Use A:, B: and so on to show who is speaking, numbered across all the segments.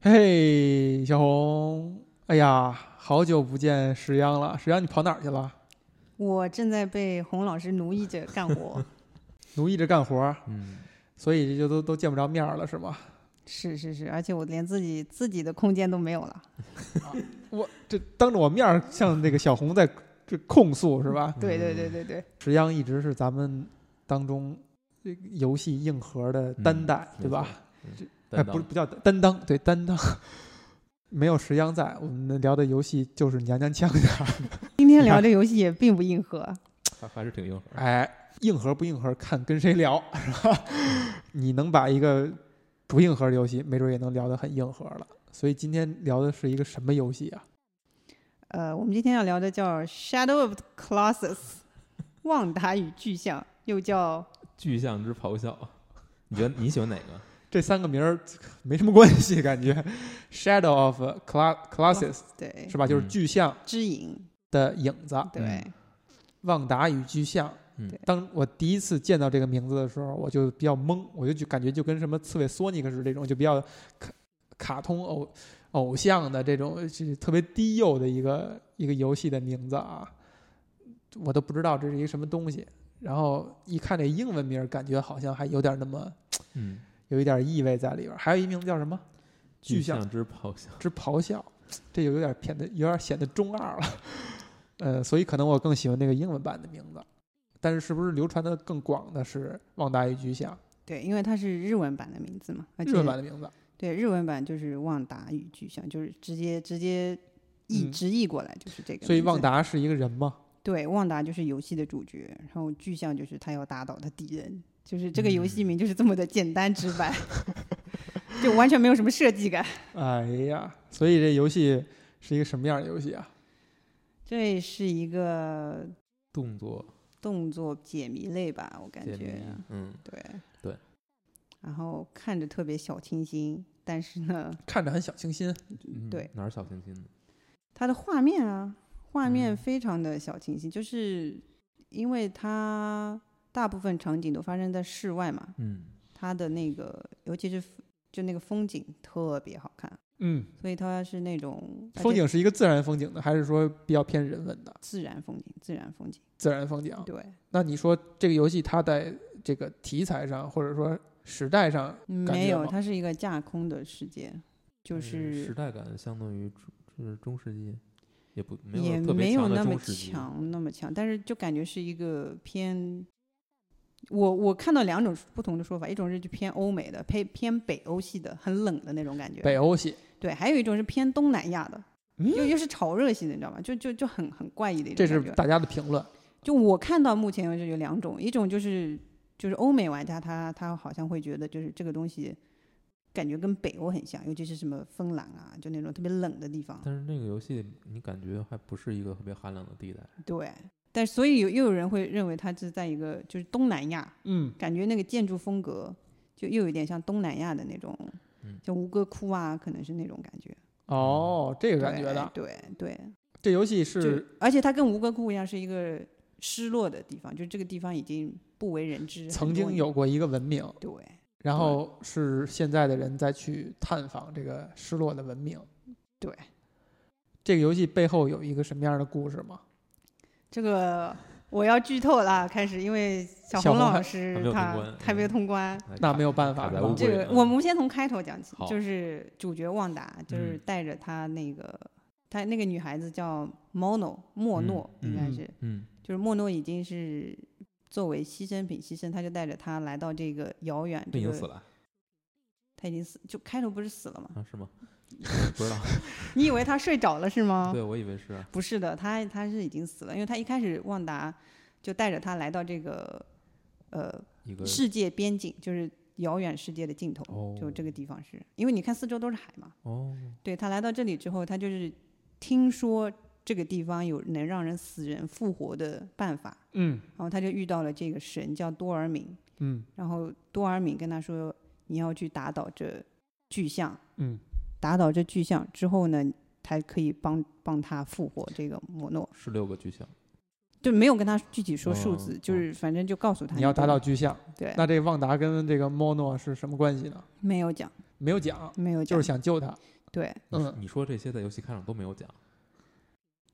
A: 嘿，小红，哎呀，好久不见石央了，石央你跑哪儿去了？
B: 我正在被洪老师奴役着干活，
A: 奴役着干活
B: 啊
A: 儿，
C: 嗯，
A: 所以这就都都见不着面儿了，是吗？
B: 是是是，而且我连自己自己的空间都没有了。
A: 我这当着我面儿向那个小红在这控诉是吧？
B: 对对对对对，
A: 石央一直是咱们当中这个游戏硬核的担带，
C: 嗯
A: 对吧？哎，
C: 担当
A: 不是不叫担当，对担当。 没有石央在，我们聊的游戏就是娘娘腔 的。
B: 今 天聊这游戏也并不硬核，
C: 还还是挺硬核。
A: 哎，硬核不硬核看跟谁聊， 是吧？你能把一个不硬核的游戏，没准也能聊得很硬核了。所以今天聊的是一个什么游戏啊？
B: 呃，我们今天要聊的叫《Shadow of the Colossus》，旺达与巨像，又叫
C: 巨象之咆哮，你觉得你喜欢哪个？
A: 这三个名儿没什么关系，感觉。Shadow of Cla- Colossus
B: 哦对
A: 是吧？就是
C: 嗯
A: 巨像
B: 之影，
A: 的影子，
B: 对
C: 嗯，
A: 旺达与巨像
C: 嗯
B: 对。
A: 当我第一次见到这个名字的时候，我就比较懵，我就就感觉就跟什么刺猬索尼克似的这种，就比较卡卡通偶偶像的这种，就是特别低幼的一个一个游戏的名字啊，我都不知道这是一个什么东西。然后一看这英文名儿，感觉好像还有点那么
C: 嗯，
A: 有一点意味在里边儿。还有一名字叫什么？巨象
C: 象之咆哮，
A: 之咆哮，这有点偏的，有点显得中二了。呃，所以可能我更喜欢那个英文版的名字，但是是不是流传的更广的是《旺达与巨像》
B: 对，因为它是日文版的名字嘛，而且
A: 日文版的名字？
B: 对日文版就是旺达与巨像，就是直接直接译
A: 嗯
B: 直译过来就是这个名字。
A: 所以旺达是一个人吗？
B: 对，旺达就是游戏的主角，然后巨像就是他要打倒的敌人，就是这个游
C: 嗯
B: 戏名就是这么的简单直白， 就完全没有什么设计感。
A: 哎呀，所以这游戏是一个什么样的游戏啊？
B: 这是一个
C: 动作
B: 动作解谜类吧，我感
C: 解谜
B: 觉，，啊
C: 嗯，
B: 对
C: 对。
B: 然后看着特别小清新，但是呢，
A: 看着很小清新，
C: 嗯
B: 对，
C: 哪儿小清新呢？
B: 它的画面啊，画面
C: 嗯
B: 非常的小清新，就是因为它大部分场景都发生在室外嘛，
C: 嗯，
B: 它的那个，尤其是 f- 就那个风景特别好看，
A: 嗯，
B: 所以它是那种而且
A: 风景是一个自然风景的，还是说比较偏人文的
B: 自然风景，自然风景。
A: 自然风景？
B: 对，
A: 那你说这个游戏它在这个题材上，或者说时代上，感
B: 没
A: 觉
B: 有，
A: 吗
B: 它是一个架空的世界，就
C: 时
B: 是
C: 代感相当于中就是中世纪，也不没
B: 也
C: 特
B: 没
C: 别
B: 有
C: 强的
B: 那么
C: 中世纪，
B: 强那么强，但是就感觉是一个偏。我我看到两种不同的说法，一种是就偏欧美的，偏偏北欧系的，很冷的那种感觉。
A: 北欧系，
B: 对，还有一种是偏东南亚的，
A: 嗯
B: 又又是潮热系的，你知道吗？就就就很很怪异的一种
A: 这
B: 感觉。
A: 是大家的评论。
B: 就我看到目前为止有两种，一种就是就是欧美玩家他他好像会觉得就是这个东西感觉跟北欧很像，尤其是什么芬兰啊，就那种特别冷的地方。
C: 但是那个游戏你感觉还不是一个特别寒冷的地带，
B: 对，但所以有又有人会认为它是在一个就是东南亚，
A: 嗯，
B: 感觉那个建筑风格就又有点像东南亚的那种
C: 嗯，
B: 像吴哥窟啊，可能是那种感觉。
A: 哦，这个感觉的。
B: 对嗯对，
A: 这游戏
B: 对就是而且它跟吴哥窟一样是一个失落的地方，就这个地方已经不为人知很多
A: 曾
B: 年，
A: 经有过一个文明，
B: 对。
A: 然后是现在的人再去探访这个失落的文明。
B: 对，
A: 这个游戏背后有一个什么样的故事吗？
B: 这个我要剧透了，啊开始，因为小
A: 小
B: 红
A: 红
B: 老
A: 还
B: 师
C: 还没有
B: 他
C: 通关
B: 还没有
C: 嗯
B: 通关。
C: 哎
A: 那
C: 卡
A: 没有办法
C: 卡
A: 是
C: 在
A: 吧
C: 乌
B: 这
C: 龟
B: 个
C: 里，
B: 我们先从开头讲起，
C: 好
B: 就是主角旺达，就是
C: 嗯
B: 带着他那个他那个女孩子叫 Mono 莫诺，
C: 嗯
B: 应该
A: 嗯
B: 是
C: 嗯
B: 就是莫诺已经是作为牺牲品牺牲，他就带着她来到这个遥远，
C: 那
B: 这
C: 已经
B: 个
C: 死了
B: 他已经死，就开头不是死了吗？
C: 啊？ 是吗？不知道，
B: 你以为他睡着了是吗？
C: 对我以为是，
B: 不是的，他他是已经死了，因为他一开始旺达就带着他来到这个呃
C: 一个
B: 世界边境，就是遥远世界的尽头，
C: 哦
B: 就这个地方是，因为你看四周都是海嘛。
C: 哦，
B: 对他来到这里之后，他就是听说这个地方有能让人死人复活的办法，
A: 嗯
B: 然后他就遇到了这个神叫多尔敏，
A: 嗯
B: 然后多尔敏跟他说你要去打倒这巨象，
A: 嗯，
B: 打倒这巨象之后呢，才可以帮帮他复活这个摩诺，
C: 是六个巨像，
B: 就没有跟他具体说数字，
C: 哦
B: 就是反正就告诉他
A: 你要
B: 就
A: 达到巨像，
B: 对，
A: 那这旺达跟这个莫诺是什么关系呢？
B: 没有讲，
A: 没有讲，
B: 没有
A: 就
B: 讲，
A: 是想救他。
B: 对，
C: 你
A: 嗯
C: 你说这些在游戏开上都没有讲，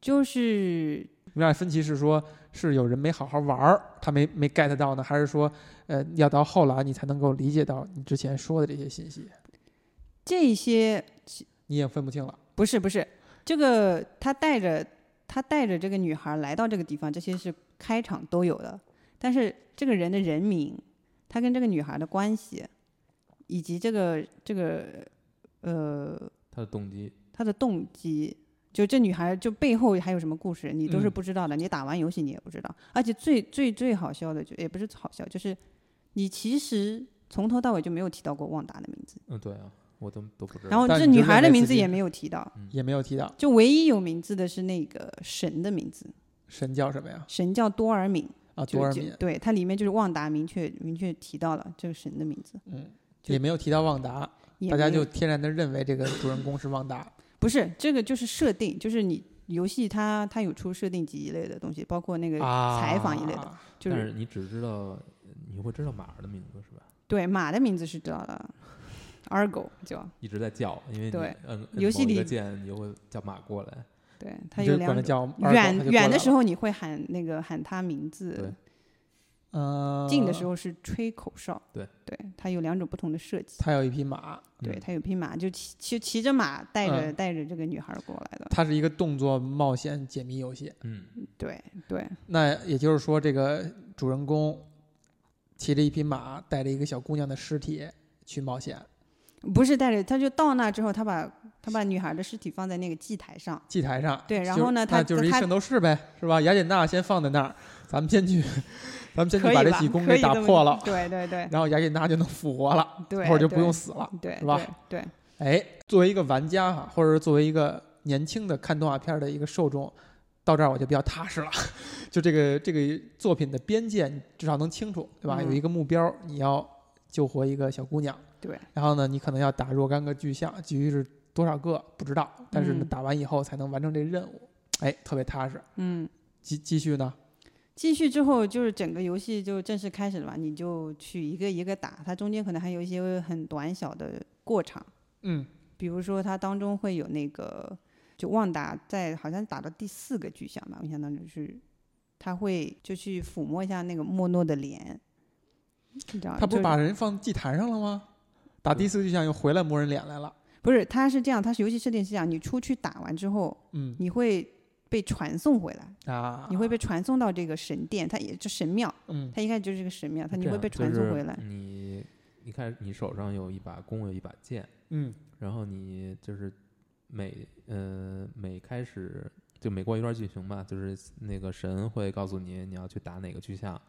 B: 就是
A: 另外分歧是说，是有人没好好玩儿，他没没 get 到呢，还是说，呃，要到后来你才能够理解到你之前说的这些信息，
B: 这些
A: 你也分不清了。
B: 不是不是，这个他带着他带着这个女孩来到这个地方，这些是开场都有的。但是这个人的人名，他跟这个女孩的关系，以及这个这个呃
C: 他的动机
B: 他的动机，就这女孩就背后还有什么故事，你都是
A: 嗯
B: 不知道的。你打完游戏你也不知道，而且最最最好笑的就也不是好笑，就是你其实从头到尾就没有提到过旺达的名字，
C: 嗯，对啊，我都都不知道。
B: 然后
A: 但
B: 这
A: 你
B: 女
A: 就
B: 孩
A: 认
B: 的
A: 为
B: 名
A: 自
B: 字
A: 己
B: 也没有提到。
A: 也没有提到
B: 就唯一有名字的是那个神的名字，
A: 神叫什么呀？
B: 神叫多尔敏，
A: 啊，
B: 就
A: 多尔
B: 就
A: 敏，
B: 对，它里面就是旺达明确明确提到了这个神的名字，
A: 嗯，
B: 就
A: 也没有提到旺达，
B: 也
A: 大家
B: 没有
A: 就天然的认为这个主人公是旺达。
B: 不是这个就是设定，就是你游戏它它有出设定集一类的东西，包括那个
A: 啊，
B: 采访一类的，就
C: 但
B: 是
C: 是你只知道你会知道马儿的名字是吧？
B: 对马的名字是知道的，Argo 叫
C: 一直在叫，因为你
B: 对
C: 摁摁
B: 游戏
C: 某一个
B: 里
C: 键，你就会叫马过来。
B: 对，它
A: 你就
B: 有
A: 管
B: 两
A: 他
B: 种。
A: 叫二狗
B: 远远的时，
A: 他就过来了
B: 候你会喊那个喊他名字，
A: 嗯，
B: 近的时，候是吹口哨。
C: 对，
B: 对，它有两种不同的设计。
A: 他有一匹马，
B: 对
C: 嗯
B: 他有匹马，就骑骑骑着马带着、
A: 嗯
B: 带着这个女孩儿过来的。
A: 它是一个动作冒险解谜游 戏。
C: 嗯，
B: 对对
A: 那也就是说，这个主人公骑着一匹马，带着一个小姑娘的尸体去冒险，
B: 不是带着，他就到那之后，他把他把女孩的尸体放在那个祭台上。
A: 祭台上。
B: 对然
A: 就
B: 后呢
A: 那
B: 他
A: 就是一
B: 他
A: 圣斗士呗，是吧？雅典娜先放在那儿，咱们先去，咱们先
B: 可
A: 去
B: 以
A: 把这
B: 吧
A: 几宫
B: 可
A: 给
B: 以
A: 打
B: 这么
A: 破了，
B: 对对对
A: 然后雅典娜就能复活了，
B: 对，
A: 或者就不
B: 对
A: 用死了。
B: 对
A: 是吧
B: 对对，
A: 哎，作为一个玩家哈，或者是作为一个年轻的看动画片的一个受众，到这儿我就比较踏实了。 就这个这个作品的边界，你至少能清楚，对吧？
B: 嗯
A: 有一个目标，你要救活一个小姑娘，
B: 对。
A: 然后呢，你可能要打若干个巨像，至于是多少个不知道，但是呢，
B: 嗯
A: 打完以后才能完成这任务，哎，特别踏实。
B: 嗯。
A: 继继续呢，
B: 继续之后，就是整个游戏就正式开始了嘛，你就去一个一个打，它中间可能还有一些很短小的过场，
A: 嗯，
B: 比如说它当中会有那个，就旺达在好像打到第四个巨像吧，我印象当中是，他会就去抚摸一下那个莫诺的脸，你知道
A: 他不
B: 就是
A: 把人放祭坛上了吗？打第四个巨像又回来摸人脸来了，
B: 不是，他是这样，他是游戏设定是这样，你出去打完之后，
A: 嗯
B: 你会被传送回来，
A: 啊，
B: 你会被传送到这个神殿，它也就神庙，
A: 嗯
B: 它一开始就是个神庙，它你
C: 这
B: 会
C: 样
B: 被
C: 就
B: 传送
C: 是
B: 回来，
C: 你你看，你手上有一把弓，有一把剑，
A: 嗯
C: 然后你就是每呃每开始就每过一段剧情吧，就是那个神会告诉你你要去打哪个巨像，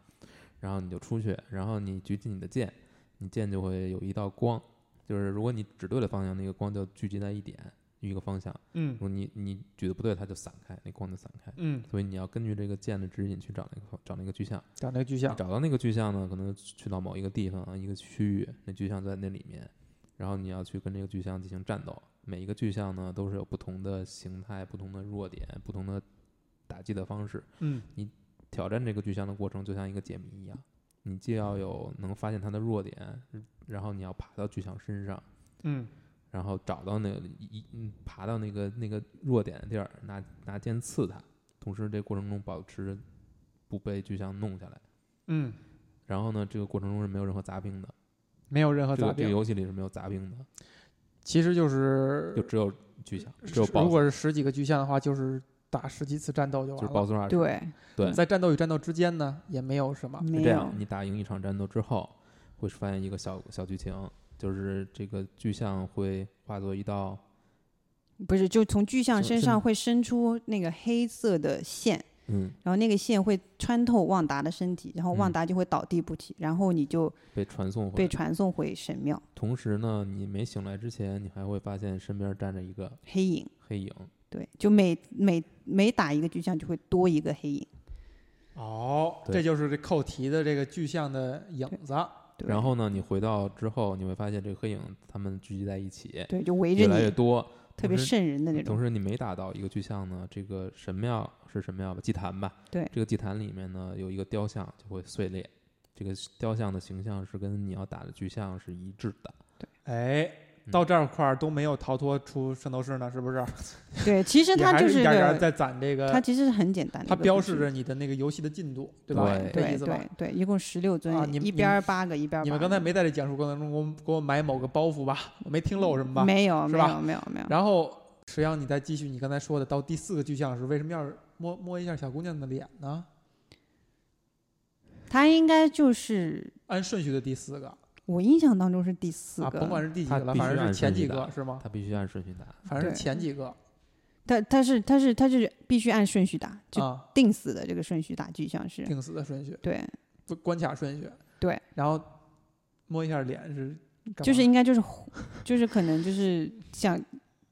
C: 然后你就出去，然后你举起你的剑，你剑就会有一道光，就是如果你指对了方向，那个光就聚集在一点一个方向；
A: 嗯
C: 如果你你举的不对，它就散开，那光就散开。
A: 嗯，
C: 所以你要根据这个剑的指引去找那个找那个巨像。
A: 打那个巨
C: 你
A: 像，
C: 找到那个巨像呢，可能去到某一个地方、一个区域，那巨像在那里面，然后你要去跟这个巨像进行战斗。每一个巨像呢，都是有不同的形态、不同的弱点、不同的打击的方式。
A: 嗯。
C: 挑战这个巨像的过程，就像一个解谜一样，你既要有能发现它的弱点，然后你要爬到巨像身上，
A: 嗯
C: 然后找到那个一嗯爬到那个那个弱点的地儿，拿拿剑刺它，同时这过程中保持不被巨像弄下来。
A: 嗯，
C: 然后呢，这个过程中是没有任何杂兵的，
A: 没有任何
C: 这
A: 杂
C: 个这个
A: 病，
C: 游戏里是没有杂兵的，
A: 其实就是
C: 就只有巨响，只有
A: 是如
C: BOSS，
A: 果是十几个巨像的话，就是打十几次战斗就
C: 就
A: 完
C: 是
A: 了。
C: BOSS rush。
B: 对，
C: 对
A: 在战斗与战斗之间呢，也没有什么。
B: 没
C: 是这
B: 有
C: 样，，你打赢一场战斗之后，会发现一个小小剧情，就是这个巨像会化作一道，
B: 不是，就从巨像
C: 就
B: 身
C: 是
B: 上会伸出那个黑色的线，
C: 嗯，
B: 然后那个线会穿透旺达的身体，然后旺
C: 嗯
B: 达就会倒地不起，然后你就
C: 被传送回
B: 被
C: 来。
B: 传送回神庙。
C: 同时呢，你没醒来之前，你还会发现身边站着一个
B: 黑影，
C: 黑影，
B: 对，就每每每打一个巨像就会多一个黑影。
A: 哦，
C: 对
A: 这就是这扣题的这个巨像的影子。
B: 对
C: 然后呢，你回到之后，你会发现这个黑影他们聚集在一起，
B: 对，就围着
C: 越来越
B: 你，
C: 多，
B: 特别
C: 同时
B: 瘆人的那
C: 同
B: 种。
C: 时，你每打到一个巨像呢，这个神庙是神庙吧，祭坛吧？
B: 对
C: 这个祭坛里面呢有一个雕像就会碎裂，这个雕像的形象是跟你要打的巨像是一致的。
A: 哎，到这块儿都没有逃脱出圣斗士呢，是不是？
B: 对，其实
A: 也
B: 它
A: 还
B: 就是
A: 一点儿一点儿
B: 个，
A: 在攒这
B: 它
A: 个，
B: 其实是很简单的一
A: 它
B: 个
A: 标
B: 故
A: 示
B: 事，
A: 着你的那个游戏的进度，对吧？
C: 对
A: 这意
B: 对
A: 思吧？
B: 对对，一共十六尊
A: 啊你，们
B: 一边儿八个，一边儿
A: 你们
B: 八
A: 刚才
B: 个
A: 没在这讲述过程中给我给我埋某个包袱吧？我没听漏什么吧？
B: 没有
A: 是
B: 没
A: 吧
B: 有没有没有，
A: 然后实际上你再继续你刚才说的，到第四个巨像时，为什么要摸摸一下小姑娘的脸呢？
B: 它应该就是
A: 按顺序的第四个
B: 我印象当中是第四
A: 啊，
B: 个，
A: 甭管是第几个
C: 它
A: 了，
C: 必须
A: 反正是
C: 按
A: 前
C: 顺序
A: 几
C: 打
A: 个是吗？
C: 他必须按顺序打。
A: 反正是
B: 对
A: 前几个
B: 它它是它是它是必须按顺序打，就
A: 啊，
B: 定死的这个顺序打巨像是，
A: 定死的顺序，
B: 对，
A: 不关卡顺序。
B: 对，
A: 然后摸一下脸是干嘛，
B: 就是应该就是活就是可能就是想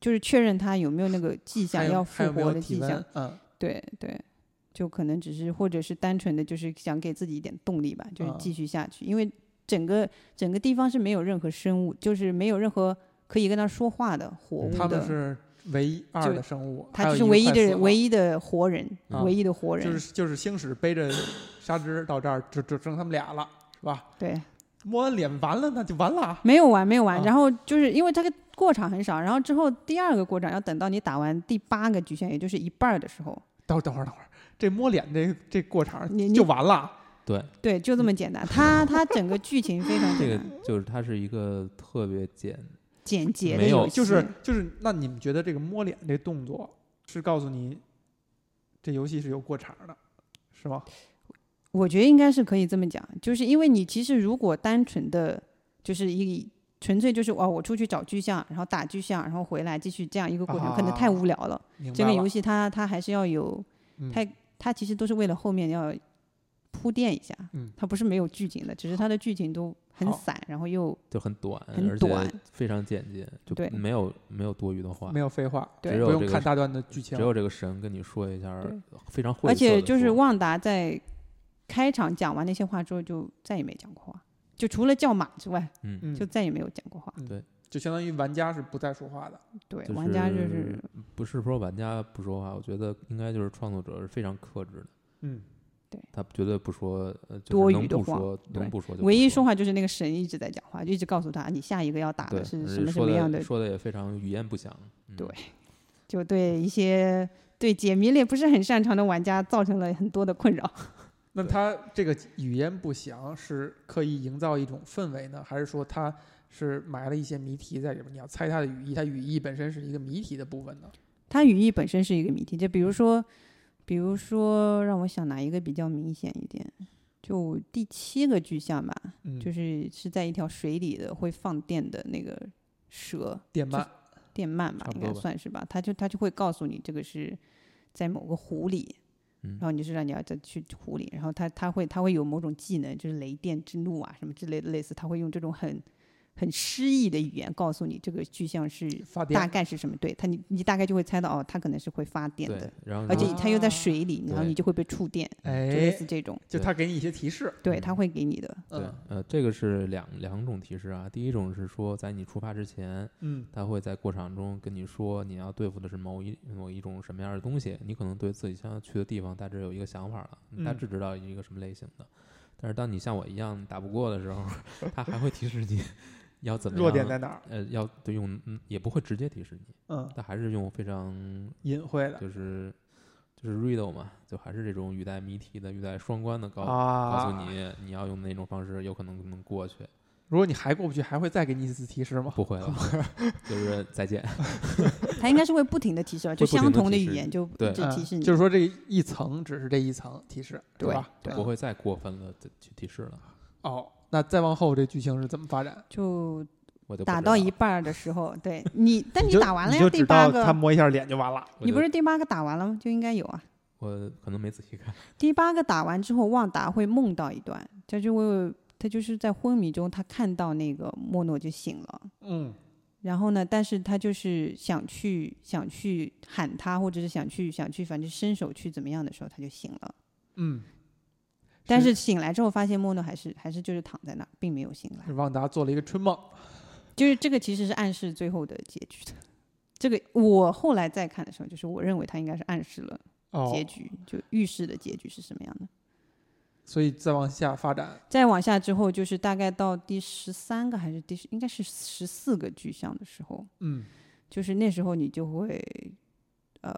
B: 就是确认他有没有那个迹
A: 还
B: 象
A: 有
B: 要
A: 还
B: 复
A: 有没
B: 活
A: 有
B: 的
A: 体
B: 迹象
A: 温，，嗯，
B: 对对，就可能只是或者是单纯的就是想给自己一点动力吧，就是
A: 啊
B: 继续下去，因为整个整个地方是没有任何生物，就是没有任何可以跟他说话的活物
C: 嗯
A: 他们
B: 的，
A: 是唯一二
B: 就
A: 的生物，
B: 他
A: 还有
B: 就是
A: 个
B: 唯一
A: 快死
B: 的人，
A: 了
B: 唯一的活人，
C: 啊
B: 唯一的活人，
A: 就是就是星矢背着沙织到这儿，只只剩他们俩了，是吧？
B: 对，
A: 摸完脸完了，那就完了啊。
B: 没有完，没有完。
A: 啊
B: 然后就是因为这个过场很少，然后之后第二个过场要等到你打完第八个局限，也就是一半儿的时候，
A: 等会儿等会儿等会儿，这摸脸这这过场
B: 你你
A: 就完了。
C: 对，
B: 对，就这么简单。它它整个剧情非常
C: 这
B: 简
C: 个
B: 单，
C: 就是它是一个特别简，
B: 简洁的
C: 没
B: 游
C: 有
B: 戏
A: 就是就是，那你们觉得这个摸脸这动作是告诉你这游戏是有过场的，是吗？
B: 我觉得应该是可以这么讲，就是因为你其实如果单纯的就是一纯粹就是哦，我出去找巨像，然后打巨像，然后回来继续这样一个过程，可能太
A: 啊
B: 无聊了。
A: 明白
B: 这个
A: 了
B: 游戏它它还是要有
A: 嗯
B: 太它其实都是为了后面要铺垫一下，
A: 嗯
B: 它不是没有剧情的，只是它的剧情都很
A: 好
B: 散，然后又
C: 就很短，
B: 很
C: 而
B: 短
C: 且非常简洁，就
B: 对
C: 没有没有多余的话
A: 没，有废话，
B: 对
C: 只
A: 不
C: 有
A: 用
C: 这
A: 看
C: 个
A: 大段的剧情
C: 只。有这个神跟你说一下
B: 对，
C: 非常晦涩
B: 而
C: 地
B: 且就是
C: 说
B: 旺达在开场讲完那些话之后，就再也没讲过话，就除了叫马之外，
C: 嗯，
A: 嗯，
B: 就再也没有讲过话。
A: 就相当于玩家是不再说话的。
B: 对，
C: 就
B: 玩家就是
C: 不是说玩家不说话，我觉得应该就是创作者是非常克制的，
A: 嗯，
C: 他绝对不说，呃，就是
B: 多余
C: 能
B: 的
C: 不
B: 话
C: 说，
B: 对
C: 能不说就不
B: 唯一说
C: 说。
B: 话就是那个神一直在讲话，就一直告诉他你下一个要打
C: 对，
B: 的是
C: 而
B: 什
C: 且
B: 么什
C: 说
B: 么
C: 的
B: 样的，
C: 说的也非常语言不详。嗯
B: 对就对一些对解谜类不是很擅长的玩家造成了很多的困扰。
A: 那
C: 对
A: 他这个语言不详是刻意营造一种氛围呢，还是说他是埋了一些谜题在里面？你要猜他的语义，他语义本身是一个谜题的部分呢？
B: 它语义本身是一个谜题，就比如说，比如说让我想哪一个比较明显一点，就第七个巨像吧，
A: 嗯，
B: 就是是在一条水里的会放电的那个蛇，
A: 电鳗
B: 电鳗吧
C: 差，不
B: 应
C: 多
B: 该
C: 吧
B: 算是吧。它就它就会告诉你这个是在某个湖里，
C: 嗯
B: 然后你就让你要再去湖里，然后它它会它会有某种技能，就是雷电之怒啊什么之类的，类似它会用这种很很诗意的语言告诉你这个具象是
A: 发
B: 大
A: 电，
B: 概是什么。对它你你大概就会猜到哦，它可能是会发电
C: 对
B: 的，，
C: 然后
B: 而
C: 如
B: 且
C: 果
B: 它又在
A: 啊
B: 水里，然后你
C: 对
B: 就会被触电，就类
A: 哎
B: 似，这种。
A: 就他给你一些提示。
B: 对，它会给你的。
C: 对
A: 嗯，
C: 呃，这个是两两种提示啊。第一种是说，在你出发之前，
A: 嗯
C: 他会在过场中跟你说你要对付的是某一某一种什么样的东西，你可能对自己想要去的地方大致有一个想法了，你大
A: 嗯
C: 致知道一个什么类型的。但是当你像我一样打不过的时候，他还会提示你 要怎么样
A: 弱点在哪儿？
C: 呃，要对用、嗯，也不会直接提示你，
A: 嗯，
C: 他还是用非常
A: 隐晦的
C: 就是就是 riddle 嘛，就还是这种语带谜题的、语带双关的告、告
A: 啊。
C: 诉你你要用哪种方式，有可能能过去。
A: 如果你还过不去，还会再给你一次提示吗？
C: 不会了，就是再见。
B: 它应该是会不停的提示吧，就
C: 不停
B: 相
C: 地
B: 同的
C: 提示
B: 语言
C: 你
B: 就
C: 对
B: 就
A: 嗯
B: 提示你，
A: 就是说这一层只是这一层提示，是
B: 对
A: 吧？
B: 对
C: 不会再过分了的去提示了，
A: 哦，那再往后这剧情是怎么发展？
B: 就
C: 我就不
B: 打
C: 知
B: 到
C: 道
B: 一半儿的时候，对你，但
A: 你
B: 你
A: 就
B: 打完了
A: 你
B: 呀，
A: 就
B: 第
A: 只
B: 八
A: 到他
B: 个，
A: 摸一下脸就完了。
C: 我
B: 你
C: 就
B: 不是第八个打完了吗？就应该有啊。
C: 我可能没仔细看，
B: 第八个打完之后，旺达会梦到一段，他就会他就是在昏迷中，他看到那个莫诺就醒了，
A: 嗯，
B: 然后呢，但是他就是想去想去喊他，或者是想去想去，反正伸手去怎么样的时候，他就醒了。
A: 嗯，
B: 但是醒来之后，发现莫诺还是还是就是躺在那儿，并没有醒来。
A: 是旺达做了一个春梦，
B: 就是这个其实是暗示最后的结局的。这个我后来再看的时候，就是我认为他应该是暗示了
A: 哦
B: 结，局，就预示的结局是什么样的。
A: 所以再往下发展，
B: 再往下之后，就是大概到第十三个还是第十，应该是十四个具象的时候，
A: 嗯，
B: 就是那时候你就会，呃，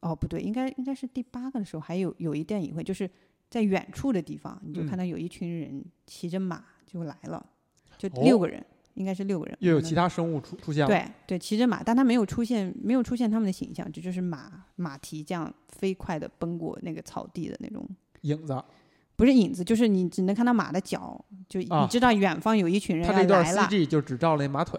B: 哦不对，应该应该是第八个的时候，还有有一点隐晦，就是在远处的地方，你就看
A: 嗯
B: 到有一群人骑着马就来了，就
A: 哦
B: 六个人，应该是六个人，
A: 又有
B: 可能
A: 其他生物出出现了，
B: 嗯对对，骑着马，但他没有出现，没有出现他们的形象，这就是马马蹄这样飞快的奔过那个草地的那种，
A: 影子，
B: 不是影子，就是你只能看到马的脚，就
A: 啊
B: 你知道远方有一群人
A: 他
B: 要
A: 这段
B: 来了，
A: CG 就只照了那马腿，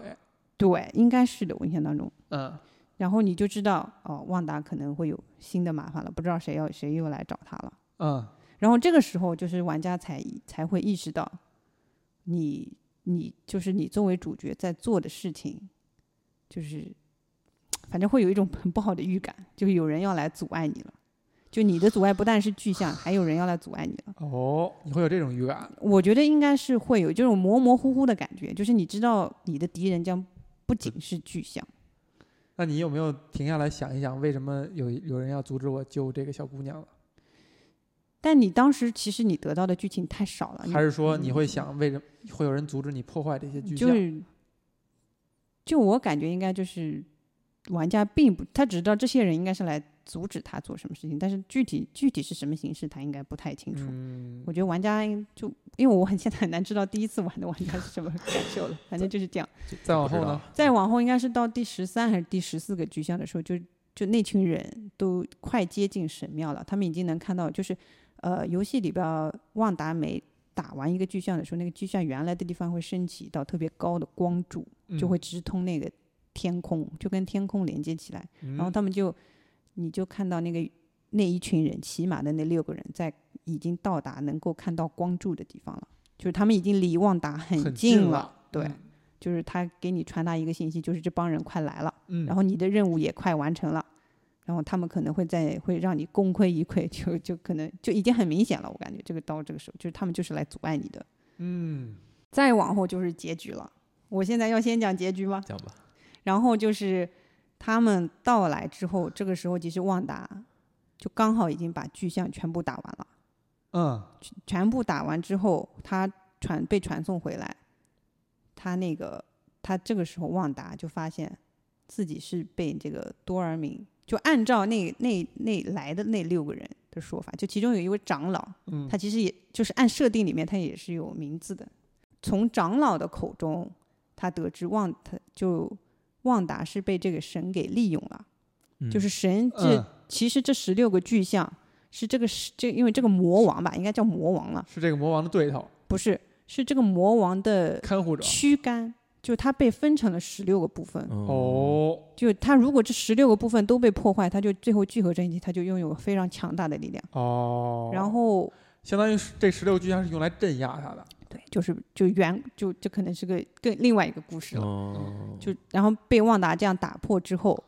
B: 对，应该是的，我印象当中。
A: 嗯，
B: 然后你就知道哦，旺达可能会有新的麻烦了，不知道谁要谁又来找他了。
A: 嗯，
B: 然后这个时候就是玩家才才会意识到你，你就是你作为主角在做的事情，就是反正会有一种很不好的预感，就是有人要来阻碍你了。就你的阻碍不但是具象，还有人要来阻碍你了。
A: 哦，你会有这种预感，
B: 我觉得应该是会有这种模模糊糊的感觉，就是你知道你的敌人将不仅是具象，
A: 那你有没有停下来想一想，为什么有有人要阻止我救这个小姑娘了？
B: 但你当时其实你得到的剧情太少啊了，你嗯
A: 还是说你会想，为什么会有人阻止你破坏这些巨
B: 就
A: 像？
B: 是，就我感觉应该就是玩家并不，他只知道这些人应该是来阻止他做什么事情，但是具体具体是什么形式，他应该不太清楚。
A: 嗯，
B: 我觉得玩家就因为我 很现在很难知道第一次玩的玩家是什么感受了，反正就是这样。
C: 就
A: 再往
C: 不知
A: 后呢
C: 道
B: 再往后应该是到第十三还是第十四个巨像的时候，就就那群人都快接近神庙了，他们已经能看到，就是呃，游戏里边儿旺达梅打完一个巨像的时候，那个巨像原来的地方会升起到特别高的光柱，
A: 嗯
B: 就会直通那个天空，就跟天空连接起来。
A: 嗯，
B: 然后他们就，你就看到那个那一群人骑马的那六个人，在已经到达能够看到光柱的地方了，就是他们已经离旺达很
A: 很
B: 近
A: 近
B: 对，
A: 嗯
B: 就是他给你传达一个信息，就是这帮人快来了，
A: 嗯，
B: 然后你的任务也快完成了。然后他们可能会在会让你功亏一篑，就就可能就已经很明显了。我感觉这个到这个时候，就是他们就是来阻碍你的。
A: 嗯，
B: 再往后就是结局了。我现在要先讲结局吗？
C: 讲吧，
B: 然后就是他们到来之后，这个时候其实旺达就刚好已经把巨象全部打完了，
A: 嗯，
B: 全部打完之后，他传被传送回来，他那个他这个时候旺达就发现自己是被这个多尔敏，就按照那那那来的那六个人的说法，就其中有一位长老，
A: 嗯，
B: 他其实也就是按设定里面，他也是有名字的。从长老的口中，他得知旺他就旺达是被这个神给利用了，
C: 嗯
B: 就是神这、
A: 嗯
B: 其实这十六个巨像是这个是这因为这个魔王吧，应该叫魔王了，
A: 是这个魔王的对头，
B: 不是是这个魔王的
A: 看护者。
B: 躯干，就他被分成了十六个部分，
C: 哦，
A: 哦，
B: 就他如果这十六个部分都被破坏，他就最后聚合成一体，他就拥有非常强大的力量。
A: 哦，
B: 然后
A: 相当于是这十六巨像是用来镇压他的，
B: 对，就是就原就这可能是个更另外一个故事了。
C: 哦，
B: 就然后被旺达这样打破之后，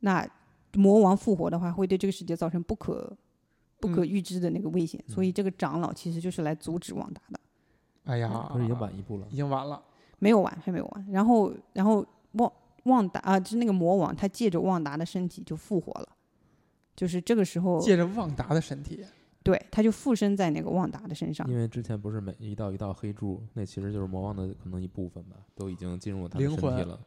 B: 那魔王复活的话，会对这个世界造成不可不可
A: 嗯
B: 预知的那个危险。所以这个长老其实就是来阻止旺达的，
A: 哎呀，
C: 嗯可是已经晚一步了
A: 已，经晚了，
B: 没有完，还没有完。然后然后旺旺达啊，就是那个魔王，他借着旺达的身体就复活了。就是这个时候，
A: 借着旺达的身体，
B: 对，他就附身在那个旺达的身上
C: 因。为之前不是每一道一道黑柱，那其实就是魔王的可能一部分吧，都已经进入他的
A: 灵
C: 身
A: 魂
C: 体了。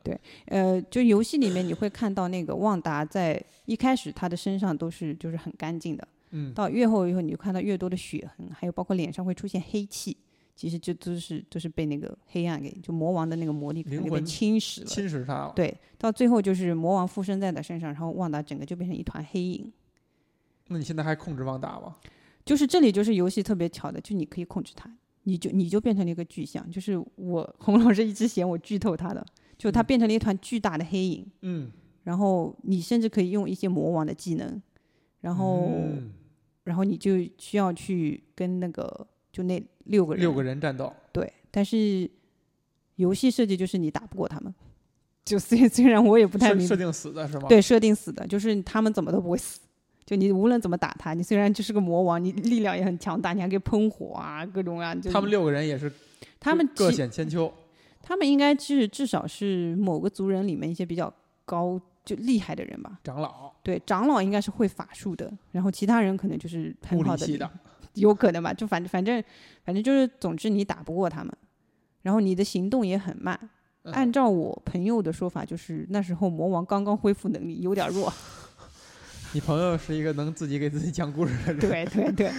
B: 呃，就游戏里面你会看到那个旺达在一开始他的身上都是就是很干净的，
A: 嗯，
B: 到越后以后，你就看到越多的血痕，还有包括脸上会出现黑气，其实这都是都是被那个黑暗给就魔王的那个魔力可能
A: 灵
B: 就被
A: 魂
B: 侵蚀了。
A: 侵蚀他了，
B: 对，到最后就是魔王附身在他身上，然后旺达整个就变成一团黑影。
A: 那你现在还控制旺达吗？
B: 就是这里就是游戏特别巧的，就你可以控制它，你就你就变成了一个巨像。就是我洪老师一直嫌我剧透他的，就他
A: 嗯
B: 变成了一团巨大的黑影，
A: 嗯，
B: 然后你甚至可以用一些魔王的技能，然后、
A: 嗯
B: 然后你就需要去跟那个就那六个人
A: 六个人战斗，
B: 对，但是游戏设计就是你打不过他们，就虽虽然我也不太
A: 设
B: 明
A: 设
B: 白，
A: 定死的是吗？，
B: 对设定死的，就是他们怎么都不会死。就你无论怎么打他，你虽然就是个魔王，你力量也很强大，你还可以喷火啊，各种啊。就
A: 他们六个人也是
B: 他们
A: 各
B: 其
A: 显千秋，
B: 他们应该是至少是某个族人里面一些比较高就厉害的人吧。
A: 长老
B: 对，长老应该是会法术的，然后其他人可能就是很
A: 物
B: 好
A: 理
B: 的
A: 系
B: 理
A: 的，
B: 有可能吧，就反正反正反正就是，总之你打不过他们，然后你的行动也很慢。
A: 嗯
B: 按照我朋友的说法，就是那时候魔王刚刚恢复能力，有点弱。
A: 你朋友是一个能自己给自己讲故事 的人，
B: 对对对，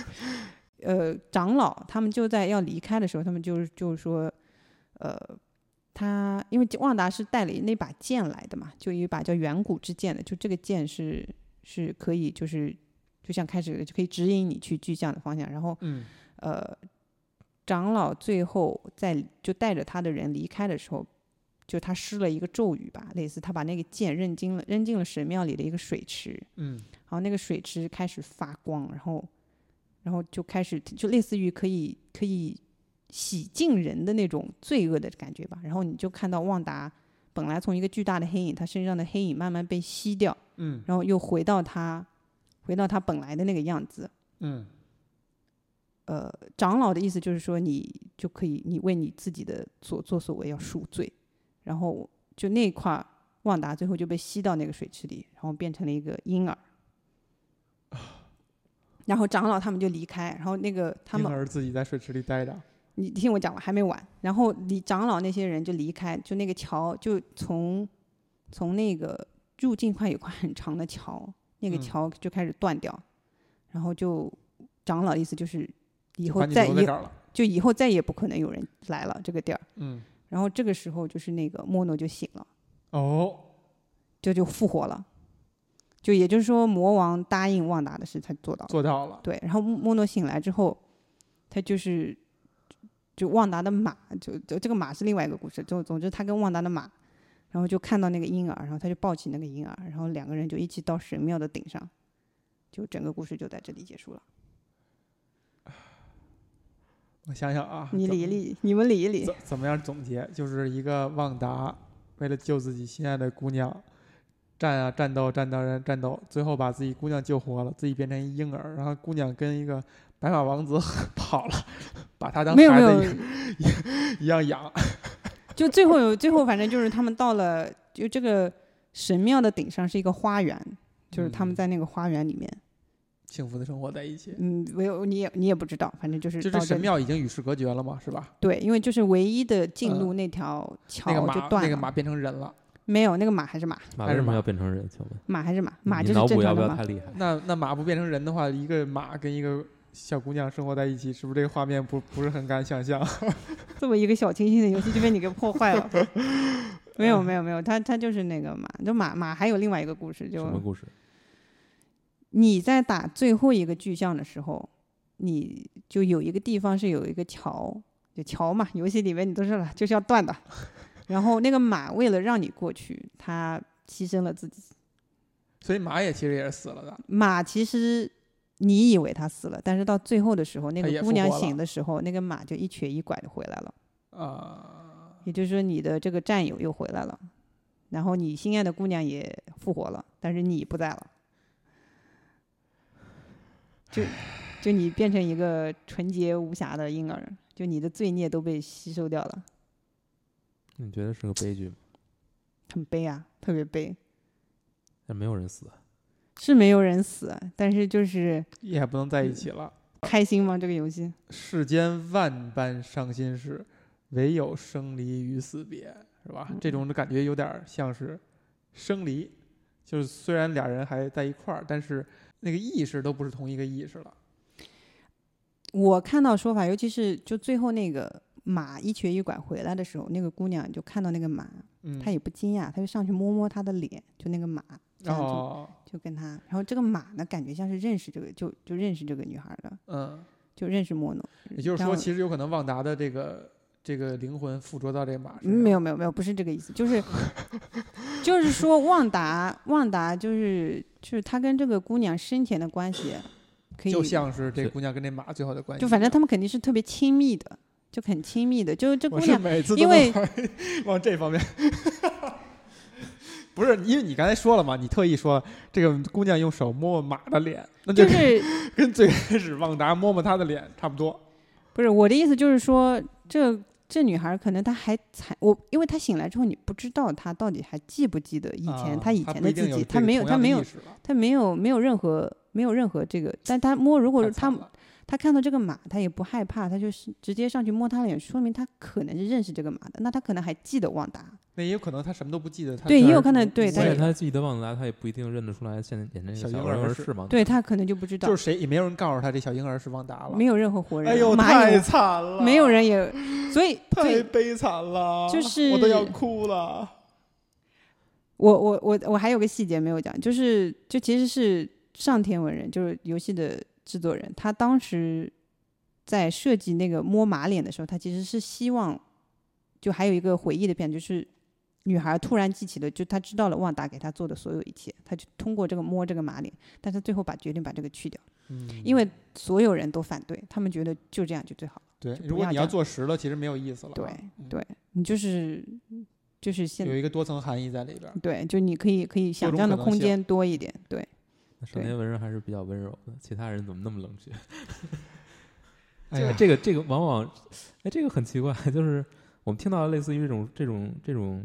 B: 呃，长老他们就在要离开的时候，他们就是就是说，呃，他因为旺达是带了那把剑来的嘛，就有一把叫远古之剑的，就这个剑是是可以就是就像开始就可以指引你去巨像的方向，然后
A: 嗯，
B: 呃，长老最后在就带着他的人离开的时候，就他施了一个咒语吧，类似他把那个剑扔进了扔进了神庙里的一个水池，
A: 嗯
B: 然后那个水池开始发光，然后然后就开始就类似于可以可以洗净人的那种罪恶的感觉吧。然后你就看到旺达本来从一个巨大的黑影，他身上的黑影慢慢被吸掉，
A: 嗯
B: 然后又回到他回到他本来的那个样子。
A: 嗯
B: 呃，长老的意思就是说，你就可以，你为你自己的所作所为要赎罪。然后就那一块儿，旺达最后就被吸到那个水池里，然后变成了一个婴儿。然后长老他们就离开，然后那个他
A: 啊婴
B: 们，
A: 儿自己在水池里待着，
B: 你听我讲完，还没完。然后离长老那些人就离开，就那个桥，就从从那个入境块有块很长的桥，那个
A: 嗯
B: 桥就开始断掉，然后就长老的意思就是以
A: 就
B: 后
A: 把你
B: 再
A: 留在
B: 以
A: 这儿了，
B: 就以后再也不可能有人来了这个地儿。
A: 嗯，
B: 然后这个时候就是那个莫诺就醒了，
A: 哦，
B: 这就复活了，就也就是说魔王答应旺达的事他做到了。
A: 做到了，
B: 对，然后莫莫诺醒来之后，他就是就旺达的马，就就这个马是另外一个故事。就总之他跟旺达的马，然后就看到那个婴儿，然后他就抱起那个婴儿，然后两个人就一起到神庙的顶上，就整个故事就在这里结束了。
A: 我想想啊，
B: 你
A: 怎
B: 理一理，你们理一理
A: 怎。怎么样总结？就是一个旺达为了救自己心爱的姑娘，战啊战斗战斗战斗，最后把自己姑娘救活了，自己变成一婴儿，然后姑娘跟一个白马王子 跑了，把他当
B: 没有
A: 孩
B: 没
A: 子
B: 有
A: 一，一样养。
B: 就最后有最后，反正就是他们到了，就这个神庙的顶上是一个花园，就是他
A: 嗯
B: 们在那个花园里面，
A: 幸福的生活在一起。
B: 嗯，唯有你也你也不知道，反正就是
A: 就
B: 到
A: 是
B: 这
A: 神
B: 里
A: 庙已经与世隔绝了嘛，是吧？
B: 对，因为就是唯一的进
A: 呃
B: 入那条
A: 那个
B: 桥就
A: 马，
B: 断
A: 那
B: 了，
A: 个马变成人了。
B: 没有那个马还是马，
C: 马
A: 还
C: 为
A: 是
C: 什么
A: 马
C: 要变成人？请问
B: 马还是马，马
C: 你
B: 就是
C: 脑
B: 正
C: 补要
B: 常
C: 不
B: 的
C: 要
B: 马
C: 太，厉害？
A: 那那马不变成人的话，一个马跟一个小姑娘生活在一起，是不是这个画面不不是很敢想象？
B: 这么一个小清新的游戏就被你给破坏了。 没
A: 嗯
B: 有没有没有，他他就是那个马，就马马还有另外一个故事，
C: 什么
B: 就
C: 故事？
B: 你在打最后一个巨像的时候，你就有一个地方是有一个桥，就桥嘛，游戏里面你都是了，就是 要断的。然后那个马为了让你过去，它牺牲了自己。
A: 所以马也其实也是死了的。
B: 马其实你以为它死了，但是到最后的时候，那
A: 它也
B: 个姑
A: 复
B: 娘
A: 活了
B: 醒的时候，那个马就一瘸一拐的回来了。
A: 啊、
B: 也就是说，你的这个战友又回来了，然后你心爱的姑娘也复活了，但是你不在了，就就你变成一个纯洁无瑕的婴儿，就你的罪孽都被吸收掉了，
C: 你觉得是个悲剧吗？
B: 很悲啊，特别悲。
C: 但没有人死啊，
B: 是没有人死，但是就是
A: 也不能在一起了。
B: 开心吗？这个游戏
A: 世间万般伤心事，唯有生离与死别，是吧？这种的感觉有点像是生离，就是虽然俩人还在一块儿，但是那个意识都不是同一个意识了。
B: 我看到说法，尤其是就最后那个马一瘸一拐回来的时候，那个姑娘就看到那个马，
A: 嗯，
B: 她也不惊讶，她就上去摸摸她的脸，就那个马，这样就
A: 哦，
B: 就跟他，然后这个马呢，感觉像是认识这个，就就认识这个女孩的，
A: 嗯，
B: 就认识莫诺。
A: 也就是
B: 然
A: 说，
B: 后
A: 其实有可能旺达的这个这个灵魂附着到这个马身上。
B: 嗯没有没有没有，不是这个意思，就是就是说旺达旺达就是就是他跟这个姑娘生前的关系，可以
A: 就像是这
C: 是
A: 姑娘跟这马最后的关系一
B: 就
A: 样。
B: 反正他们肯定是特别亲密的，就很亲密的，就这姑
A: 我是
B: 娘
A: 每次都
B: 因为
A: 往往这方面， 不是因为你刚才说了嘛，你特意说了这个姑娘用手摸摸马的脸，那就
B: 就是是
A: 跟最开始旺达摸摸她的脸差不多。
B: 不是我的意思，就是说这这女孩可能她还才我，因为她醒来之后，你不知道她到底还记不记得以前、
A: 啊
B: 她以
A: 她
B: 前
A: 不
B: 的
A: 一定
B: 自己，
A: 有
B: 她没有她没有
A: 他
B: 他没有没有任何没有任何这个，但他摸，如果
A: 或
B: 是他
A: 们
B: 他看到这个马，他也不害怕，他就是直接上去摸他脸，说明他可能是认识这个马的，那他可能还记得旺达。
A: 那也有可能他什么都不记得。他
B: 对
A: 只
B: 也有
A: 是
B: 可能
A: 无
B: 对
A: 无
B: 他
C: 而
B: 也
A: 所
C: 且
A: 以
C: 他记得旺达，他也不一定认得出来现在眼前这
A: 小
C: 个小
A: 婴
C: 婴
A: 儿
C: 儿
A: 是
C: 是吗？
B: 对他可能就不知道，
A: 就是谁也没有人告诉他这小婴儿是旺达了
B: 没。有任何活人，
A: 哎呦，
B: 马
A: 太
B: 也
A: 惨了！
B: 没有人也，所以所
A: 太
B: 以
A: 悲惨了，
B: 就是
A: 我都要哭了。
B: 我我我我还有个细节没有讲，就是这其实是上天文人，就是游戏的制作人，他当时在设计那个摸马脸的时候，他其实是希望，就还有一个回忆的片，就是女孩突然记起了，就她知道了旺达给她做的所有一切，她就通过这个摸这个马脸，但是最后把决定把这个去掉，
A: 嗯
B: 因为所有人都反对，他们觉得就这样就最好了，
A: 对
B: 就，不
A: 如果
B: 要
A: 你
B: 这
A: 要
B: 样
A: 做实了，其实没有意思了。
B: 对
A: 嗯，
B: 对你就是就是现
A: 有一个多层含义在里边儿。
B: 对，就你可以可以想
A: 种
B: 象的
A: 可能
B: 空
A: 性
B: 间多一点，对。
C: 那少年文人还是比较温柔的，其他人怎么那么冷血？
A: 哎
C: 这个
A: 呀，
C: 这个这个往往，哎，这个很奇怪，就是我们听到类似于这种这种这种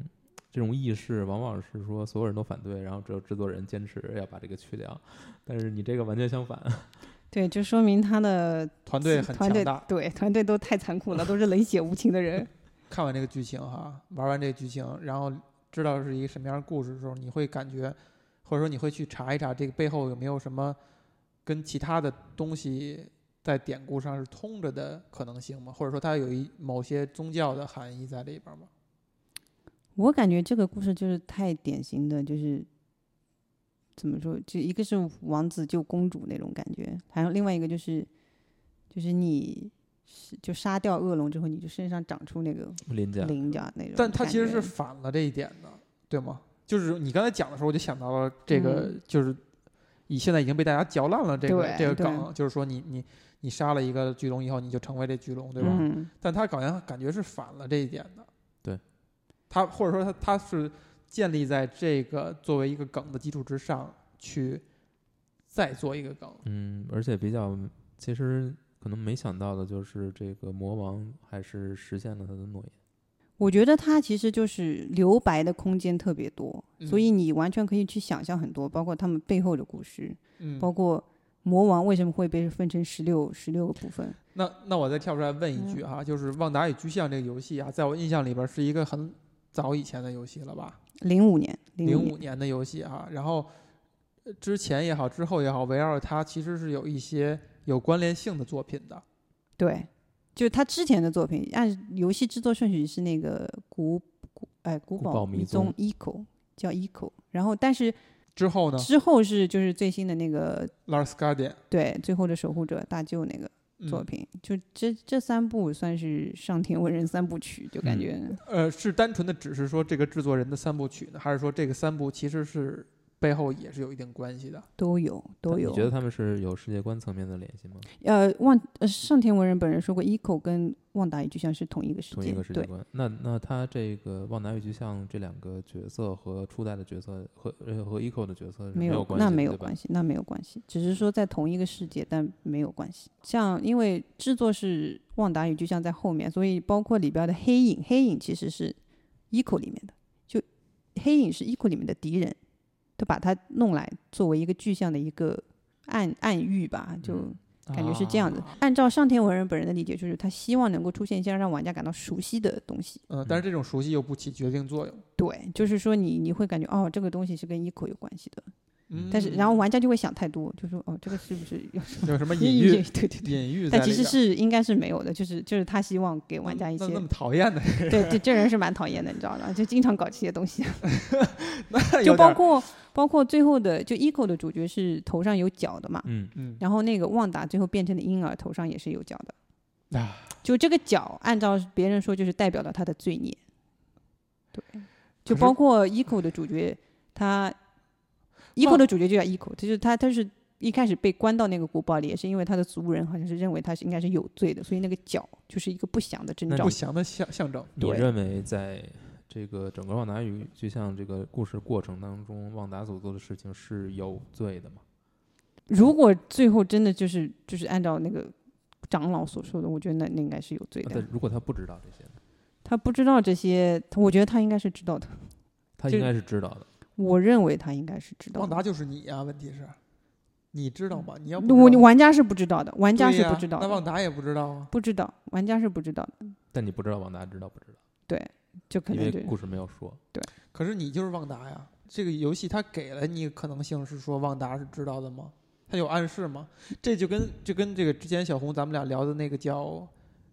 C: 这种意识，往往是说所有人都反对，然后只有制作人坚持要把这个去掉，但是你这个完全相反，
B: 对，就说明他的
A: 团队很
B: 团队
A: 强大。
B: 对团队都太残酷了，都是冷血无情的人。
A: 看完这个剧情哈，玩完这个剧情，然后知道是一个什么样的故事的时候，你会感觉，或者说你会去查一查这个背后有没有什么跟其他的东西在典故上是通着的可能性吗？或者说它有一某些宗教的含义在里边吗？
B: 我感觉这个故事就是太典型的，就是怎么说，就一个是王子救公主那种感觉，还有另外一个就是，就是你是就杀掉恶龙之后，你就身上长出那个
C: 林家
B: 鳞甲那种感觉。
A: 但它其实是反了这一点的，对吗？就是你刚才讲的时候，我就想到了这个，
B: 嗯
A: 就是以现在已经被大家嚼烂了这个
B: 对
A: 这个
B: 对
A: 梗，就是说你你你杀了一个巨龙以后，你就成为这巨龙，对吧？
B: 嗯，
A: 但他好像感觉是反了这一点的，
C: 对，
A: 他或者说他他是建立在这个作为一个梗的基础之上去再做一个梗，
C: 嗯，而且比较，其实可能没想到的就是，这个魔王还是实现了他的诺言。
B: 我觉得它其实就是留白的空间特别多，所
A: 嗯
B: 以你完全可以去想象很多，包括他们背后的故事。
A: 嗯，
B: 包括魔王为什么会被分成十六十六个部分？
A: 那那我再跳出来问一句
B: 嗯
A: 哈、就是《旺达与巨像》这个游戏啊，在我印象里边是一个很早以前的游戏了吧，
B: 零五年，
A: 零
B: 五年，
A: 五年的游戏哈、然后呃之前也好，之后也好，围绕着它其实是有一些有关联性的作品的，
B: 对，就是他之前的作品，按游戏制作顺序是那个古古哎古
C: 古堡
B: 堡
C: 迷
B: 踪 Eco 叫 Eco，然后但是
A: 之后
C: 嗯
A: 呢
B: 之后是就是最新的那个
A: ，Lars Guardian
B: 对最后的守护者大舅那个
A: 嗯
B: 作品，就这这三部算是上天文人三部曲，就感
C: 嗯
B: 觉
A: 呃，是单纯的只是说这个制作人的三部曲呢，还是说这个三部其实是背后也是有一定关系的？
B: 都有都有。
C: 你觉得他们是有世界观层面的联系吗？
B: 呃，旺呃上天文人本人说过，Eco 跟旺达与巨像是同一个世
C: 同
B: 界，
C: 一个世界
B: 对
C: 观？那那他这个旺达与巨像这两个角色和初代的角色和呃和 Eco 的角色是
B: 没
C: 有关系的，
B: 那没有
C: 对吧
B: 关系，那没有关系，只是说在同一个世界，但没有关系。像因为制作是《旺达与巨像》在后面，所以包括里边的黑影，黑影其实是 Eco 里面的，就黑影是 Eco 里面的敌人，他把他弄来作为一个巨像的一个暗暗喻吧，就。
C: 嗯啊
B: 感觉是这样子。按照上天文人本人的理解，就是他希望能够出现一些让玩家感到熟悉的东西。
A: 嗯、但是这种熟悉又不起决定作用。
B: 对，就是说你你会感觉哦，这个东西是跟 Eco 有关系的，
A: 嗯，
B: 但是然后玩家就会想太多，就说哦，这个是不是有什么
A: 有什么
B: 隐
A: 隐
B: 喻？
A: 喻？
B: 对对对。
A: 隐喻在
B: 但
A: 里
B: 其
A: 边
B: 实是应该是没有的，就是就是他希望给玩家一
A: 那
B: 些
A: 那， 么讨厌的，
B: 对对，这人是蛮讨厌的，你知道吧？就经常搞这些东西，
A: 那
B: 就
A: 有点
B: 包
A: 儿
B: 括包括最后的就 Eco 的主角是头上有角的嘛，
C: 嗯，
A: 嗯
B: 然后那个旺达最后变成的婴儿头上也是有角的，
A: 啊，
B: 就这个角按照别人说就是代表了他的罪孽，对，就
A: 可是哦
B: 包括 Eco 的主角他，Eco
A: 旺
B: 的主角就叫 Eco，就是他他是一开始被关到那个古堡里，也是因为他的族人好像是认为他是应该是有罪的，所以那个角就是一个不祥的征
C: 那
B: 兆
A: 不。祥的象象征。
C: 你
B: 对
C: 认为在这个整个旺达与巨像这个故事过程当中，旺达所做的事情是有罪的吗？
B: 如果最后真的就是就是按照那个长老所说的，我觉得那那应该是有罪
C: 啊
A: 哦
B: 的
C: 但。如果他不知道这些呢，
B: 他不知道这些，我觉得他应该是知道的。
C: 他
B: 这
C: 应该是知道的。
B: 我认为他应该是知道
A: 旺
B: 的。
A: 达就是你啊，问题是你知道哦吗？你要不
B: 我
A: 知道
B: 玩家是不知道的，玩家
A: 对
B: 是
A: 呀
B: 不知道
A: 那
B: 的，
A: 旺达也不知道啊。
B: 不知道，玩家是不知道的，
C: 但你不知道王达知道不知道，
B: 就可
C: 因
B: 能
C: 为
B: 就
C: 故事没有说。
A: 可是你就是旺达呀，这个游戏它给了你可能性是说旺达是知道的吗？它有暗示吗？这就跟就跟这个之前小红咱们俩聊的那个叫《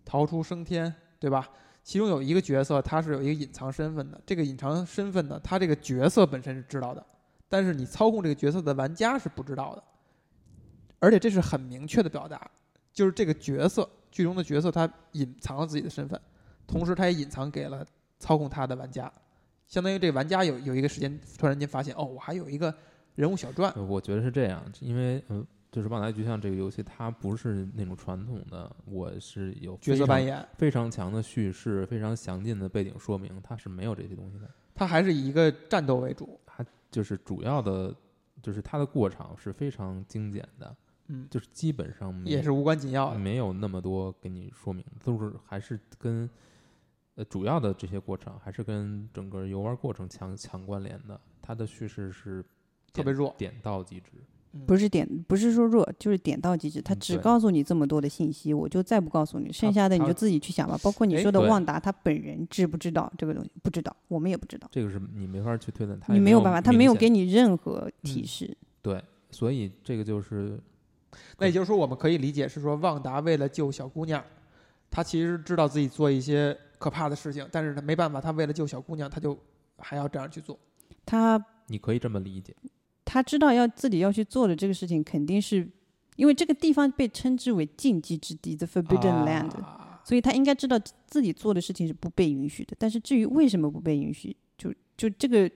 A: 逃出升天》，对吧？其中有一个角色他是有一个隐藏身份的，这个隐藏身份呢，他这个角色本身是知道的，但是你操控这个角色的玩家是不知道的，而且这是很明确的表达，就是这个角色剧中的角色他隐藏了自己的身份，同时他也隐藏给了操控他的玩家。相当于这个玩家有有一个时间突然间发现，哦，我还有一个人物小传，
C: 呃我觉得是这样，因为嗯，就是《旺达与巨像》这个游戏，它不是那种传统的，我是有
A: 角色
C: 非常
A: 扮演，
C: 非常强的叙事，非常详尽的背景说明，它是没有这些东西的。
A: 它还是以一个战斗为主。
C: 就是主要的，就是它的过场是非常精简的，
A: 嗯，
C: 就是基本上没
A: 也是无关紧要的。
C: 没有那么多给你说明，都是还是跟呃主要的这些过程还是跟整个游玩过程强强关联的，它的叙事是
A: 特别弱
C: 点到即止。
B: 不是点，不是说弱，就是点到即止。他
C: 嗯
B: 只
C: 对
B: 告诉你这么多的信息，我就再不告诉你，剩
A: 他
B: 下的你
A: 他
B: 就自己去想吧。包括你
A: 哎
B: 说的
C: 对
B: 旺达，他本人知不知道这个东西？不知道，我们也不知道，
C: 这个是你没法去推断，它
B: 你
C: 也
B: 没
C: 有
B: 有办法，他没有
C: 明
B: 给
C: 显
B: 你任何提
A: 嗯
B: 示。
C: 对，所以这个就是
A: 那也就是说，我们可以理解是说，旺达为了救小姑娘，他其实知道自己做一些可怕的事情，但是他没办法，他为了救小姑娘，他就还要这样去做。
B: 他
C: 你可以这么理解，
B: 他知道要自己要去做的这个事情，肯定是因为这个地方被称之为禁忌之地 （the forbidden land），、
A: 啊
B: 所以他应该知道自己做的事情是不被允许的。但是至于为什么不被允许，就就这个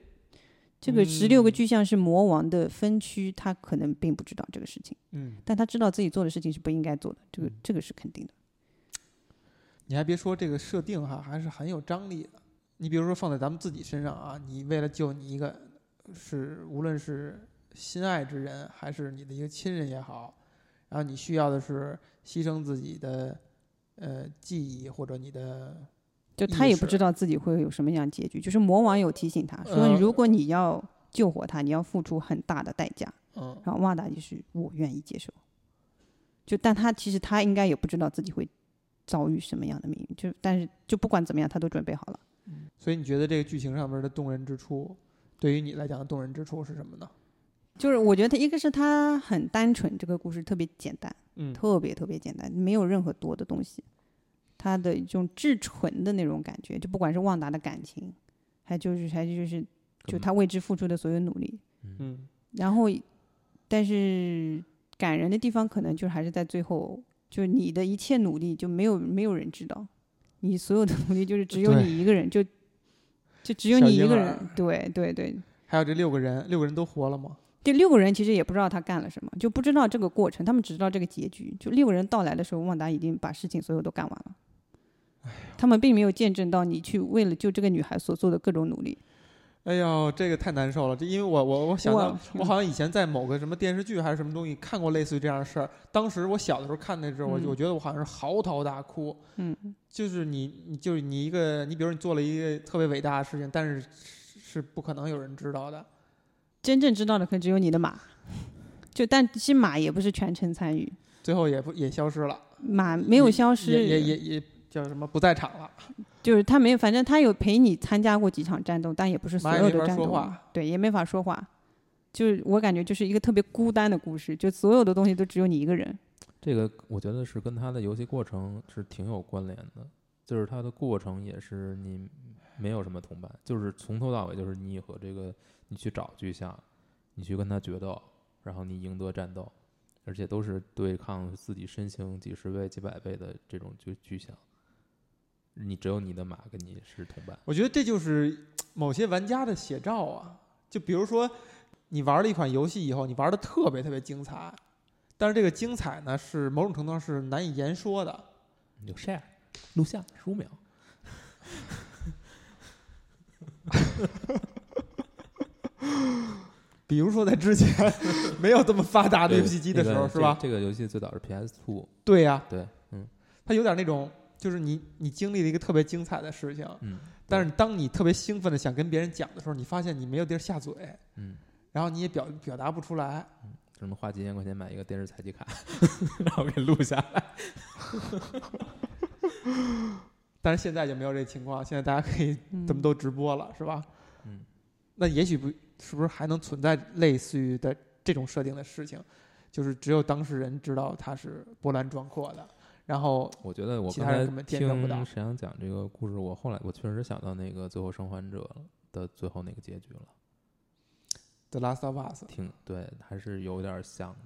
B: 这个十六个
A: 嗯
B: 巨像是魔王的分区，他可能并不知道这个事情，
A: 嗯，
B: 但他知道自己做的事情是不应该做的，这个
A: 嗯
B: 这个是肯定的。
A: 你还别说，这个设定哈还是很有张力的。你比如说放在咱们自己身上啊，你为了救你一个是无论是心爱之人还是你的一个亲人也好，然后你需要的是牺牲自己的呃记忆或者你的
B: 就
A: 意
B: 他也不
A: 识
B: 知道自己会有什么样的结局，就是魔王有提醒他说，
A: 呃
B: 如果你要救活他，你要付出很大的代价。
A: 嗯
B: 然后旺达就是我愿意接受，就但他其实他应该也不知道自己会遭遇什么样的命运，就但是就不管怎么样，他都准备好了。
A: 所以你觉得这个剧情上面的动人之处，对于你来讲的动人之处是什么呢？
B: 就是我觉得他一个是他很单纯，这个故事特别简单，
A: 嗯
B: 特别特别简单，没有任何多的东西。他的一种至纯的那种感觉，就不管是旺达的感情，还就是还就是就
C: 根
B: 他为之付出的所有努力，
A: 嗯，
B: 然后，但是感人的地方可能就还是在最后，就是你的一切努力就没有没有人知道，你所有的努力就是只有
A: 对
B: 你一个人，就就只有
A: 小
B: 你一
A: 婴
B: 个
A: 儿
B: 人。对对对，
A: 还有这六个人，六个人都活了吗？
B: 这六个人其实也不知道他干了什么，就不知道这个过程，他们只知道这个结局。就六个人到来的时候，旺达已经把事情所有都干完了。
A: 哎
B: 他们并没有见证到你去为了救这个女孩所做的各种努力。
A: 哎呦，这个太难受了！这因为我我我想到
B: 我，
A: 我好像以前在某个什么电视剧还是什么东西看过类似于这样的事儿。当时我小的时候看那时候，我就
B: 嗯
A: 我觉得我好像是嚎啕大哭。
B: 嗯，
A: 就是你，你就是你一个，你比如你做了一个特别伟大的事情，但是是是不可能有人知道的。
B: 真正知道的可只有你的马，就但其实马也不是全程参与，
A: 最后也不也消失了，
B: 马没有消失，
A: 也也也也叫什么不在场了。
B: 就是他没有，反正他有陪你参加过几场战斗，但也不是所
A: 马也
B: 有
A: 没
B: 的
A: 法
B: 战
A: 说
B: 斗，
A: 话，
B: 对，也没法说话。就是我感觉就是一个特别孤单的故事，就所有的东西都只有你一个人。
C: 这个我觉得是跟它的游戏过程是挺有关联的，就是它的过程也是你没有什么同伴，就是从头到尾就是你和这个你去找巨像，你去跟他决斗，然后你赢得战斗，而且都是对抗自己身形几十倍、几百倍的这种巨巨像，你只有你的马跟你是同伴。
A: 我觉得这就是某些玩家的写照啊。就比如说，你玩了一款游戏以后，你玩的特别特别精彩，但是这个精彩呢，是某种程度上是难以言说的。
C: 你就 share 录像十五秒，
A: 比如说在之 前没有这么发达的游戏机的时候，
C: 那个
A: 是吧？
C: 这这个游戏最早是 PS Two，
A: 对呀、
C: 对，嗯
A: 它有点那种，就是你你经历了一个特别精彩的事情，
C: 嗯
A: 但是当你特别兴奋的想跟别人讲的时候，你发现你没有地儿下嘴，
C: 嗯，
A: 然后你也表表达不出来
C: 嗯，什么花几千块钱买一个电视采集卡， 然后给录下来。
A: 但是现在就没有这情况，现在大家可以
B: 嗯
A: 咱们都直播了，是吧？
C: 嗯，
A: 那也许不是不是还能存在类似于的这种设定的事情，就是只有当事人知道他是波澜壮阔的，然后
C: 我觉得我
A: 其
C: 刚
A: 他人
C: 才
A: 根本见
C: 听
A: 证不到
C: 沈阳讲这个故事，我后来我确实想到那个《最后生还者》的最后那个结局了，
A: The Last of Us，
C: 挺对，还是有点像的。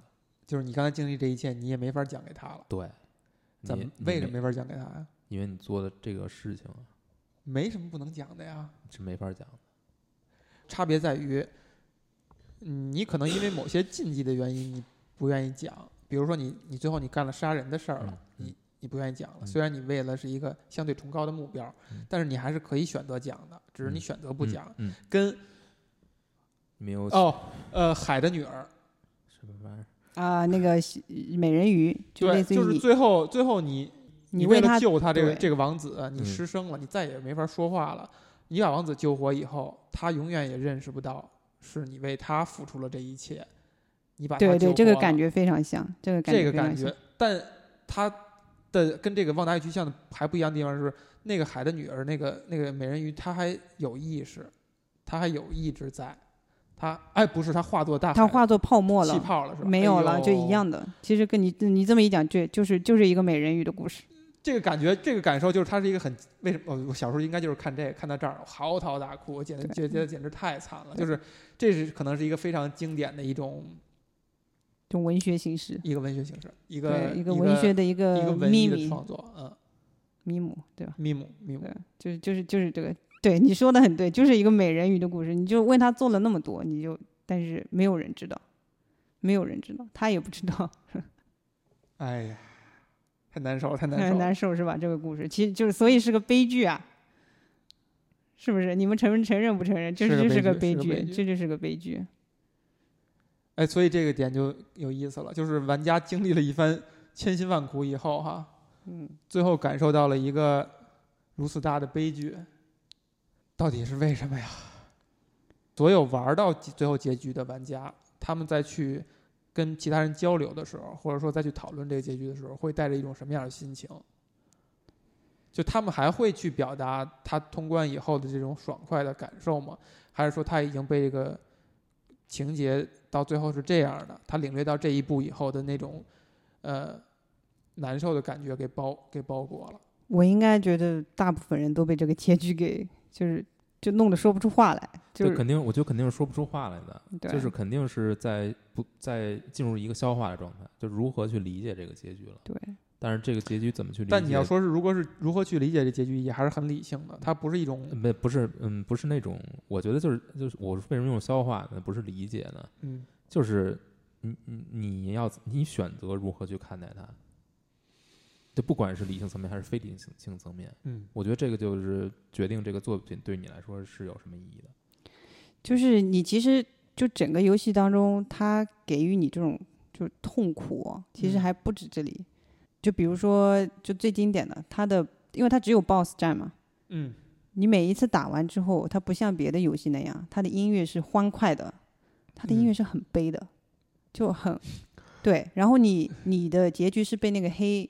A: 就是你刚才经历这一切，你也没法讲给他了。
C: 对，
A: 怎
C: 你
A: 么为什？
C: 你
A: 么没法讲给他呀？
C: 因为你做的这个事情啊
A: 没什么不能讲的呀，
C: 是没法讲的。
A: 差别在于，嗯你可能因为某些禁忌的原因，你不愿意讲。比如说你你最后你干了杀人的事儿了，
C: 嗯嗯
A: 你你不愿意讲了。
C: 嗯
A: 虽然你为了是一个相对崇高的目标，
C: 嗯
A: 但是你还是可以选择讲的，只是你
C: 嗯
A: 选择不讲。
C: 嗯，嗯，
A: 跟
C: 没有
A: 哦呃海的女儿，
C: 什么玩意儿。
B: 啊，那个西美人鱼就
A: 对，
B: 类似于
A: 就是
B: 你，
A: 最后最后你
B: 你
A: 为
B: 为
A: 了
B: 他
A: 救他这个
B: 对
A: 这个王子，你
C: 嗯
A: 失声了，你再也没法说话了。你把王子救活以后，他永远也认识不到是你为他付出了这一切，你把他
B: 对
A: 救
B: 对，
A: 活
B: 这个
A: 了
B: 感觉非常像，这个感
A: 这
B: 觉
A: 个
B: 非常
A: 感
B: 像
A: 觉，但他的跟这个《旺达与巨像》的还不一样的地方是，那个海的女儿，那个那个美人鱼，她还有意识，她还有意志在，她哎不是，她化作大海，
B: 它化作泡沫
A: 气
B: 了。
A: 泡了是吧？
B: 没有
A: 哎
B: 了，
A: 呦
B: 就一样的。其实跟你你这么一讲，对，就是就是一个美人鱼的故事。
A: 这个感觉，这个感受就是它是一个很为什么？哦我小时候应该就是看这个，看到这儿嚎啕大哭，我简直觉
B: 对嗯
A: 觉得简直太惨了。就是这是可能是一个非常经典的一种
B: 就文学形式，
A: 一个文学形式，一个
B: 对一个文学的一
A: 一个
B: 个
A: 文
B: 秘
A: 艺的
B: 密
A: 创嗯作，嗯，
B: 密姆，对吧？
A: 密姆密姆
B: 对，就是就是就是这个，对你说的很对，就是一个美人鱼的故事。你就问他做了那么多，你就但是没有人知道，没有人知道，他也不知道，
A: 哎呀，太难受了，太难受
B: 很
A: 了。
B: 难受是吧？这个故事其实就是所以是个悲剧啊，是不是？你们承认承认不承认？这
A: 是个
B: 就
A: 悲
B: 是个
A: 剧是
B: 悲
A: 个悲
B: 剧，
A: 剧
B: 这就是个悲剧。
A: 哎，所以这个点就有意思了，就是玩家经历了一番千辛万苦以后，哈，
B: 嗯，
A: 最后感受到了一个如此大的悲剧，到底是为什么呀？所有玩到结最后结局的玩家，他们在去跟其他人交流的时候，或者说再去讨论这个结局的时候，会带着一种什么样的心情？就他们还会去表达他通关以后的这种爽快的感受吗？还是说他已经被这个情节到最后是这样的，他领略到这一步以后的那种呃难受的感觉给包给包裹了？
B: 我应该觉得大部分人都被这个结局给就是就弄得说不出话来，就
C: 对，
B: 是
C: 肯定，我觉得肯定是说不出话来的，
B: 对
C: 就是肯定是在不在进入一个消化的状态，就如何去理解这个结局了。
B: 对
C: 但是这个结局怎么去理解？
A: 但你要说是如果是如何去理解这结局，也还是很理性的，它不是一种
C: 嗯，没不是，嗯，不是那种，我觉得就是就是我为什么用消化呢？不是理解呢，
A: 嗯，
C: 就是你你你要你选择如何去看待它，就不管是理性层面还是非理性性层面，
A: 嗯，
C: 我觉得这个就是决定这个作品对你来说是有什么意义的。
B: 就是你其实就整个游戏当中，它给予你这种就是痛苦哦，其实
A: 嗯
B: 还不止这里。就比如说，就最经典的，它的因为它只有 BOSS 战嘛，
A: 嗯，
B: 你每一次打完之后，它不像别的游戏那样，它的音乐是欢快的，它的音乐
A: 嗯
B: 是很悲的，就很对。然后你你的结局是被那个黑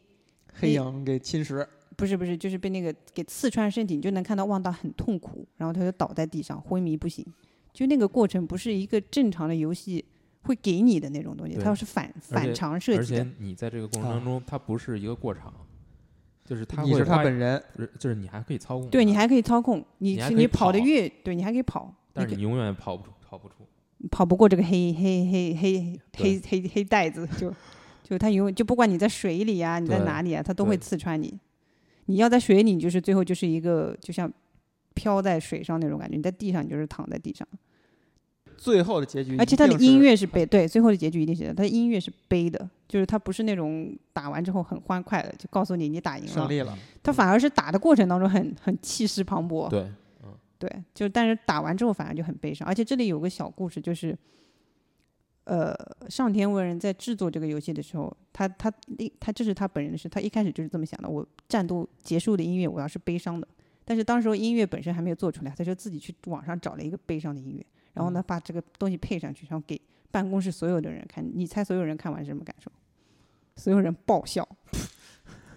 A: 黑影给侵蚀，
B: 不是不是，就是被那个给刺穿身体，你就能看到旺达很痛苦，然后他就倒在地上昏迷不醒。就那个过程不是一个正常的游戏会给你的那种东西，
C: 对
B: 它是反
C: 而且
B: 反常设
C: 而
B: 计
C: 且
B: 的。
C: 你在这个过程当中，它不是一个过场，就是它
A: 你
C: 会
A: 是他
C: 花
A: 本人，
C: 不是就是你还可以操控它，
B: 对你还可以操控，你
C: 你还
B: 是
C: 可以
B: 你跑的
C: 跑
B: 越对你还可以跑，
C: 但
B: 你
C: 是你永远跑不出，跑不出。
B: 可跑不过这个黑黑黑黑黑
C: 对
B: 黑黑袋子，就就它永远就不管你在水里啊，你在
C: 对
B: 哪里啊，它都会
C: 对
B: 刺穿你。你要在水里，你就是最后就是一个就像飘在水上那种感觉；你在地上，你就是躺在地上。
A: 最后的结局，
B: 而且他的音，乐是悲，对，最后的结局一定是他的音乐是悲的，就是他不是那种打完之后很欢快的，就告诉你你打赢
A: 胜
B: 了
A: 利，了，
B: 他反而是打的过程当中很很气势磅礴，
C: 对，
B: 对，就但是打完之后反而就很悲伤。而且这里有个小故事，就是，呃，上田文人在制作这个游戏的时候，他他一他这是他本人的事，他一开始就是这么想的：我战斗结束的音乐我要是悲伤的。但是当时候音乐本身还没有做出来，他就自己去网上找了一个悲伤的音乐，然后呢把这个东西配上去，然后给办公室所有的人看，你猜所有人看完是什么感受？所有人爆笑，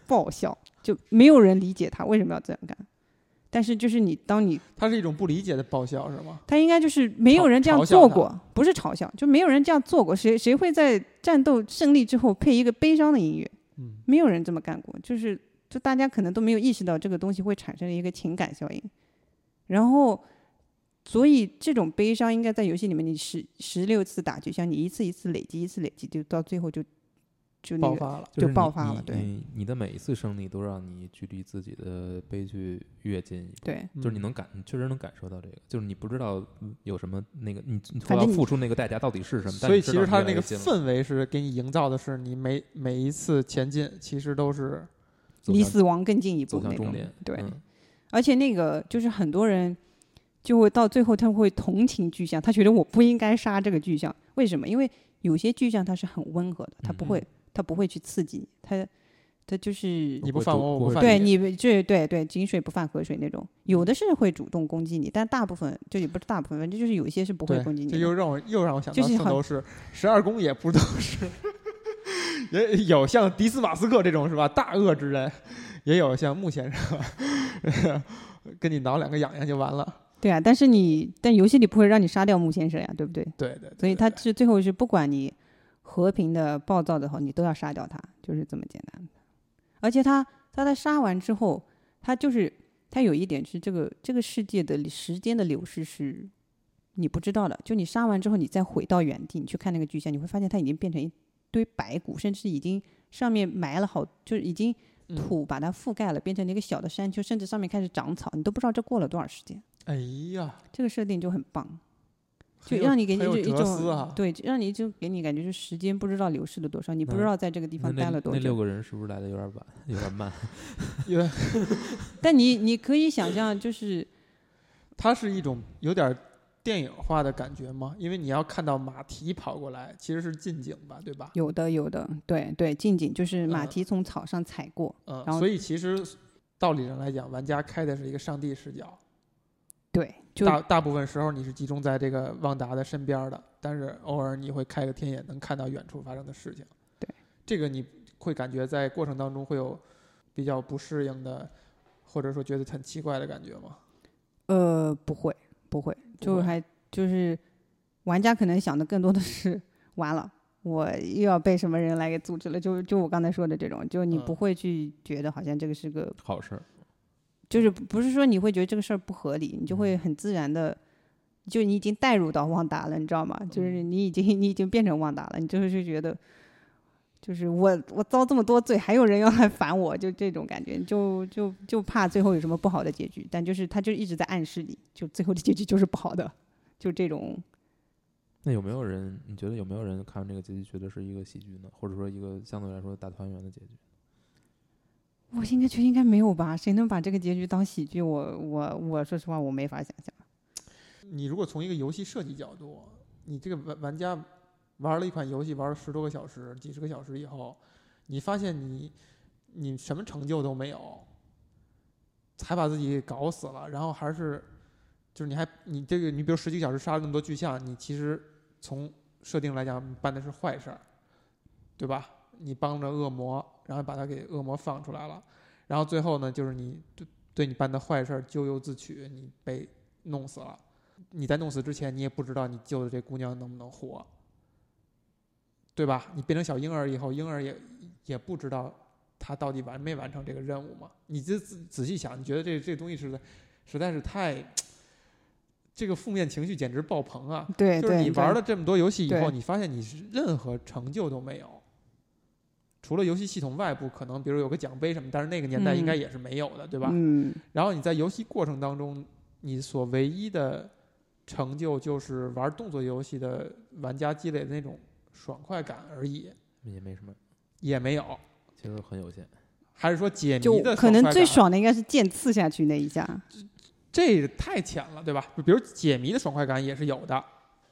B: 爆笑，就没有人理解他为什么要这样干。但是就是你，当你
A: 它是一种不理解的爆笑是吗？
B: 他应该就是没有
A: 嘲
B: 人这样
A: 嘲笑
B: 做
A: 他
B: 过，不是嘲笑，就没有人这样做过。谁谁会在战斗胜利之后配一个悲伤的音乐？
A: 嗯，
B: 没有人这么干过，就是就大家可能都没有意识到这个东西会产生一个情感效应，然后所以这种悲伤应该在游戏里面，你十十六次打局，像你一次一次累积，一次累积，就到最后就就那
A: 爆
B: 个
A: 发了。
B: 就是爆
C: 你
B: 发了
C: 你
B: 对
C: 你你的每一次胜利都让你距离自己的悲剧越近一步。
B: 对
C: 就是你
A: 嗯
C: 能感，你确实能感受到这个，就是你不知道有什么那个，你你
B: 反
C: 要
B: 正你
C: 付出那个代价到底是什么。但
A: 嗯所以
C: 你
A: 其
C: 知
A: 实
C: 道
A: 它
C: 你
A: 那
C: 越
A: 个
C: 来越近了
A: 氛围是给你营造的是，你每每一次前进其实都是
C: 走
B: 离
C: 向
B: 死亡更近一步
C: 走
B: 那
C: 向终
B: 种
C: 点。，
B: 对，
C: 嗯
B: 而且那个就是很多人就会到最后他会同情巨象，他觉得我不应该杀这个巨象，为什么？因为有些巨象它是很温和的，它不
A: 嗯
B: 会它不会去刺激你，它它就是
A: 你
C: 不
A: 不
C: 会
A: 犯
C: 主
A: 我，
C: 不
A: 我不
C: 会
A: 犯
B: 对
A: 你，
B: 你这对对井水不犯河水那种，有的是会主动攻击你，但大部分就也不是大部分，反正就是有一些是不会
A: 对
B: 攻击你
A: 这
B: 的。
A: 又让我又让我想
B: 就
A: 到
B: 是
A: 圣
B: 很
A: 斗士十二宫也不都是， 也有像迪斯马斯克这种是吧？大恶之人，也有像木先生， 跟你挠两个痒痒就完了。
B: 对啊，但是你但游戏里不会让你杀掉木先生呀，对不对？
A: 对对对，
B: 所以
A: 对
B: 他
A: 对
B: 是最后是不管你和平的、暴躁的话，你都要杀掉他，就是这么简单。而且他他在杀完之后，他就是他有一点是这个这个世界的时间的流逝是你不知道的，就你杀完之后，你再回到原地，你去看那个巨像，你会发现它已经变成一堆白骨，甚至已经上面埋了好，就是已经
A: 嗯
B: 土把它覆盖了，变成了一个小的山丘，甚至上面开始长草，你都不知道这过了多少时间。
A: 哎呀，
B: 这个设定就很棒。就
A: 很有
B: 让你给你
A: 很有
B: 就一
A: 哲思
B: 种、
A: 啊
B: 对，就让你就给你感觉就是时间不知道流逝了多少，你不
C: 那
B: 知道在这个地
C: 那
B: 方待
C: 那
B: 了多
C: 那六
B: 久。
C: 个人是不是来的有点晚，有点慢？
A: 因为
B: 但你你可以想象，就是
A: 它是一种有点电影化的感觉吗？因为你要看到马蹄跑过来，其实是近景吧，对吧？
B: 有的有的，对对，近景就是马
A: 嗯
B: 蹄从草上踩过，
A: 嗯
B: 然，后
A: 所以其实道理上来讲，玩家开的是一个上帝视角，
B: 对，就
A: 大大部分时候你是集中在这个旺达的身边儿的，但是偶尔你会开个天眼，能看到远处发生的事情。
B: 对，
A: 这个你会感觉在过程当中会有比较不适应的，或者说觉得很奇怪的感觉吗？
B: 呃不会不会，就
A: 会
B: 还就是玩家可能想的更多的是完了。我又要被什么人来给阻止了？就就我刚才说的这种，就你
A: 嗯
B: 不会去觉得好像这个是个
C: 好事儿，
B: 就是不不是说你会觉得这个事儿不合理，你就会很自然的，就你已经带入到旺达了，你知道吗？就是你已经你已经变成旺达了，你就是就觉得，就是我我遭这么多罪，还有人要来烦我，就这种感觉，就就就怕最后有什么不好的结局。但就是他就一直在暗示你，就最后的结局就是不好的，就这种
C: 那有没有人？你觉得有没有人看完这个结局觉得是一个喜剧呢？或者说一个相对来说大团圆的结局？
B: 我应该觉得应该没有吧？谁能把这个结局当喜剧？我我我说实话，我没法想象。
A: 你如果从一个游戏设计角度，你这个玩玩家玩了一款游戏，玩了十多个小时、几十个小时以后，你发现你你什么成就都没有，才把自己搞死了，然后还是就是你还你这个你比如十几个小时杀了那么多巨象，你其实从设定来讲办的是坏事儿，对吧？你帮着恶魔，然后把他给恶魔放出来了，然后最后呢，就是你对对你办的坏事儿咎由自取，你被弄死了。你在弄死之前，你也不知道你救的这姑娘能不能活，对吧？你变成小婴儿以后，婴儿也也不知道他到底完没完成这个任务嘛？你这仔仔细想，你觉得这这东西实在实在是太，这个负面情绪简直爆棚啊！
B: 对
A: 就是
B: 对，
A: 你
B: 对
A: 玩了这么多游戏以后，
B: 对
A: 你发现你是任何成就都没有，除了游戏系统外部，可能比如有个奖杯什么，但是那个年代应该
B: 嗯
A: 也是没有的，对吧？
B: 嗯，
A: 然后你在游戏过程当中，你所唯一的成就就是玩动作游戏的玩家积累的那种爽快感而已，
C: 也没什么，
A: 也没有。
C: 其实很有限。
A: 还是说解
B: 就
A: 谜的
B: 可能
A: 快
B: 最
A: 感
B: 爽的应该是剑刺下去那一下，
A: 这个太浅了，对吧？比如解谜的爽快感也是有的，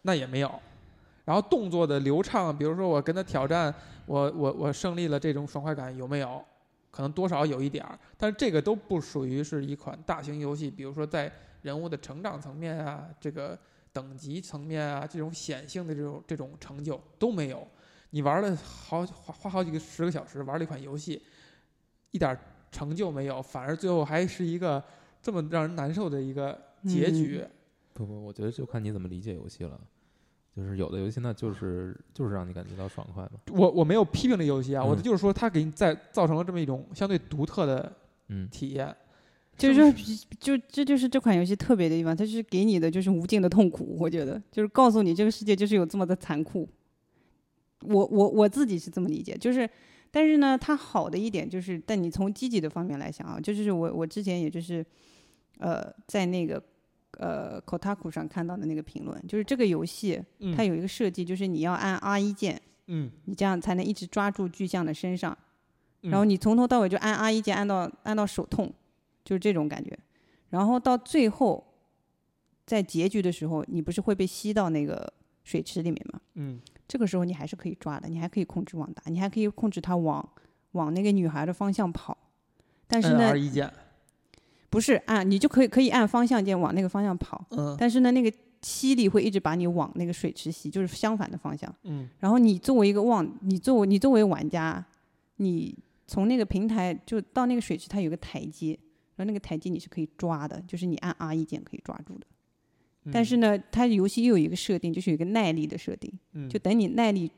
A: 那也没有。然后动作的流畅，比如说我跟他挑战，我我我胜利了，这种爽快感有没有？可能多少有一点儿，但是这个都不属于是一款大型游戏。比如说在人物的成长层面啊，这个等级层面啊，这种显性的这种这种成就都没有。你玩了好花花好几个十个小时玩了一款游戏，一点成就没有，反而最后还是一个这么让人难受的一个结局。
C: 不不，我觉得就看你怎么理解游戏了。就是有的游戏那就是就是让你感觉到爽快嘛。
A: 我我没有批评这游戏啊，
C: 嗯
A: 我的就是说它给你在造成了这么一种相对独特的
C: 嗯，
A: 体验。
B: 就是说就这就是这款游戏特别的地方，它就是给你的就是无尽的痛苦，我觉得就是告诉你这个世界就是有这么的残酷。我我我自己是这么理解，就是，但是呢，它好的一点就是，但你从积极的方面来想啊，就是我我之前也就是，呃，在那个呃 Kotaku 上看到的那个评论，就是这个游戏
A: 嗯，
B: 它有一个设计，就是你要按 R 一键，
A: 嗯，
B: 你这样才能一直抓住巨象的身上，
A: 嗯
B: 然后你从头到尾就按 R 一键按到按到手痛，就是这种感觉。然后到最后，在结局的时候，你不是会被吸到那个水池里面吗？
A: 嗯
B: 这个时候你还是可以抓的，你还可以控制网打，你还可以控制它往往那个女孩的方向跑。但是呢
A: ，R，一键，
B: 不是按你就可以可以按方向键往那个方向跑，
A: 嗯
B: 但是呢，那个吸力会一直把你往那个水池吸，就是相反的方向。
A: 嗯
B: 然后你作为一个望，你作为你作为玩家，你从那个平台就到那个水池，它有个台阶，然后那个台阶你是可以抓的，就是你按 R 一键可以抓住的。
A: 嗯，
B: 但是呢，它游戏又有一个设定，就是有一个耐力的设定，
A: 嗯
B: 就等你耐力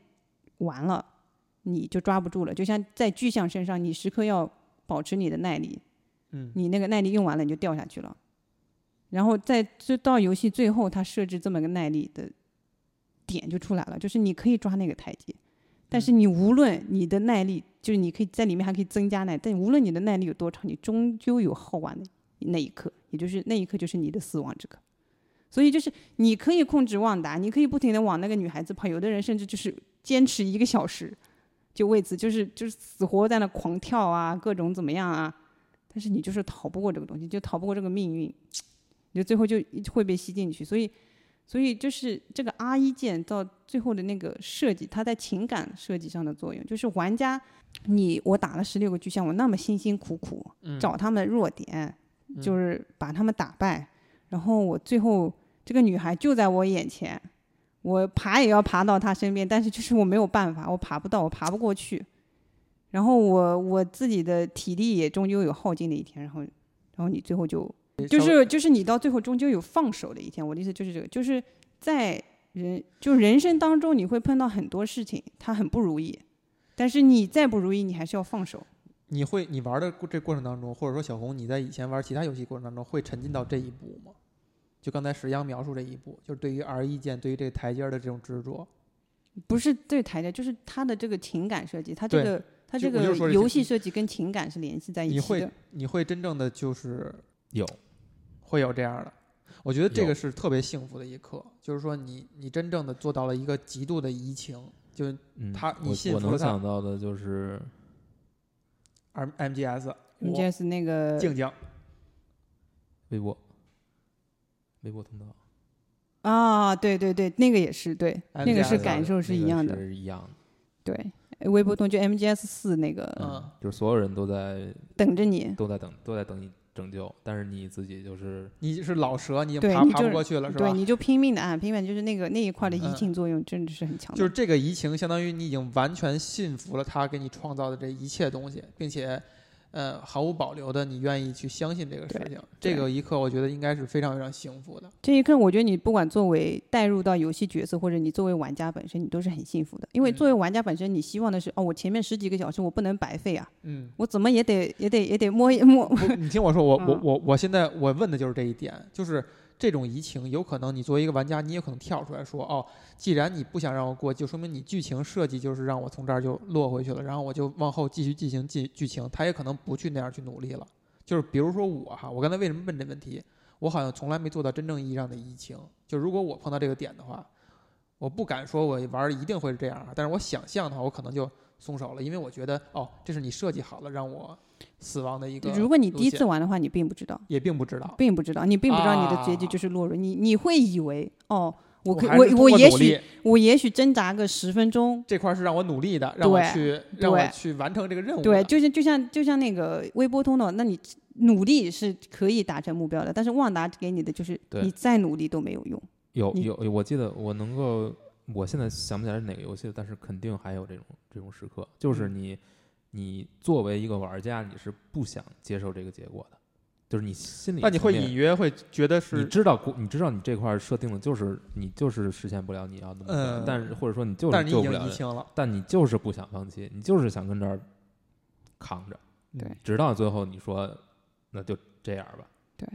B: 完了，你就抓不住了。就像在巨象身上，你时刻要保持你的耐力，
A: 嗯
B: 你那个耐力用完了，你就掉下去了。然后在这到游戏最后，它设置这么个耐力的点就出来了，就是你可以抓那个台阶，但是你无论你的耐力，就是你可以在里面还可以增加耐，但无论你的耐力有多长，你终究有耗完的那一刻，也就是那一刻就是你的死亡之刻。所以就是你可以控制旺达，你可以不停的往那个女孩子跑，有的人甚至就是坚持一个小时，就为此就是就是死活在那狂跳啊，各种怎么样啊，但是你就是逃不过这个东西，就逃不过这个命运，你就最后就会被吸进去。所以，所以就是这个 R 一键到最后的那个设计，它在情感设计上的作用，就是玩家，你我打了十六个巨像，我那么辛辛苦苦
A: 嗯
B: 找他们的弱点，就是把他们打败，然后我最后这个女孩就在我眼前。我爬也要爬到她身边，但是就是我没有办法，我爬不到，我爬不过去。然后我我自己的体力也终究有耗尽的一天，然后然后你最后就就是就是你到最后终究有放手的一天。我的意思就是这个，就是在人就人生当中你会碰到很多事情，它很不如意，但是你再不如意，你还是要放手。
A: 你会你玩的过这过程当中，或者说小红你在以前玩其他游戏过程当中会沉浸到这一步吗？就刚才石央描述这一步，就是对于 R 一键对于这个台阶儿的这种执着。
B: 不是对台阶，就是它的这个情感设计，它这
A: 对
B: 个它
A: 就
B: 这
A: 我就说
B: 个
A: 这
B: 游
A: 些
B: 戏设计跟情感是联系在一
A: 你
B: 起
A: 会
B: 的。
A: 你会真正的就是
C: 有
A: 会有这样的，我觉得这
C: 有
A: 个是特别幸福的一刻，就是说你你真正的做到了一个极度的移情，就是
C: 嗯，
A: 他你
C: 我
A: 信
C: 我
A: 服
C: 能
A: 了他
C: 想到的就是
A: M MGS
B: 你
A: 我
B: 这是那个
A: 静静
C: 微博，微博通道，
B: 啊，对对对，那个也是对，
A: 哎
B: 那个是
A: MGS
B: 感受是
C: 那
B: 一
C: 个
B: 样的。
C: 是一样的。
B: 对，微波动就 MGS 四那个
A: 嗯
C: 就是所有人都在
B: 等着你，
C: 都在等都在等你拯救，但是你自己就是
A: 你是老蛇，你已经
B: 对
A: 爬
B: 你
A: 爬
B: 就
A: 不
B: 是
A: 过去了，是
B: 对，
A: 吧？
B: 你就拼命的按，拼命地就是那个那一块的移
A: 嗯
B: 情作用真的是很强的。
A: 就是这个移情，相当于你已经完全信服了他给你创造的这一切东西，并且，呃，毫无保留的你愿意去相信这个事情。
B: 对
A: 这个一刻，我觉得应该是非常非常幸福的。
B: 这一刻，我觉得你不管作为带入到游戏角色，或者你作为玩家本身，你都是很幸福的，因为
A: 嗯
B: 作为玩家本身，你希望的是，哦，我前面十几个小时我不能白费啊，
A: 嗯，
B: 我怎么也得也得也得摸一摸。
A: 不，你听我说，我我
B: 嗯
A: 我我现在我问的就是这一点，就是这种移情，有可能你作为一个玩家，你也可能跳出来说，哦，既然你不想让我过，就说明你剧情设计就是让我从这儿就落回去了，然后我就往后继续进行剧剧情，他也可能不去那样去努力了。就是比如说我哈，我刚才为什么问这问题？我好像从来没做到真正意义上的移情。就如果我碰到这个点的话，我不敢说我玩儿一定会是这样啊，但是我想象的话，我可能就松手了，因为我觉得哦，这是你设计好了让我死亡的一个。
B: 如果你第一次玩的话，你并不知道，
A: 也并不知道。
B: 并不知道，你并不知道你的结局
A: 哦啊
B: 就是落入，你你会以为，哦，我可
A: 还是
B: 我
A: 通过
B: 也
A: 努
B: 许
A: 力
B: 我也许挣扎个十分钟，
A: 这块儿是让我努力的，让我
B: 对
A: 去让我
B: 对
A: 去完成这个任务的。
B: 对，就是就像就像那个微波通道，那你努力是可以达成目标的，但是旺达给你的就是
C: 对
B: 你再努力都没有用。
C: 有
A: 嗯
B: 你
C: 有，我记得我能够，我现在想不起来是哪个游戏了，但是肯定还有这种这种时刻，
A: 嗯
C: 就是你你作为一个玩家，你是不想接受这个结果的，就是你心里
A: 但你
C: 层
A: 会
C: 面
A: 隐约会觉得
C: 你
A: 是
C: 知道，你知道你这块儿设定的就是你就是实现不了你要的目标，
A: 嗯
C: 但是或者说你就
A: 但
C: 是
A: 是
C: 救
A: 你已
C: 不
A: 经
C: 了
A: 移
C: 人，
A: 情了，
C: 但你就是不想放弃，你就是想跟这儿扛着，
A: 嗯
B: 对
C: 直到最后你说那就这样吧，
B: 对，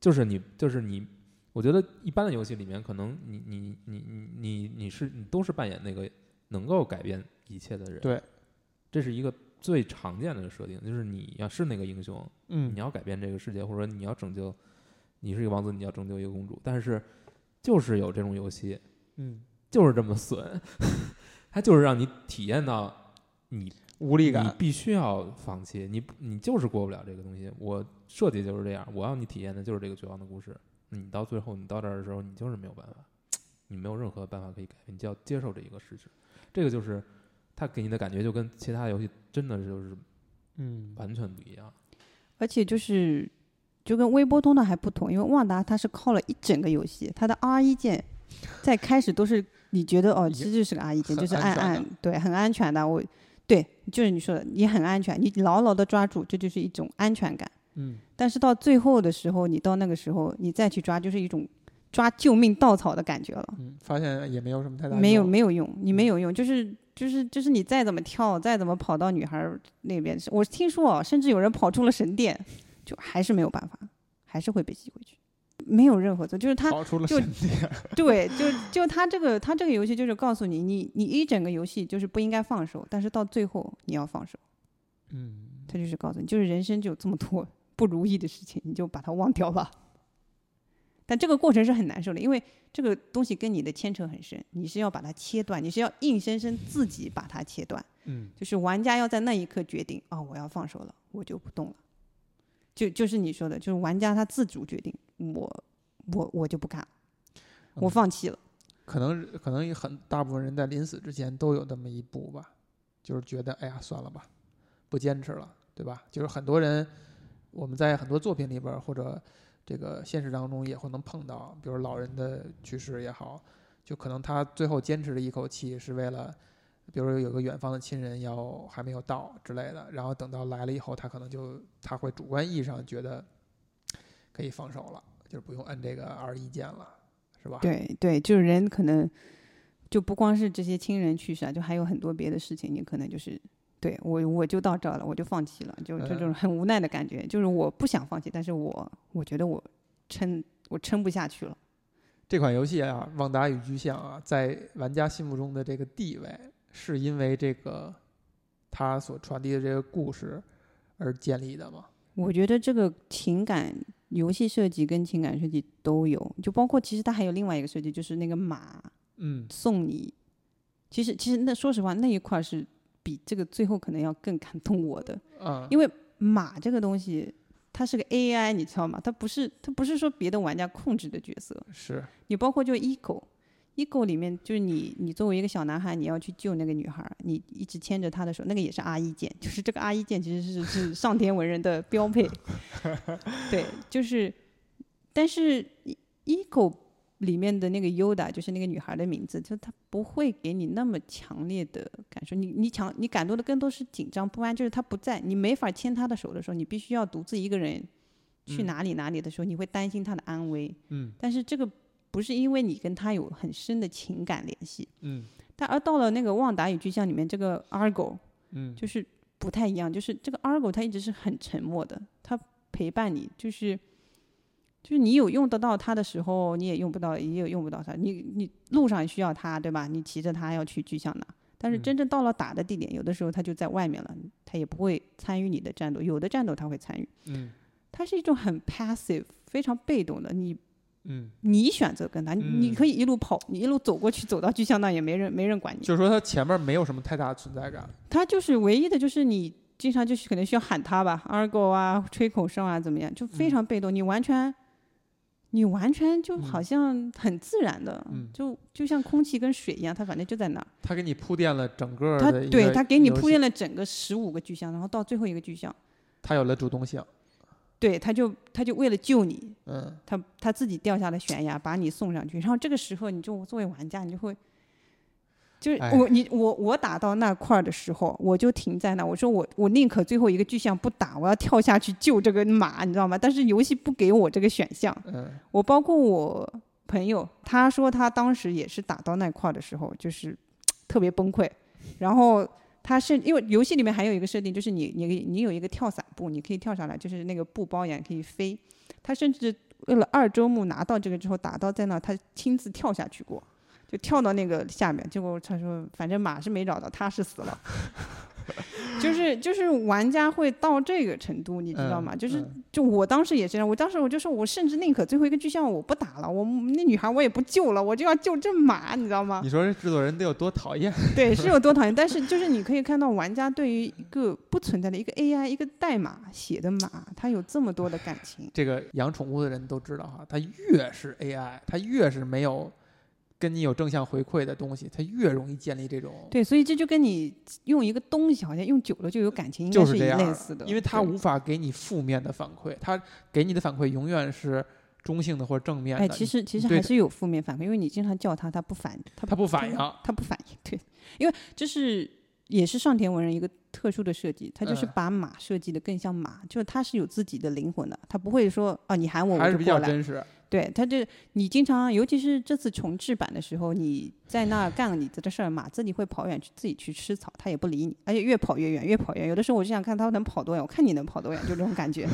C: 就是你就是你，我觉得一般的游戏里面，可能你你你你你你是你都是扮演那个能够改变一切的人，
A: 对，
C: 这是一个最常见的设定，就是你要是那个英雄，
A: 嗯
C: 你，要改变这个世界，或者说你要拯救，你是一个王子，你要拯救一个公主，但是就是有这种游戏，
A: 嗯，
C: 就是这么损， 它就是让你体验到你
A: 无力
C: 你
A: 感，
C: 必须要放弃，你不你就是过不了这个东西。我设计就是这样，我要你体验的就是这个绝望的故事。你到最后，你到这儿的时候，你就是没有办法，你没有任何办法可以改变，你就要接受这一个事实。这个就是它给你的感觉，就跟其他游戏真的就是
A: 嗯，
C: 完全不一样。
B: 而且就是就跟微波通的还不同，因为旺达它是靠了一整个游戏，它的 R 一键在开始都是你觉得哦，
A: 也
B: 这就是个 R 一键，
A: 很
B: 就是
A: 安
B: 按
A: 全的
B: 按，对，很安全的。我对，就是你说的，你很安全，你牢牢的抓住，这就是一种安全感。
A: 嗯，
B: 但是到最后的时候，你到那个时候，你再去抓，就是一种抓救命稻草的感觉了。
A: 嗯，发现也没有什么太大
B: 没有
A: 用
B: 没有用，你没有用，就是就是就是你再怎么跳，再怎么跑到女孩儿那边，我听说哦，甚至有人跑出了神殿，就还是没有办法，还是会被吸回去，没有任何作用，就是他
A: 跑出了
B: 就
A: 神殿，
B: 对，就就他这个他这个游戏就是告诉你，你你一整个游戏就是不应该放手，但是到最后你要放手，
A: 嗯，
B: 他就是告诉你，就是人生就有这么多不如意的事情，你就把它忘掉吧。但这个过程是很难受的，因为这个东西跟你的牵扯很深，你是要把它切断，你是要硬生生自己把它切断。
A: 嗯，
B: 就是玩家要在那一刻决定，啊，我要放手了，我就不动了。就就是你说的，就是玩家他自主决定，我我我就不干了，我
A: 嗯
B: 放弃了。
A: 可能可能也很大部分人在临死之前都有那么一步吧，就是觉得哎呀算了吧，不坚持了，对吧？就是很多人我们在很多作品里边儿或者这个现实当中也会能碰到，比如老人的去世也好，就可能他最后坚持了一口气是为了。比如说有个远方的亲人要还没有到之类的，然后等到来了以后，他可能就他会主观意义上觉得可以放手了，就是不用摁这个 R 一键了，是吧？
B: 对对，就是人可能就不光是这些亲人去世啊，就还有很多别的事情，你可能就是对我我就到这儿了，我就放弃了，就这
A: 嗯
B: 种很无奈的感觉，就是我不想放弃，但是我我觉得我撑我撑不下去了。
A: 这款游戏啊，《旺达与巨像》啊，在玩家心目中的这个地位，是因为这个它所传递的这个故事而建立的吗？
B: 我觉得这个情感游戏设计跟情感设计都有，就包括其实它还有另外一个设计，就是那个马
A: 嗯
B: 送你。其实其实那说实话那一块儿是比这个最后可能要更感动我的，
A: 啊，
B: 因为马这个东西，它是个 AI，你知道吗？它不是它不是说别的玩家控制的角色，
A: 是
B: 你包括就 ego。ego 里面就是你，你作为一个小男孩，你要去救那个女孩，你一直牵着她的手，那个也是 R 一键，就是这个 R 一键其实是是上天文人的标配，对，就是，但是 ego 里面的那个 Yoda 就是那个女孩的名字，就她不会给你那么强烈的感受，你你强你感动的更多是紧张不安，就是她不在，你没法牵她的手的时候，你必须要独自一个人去
A: 嗯
B: 哪里哪里的时候，你会担心她的安危，
A: 嗯
B: 但是这个不是因为你跟他有很深的情感联系，
A: 嗯
B: 但而到了那个《旺达与巨像》里面，这个 Argo
A: 嗯
B: 就是不太一样，就是这个 Argo 它一直是很沉默的，它陪伴你，就是就是你有用得到它的时候，你也用不到，也有用不到它。你你路上需要它，对吧？你骑着它要去巨像那，但是
A: 嗯
B: 真正到了打的地点，有的时候它就在外面了，它也不会参与你的战斗，有的战斗它会参与，
A: 嗯
B: 它是一种很 passive、非常被动的，你
A: 嗯，
B: 你选择跟他，你
A: 嗯
B: 你可以一路跑，你一路走过去，走到巨像那也没人没人管你。
A: 就是说它前面没有什么太大的存在感。
B: 他就是唯一的，就是你经常就是可能需要喊他吧，argo 啊，吹口哨啊，怎么样，就非常被动，你完全，你完全就
A: 嗯
B: 好像很自然的，
A: 嗯
B: 就就像空气跟水一样，它反正就在那儿。
A: 它给你铺垫了整个
B: 它
A: 的一个
B: 对它给你
A: 游戏
B: 铺垫了整个十五个巨像，然后到最后一个巨像，
A: 它有了主动性。
B: 对，他就他就为了救你，
A: 嗯，
B: 他他自己掉下了悬崖，把你送上去。然后这个时候，你就作为玩家，你就会，就是
A: 哎
B: 我你我我打到那块儿的时候，我就停在那，我说我我宁可最后一个巨像不打，我要跳下去救这个马，你知道吗？但是游戏不给我这个选项。
A: 嗯，
B: 我包括我朋友，他说他当时也是打到那块儿的时候，就是特别崩溃。然后他是因为游戏里面还有一个设定，就是你你你有一个跳伞步，你可以跳上来，就是那个布包也可以飞。他甚至为了二周目拿到这个之后，打到在那儿他亲自跳下去过。就跳到那个下面，结果他说，反正马是没找到，他是死了。 就是就是玩家会到这个程度，你知道吗？
A: 嗯
B: 就是
A: 嗯
B: 就我当时也这样，我当时我就说，我甚至宁可最后一个巨像我不打了，我那女孩我也不救了，我就要救这马，你知道吗？
A: 你说这制作人得有多讨厌？
B: 对，是有多讨厌。但是就是你可以看到玩家对于一个不存在的一个 AI 一个代码写的马，它有这么多的感情。
A: 这个养宠物的人都知道哈，它越是 AI，它越是没有跟你有正向回馈的东西，它越容易建立这种，
B: 对，所以这就跟你用一个东西好像用久了就有感情，应该
A: 就是
B: 一
A: 这样
B: 类似的，
A: 因为它
B: 对
A: 无法给你负面的反馈，它给你的反馈永远是中性的或者正面的。
B: 哎，其实其实
A: 对
B: 还
A: 的
B: 是有负面反馈，因为你经常叫他，他不反，他
A: 它不反应，
B: 他不反应，对，因为这是也是上田文人一个特殊的设计，他就是
A: 嗯
B: 把马设计的更像马，就是他是有自己的灵魂的，他不会说哦你喊我
A: 还
B: 我
A: 是
B: 就
A: 比
B: 过
A: 较
B: 来，
A: 真 实。
B: 对，他就你经常，尤其是这次重置版的时候，你在那儿干你的事儿，马自己会跑远去自己去吃草，它也不理你，而且越跑越远，越跑越远，有的时候我就想看它能跑多远，我看你能跑多远，就这 种感觉，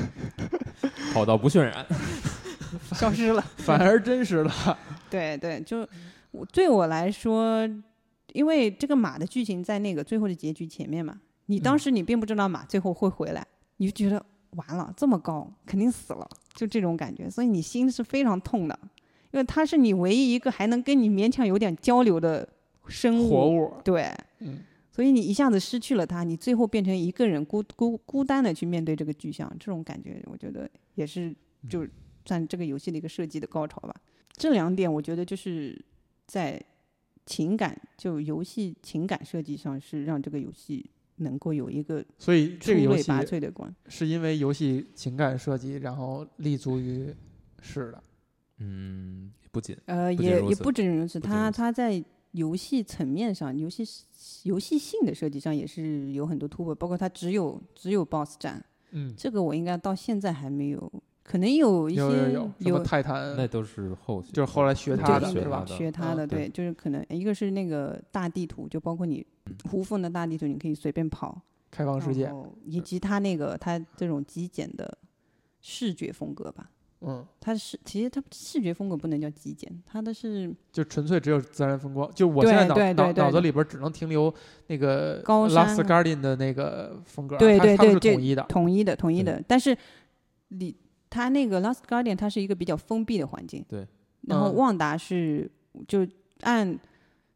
C: 跑到不渲染，
B: 消失了。
A: 反而真实 了。
B: 对对，
A: 嗯
B: 就我对我来说，因为这个马的剧情在那个最后的结局前面嘛，你当
A: 嗯
B: 时你并不知道马最后会回来，你就觉得完了，这么高肯定死了，就这种感觉，所以你心是非常痛的，因为它是你唯一一个还能跟你勉强有点交流的生物，
A: 活物，
B: 对，
A: 嗯，
B: 所以你一下子失去了它，你最后变成一个人孤孤孤单的去面对这个巨像，这种感觉，我觉得也是就算这个游戏的一个设计的高潮吧。这两点，我觉得就是在情感就游戏情感设计上是让这个游戏能够有一个
A: 所以
B: 出
A: 这个游
B: 类
A: 戏
B: 拔萃的光。
A: 是因为游戏情感设计，然后立足于是的，
C: 嗯，不仅
B: 呃，
C: 不仅
B: 也
C: 如
B: 也
C: 此
B: 不止如此，
C: 不仅
B: 它
C: 如此
B: 它在游戏层面上，游戏游戏性的设计上也是有很多突破，包括它只有只有 BOSS 战。
A: 嗯，
B: 这个我应该到现在还没有，可能有一些
A: 有有有什么
B: 有
A: 泰坦
C: 那都是后续，
A: 就是后来学
C: 对
A: 他
B: 的
C: 学
A: 是吧
C: 他
B: 学它
A: 嗯
B: 的，对，
C: 对
B: 就是可能一个是那个大地图，就包括你胡凤的大地图，你可以随便跑，
A: 开放嗯世界
B: 然，后以及它那个它这种极简的视觉风格吧。
A: 嗯，
B: 它是其实它视觉风格不能叫极简，它的是
A: 就纯粹只有自然风光。就我
B: 对
A: 现在
B: 对
A: 脑
B: 对
A: 脑
B: 对
A: 脑子里边只能停留那个
B: 高
A: Last
B: 山
A: Guardian 的那个风格，
B: 对
A: 它
B: 对
A: 它们是
B: 对
A: 统一的，
B: 统一的统一的，但是你它那个 Last Guardian 它是一个比较封闭的环境，
C: 对，
B: 然后
A: 嗯
B: 旺达是就按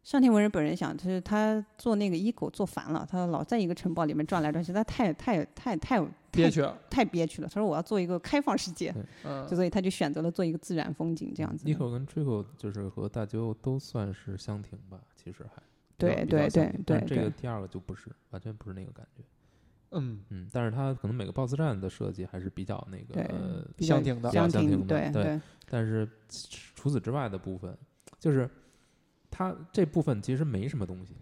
B: 上天文人本人想，就是他做那个一狗做烦了，他老在一个城堡里面转来转去，他太太太太
A: 憋屈，
B: 太憋屈了。他说我要做一个开放世界，
A: 嗯
B: 就，所以他就选择了做一个自然风景这样子的。
C: n i c o 跟 Trico 就是和大舅都算是相挺吧，其实还
B: 对
C: 比较呃
B: 对对
C: 比较相挺但是
B: 对
C: 这个
B: 对
C: 第二个就不是，完全不是那个感觉。
A: 嗯，
C: 嗯，但是它可能每个 BOSS 战的设计还是比较那个
B: 对
C: 呃
B: 比较
A: 相挺的
C: 比较
B: 相
C: 相挺
B: 挺，
C: 的
B: 对
C: 对但是除此之外的部分，就是它这部分其实没什么东西。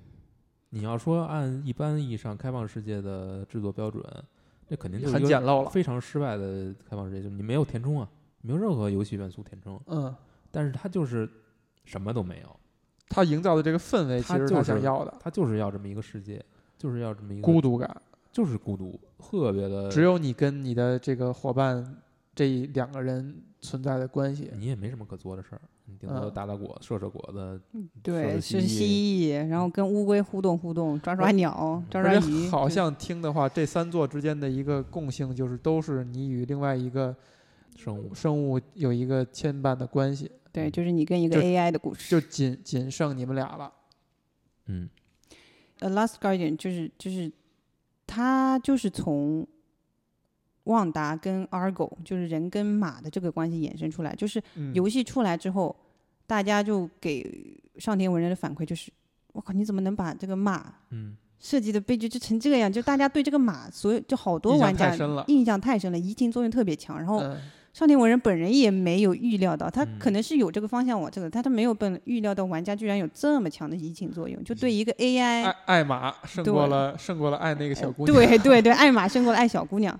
C: 你要说按一般意义上开放世界的制作标准，这肯定就是
A: 很
C: 一个
A: 简陋了，
C: 非常失败的开放世界，就是你没有填充啊，没有任何游戏元素填充，
A: 嗯，
C: 但是它就是什么都没有，
A: 他营造的这个氛围其
C: 它
A: 实
C: 就
A: 他
C: 是
A: 想要的
C: 它就是要这么一个世界，就是要这么一个呃
A: 孤，独感，
C: 就是孤独，特别的，
A: 只有你跟你的这个伙伴这两个人存在的关系，
C: 你也没什么可做的事儿，你顶多
A: 嗯
C: 打打果、射射果子，
B: 对，
C: 是
B: 是蜥蜴，然后跟乌龟互动互动，抓抓鸟，抓抓
A: 而
B: 鱼，
A: 且好
B: 对
A: 像听的话，这三座之间的一个共性就是都是你与另外一个
C: 生物。
A: 生物有一个牵绊的关系，
B: 对，就是你跟一个
A: 嗯就
B: AI 的故事，
A: 就仅仅剩你们俩了。
C: 嗯，
B: 呃，《Last Guardian》就是就是，它就是从旺达跟 Argo，就是人跟马的这个关系衍生出来。就是
A: 嗯
B: 游戏出来之后，大家就给上天文人的反馈就是：我靠，你怎么能把这个马
C: 嗯，
B: 设计的悲剧就成这个样，就大家对这个马，所有就好多
A: 印象
B: 玩家
A: 太深了
B: 印象太深了，移情作用特别强。然后
A: 嗯
B: 上田文人本人也没有预料到，他
C: 嗯
B: 可能是有这个方向往这个，但他没有本预料到玩家居然有这么强的移情作用，就
C: 嗯
B: 对一个 AI，、
A: 爱爱玛胜
B: 对呃
A: 过了胜过了爱那个小姑娘，
B: 对对对，爱马胜过了爱小姑娘。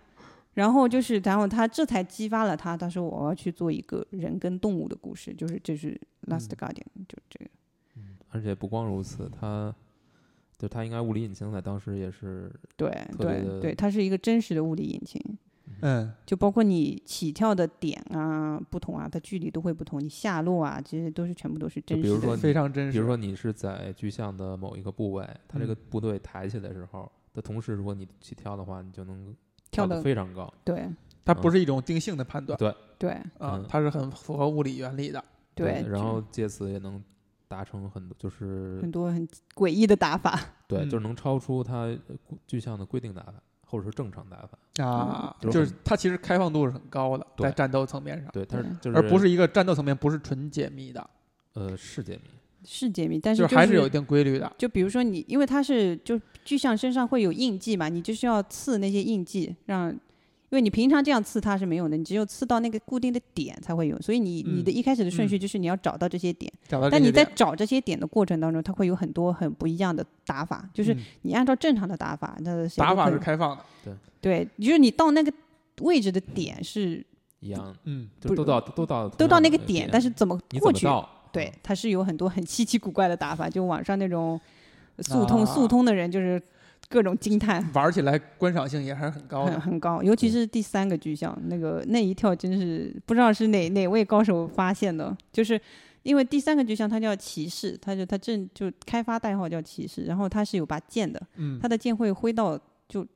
B: 然后就是，然后他这才激发了他，他说我要去做一个人跟动物的故事，就是这是《Last
C: 嗯
B: Guardian、就这个，
C: 而且不光如此，它就它应该物理引擎在当时也是
B: 对
C: 特别
B: 对
C: 的
B: 对，它是一个真实的物理引擎，
A: 嗯，
B: 就包括你起跳的点啊不同啊，它距离都会不同，你下落啊，这些都是全部都是真实的。
C: 比如说
A: 非常真实。
C: 比如说你是在巨像的某一个部位，它这个
A: 嗯
C: 部队抬起来的时候的同时，如果你起跳的话，你就能
B: 跳
C: 得
B: 的
C: 非常高。
B: 对
A: 它不是一种定性的判断
C: 对
B: 对
A: 啊
C: 嗯，
A: 它是很符合物理原理的。
B: 对，
C: 然后借此也能达成很多，就是
B: 很多很诡异的打法，
C: 对，就
A: 嗯
C: 是能超出它呃固具象的规定打法，或者说正常打法。
A: 啊，
C: 嗯
A: 就是它其实开放度是很高的，
C: 对
A: 在战斗层面上，
C: 对，它是就是
A: 而不是一个战斗层面不是纯解密的，
C: 呃世界迷。
B: 是解密，但
A: 就是
B: 就
A: 还是有一定规律的。
B: 就比如说你，因为它是就巨象身上会有印记嘛，你就是要刺那些印记，让，因为你平常这样刺它是没有的，你只有刺到那个固定的点才会有，所以你你的
A: 嗯
B: 一开始的顺
A: 嗯
B: 序就是你要找到这些点，
A: 找到这
B: 但你
A: 个
B: 在
A: 点，
B: 找这些点的过程当中，它会有很多很不一样的打法，就是
A: 嗯
B: 你按照正常的打法，那谁
A: 打
B: 都
A: 法
B: 可
A: 是
B: 以，
A: 开放的，
B: 对，就是你到那个位置的点是
C: 一样，
A: 嗯，
C: 就
B: 不
C: 都到都到
B: 都
C: 同
B: 到
C: 样
B: 那
C: 的
B: 个点，但是怎么
C: 你怎
B: 过
C: 么
B: 去？
C: 到？
B: 对
C: 嗯，，
B: 它是有很多很稀奇古怪的打法，就网上那种速通、
A: 啊
B: 速通的人，就是各种惊叹，
A: 玩起来观赏性也还是很高
B: 很
A: 的。嗯
B: 很高。尤其是第三个巨像，那个那一跳真是不知道是哪哪位高手发现的，就是因为第三个巨像它叫骑士，它就它正就开发代号叫骑士，然后它是有把剑的，
A: 嗯
B: 它的剑会挥到就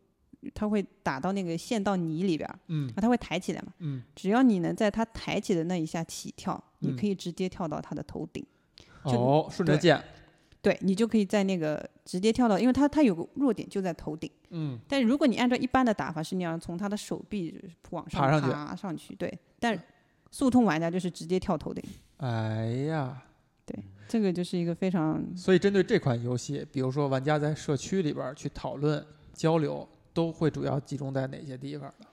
B: 它会打到那个陷到泥里边儿，
A: 嗯
B: 啊，它会抬起来嘛，
A: 嗯，
B: 只要你能在它抬起的那一下起跳，你
A: 嗯
B: 可以直接跳到它的头顶。就
A: 哦，顺着
B: 对
A: 剑，
B: 对你就可以在那个直接跳到，因为它它有个弱点就在头顶，
A: 嗯，
B: 但是如果你按照一般的打法，是你要从他的手臂往上
A: 爬上去
B: 爬上去，对，但速通玩家就是直接跳头顶，
A: 哎呀，
B: 这个就是一个非常
A: 所以针对这款游戏，比如说玩家在社区里边儿去讨论交流，都会主要集中在哪些地方呢？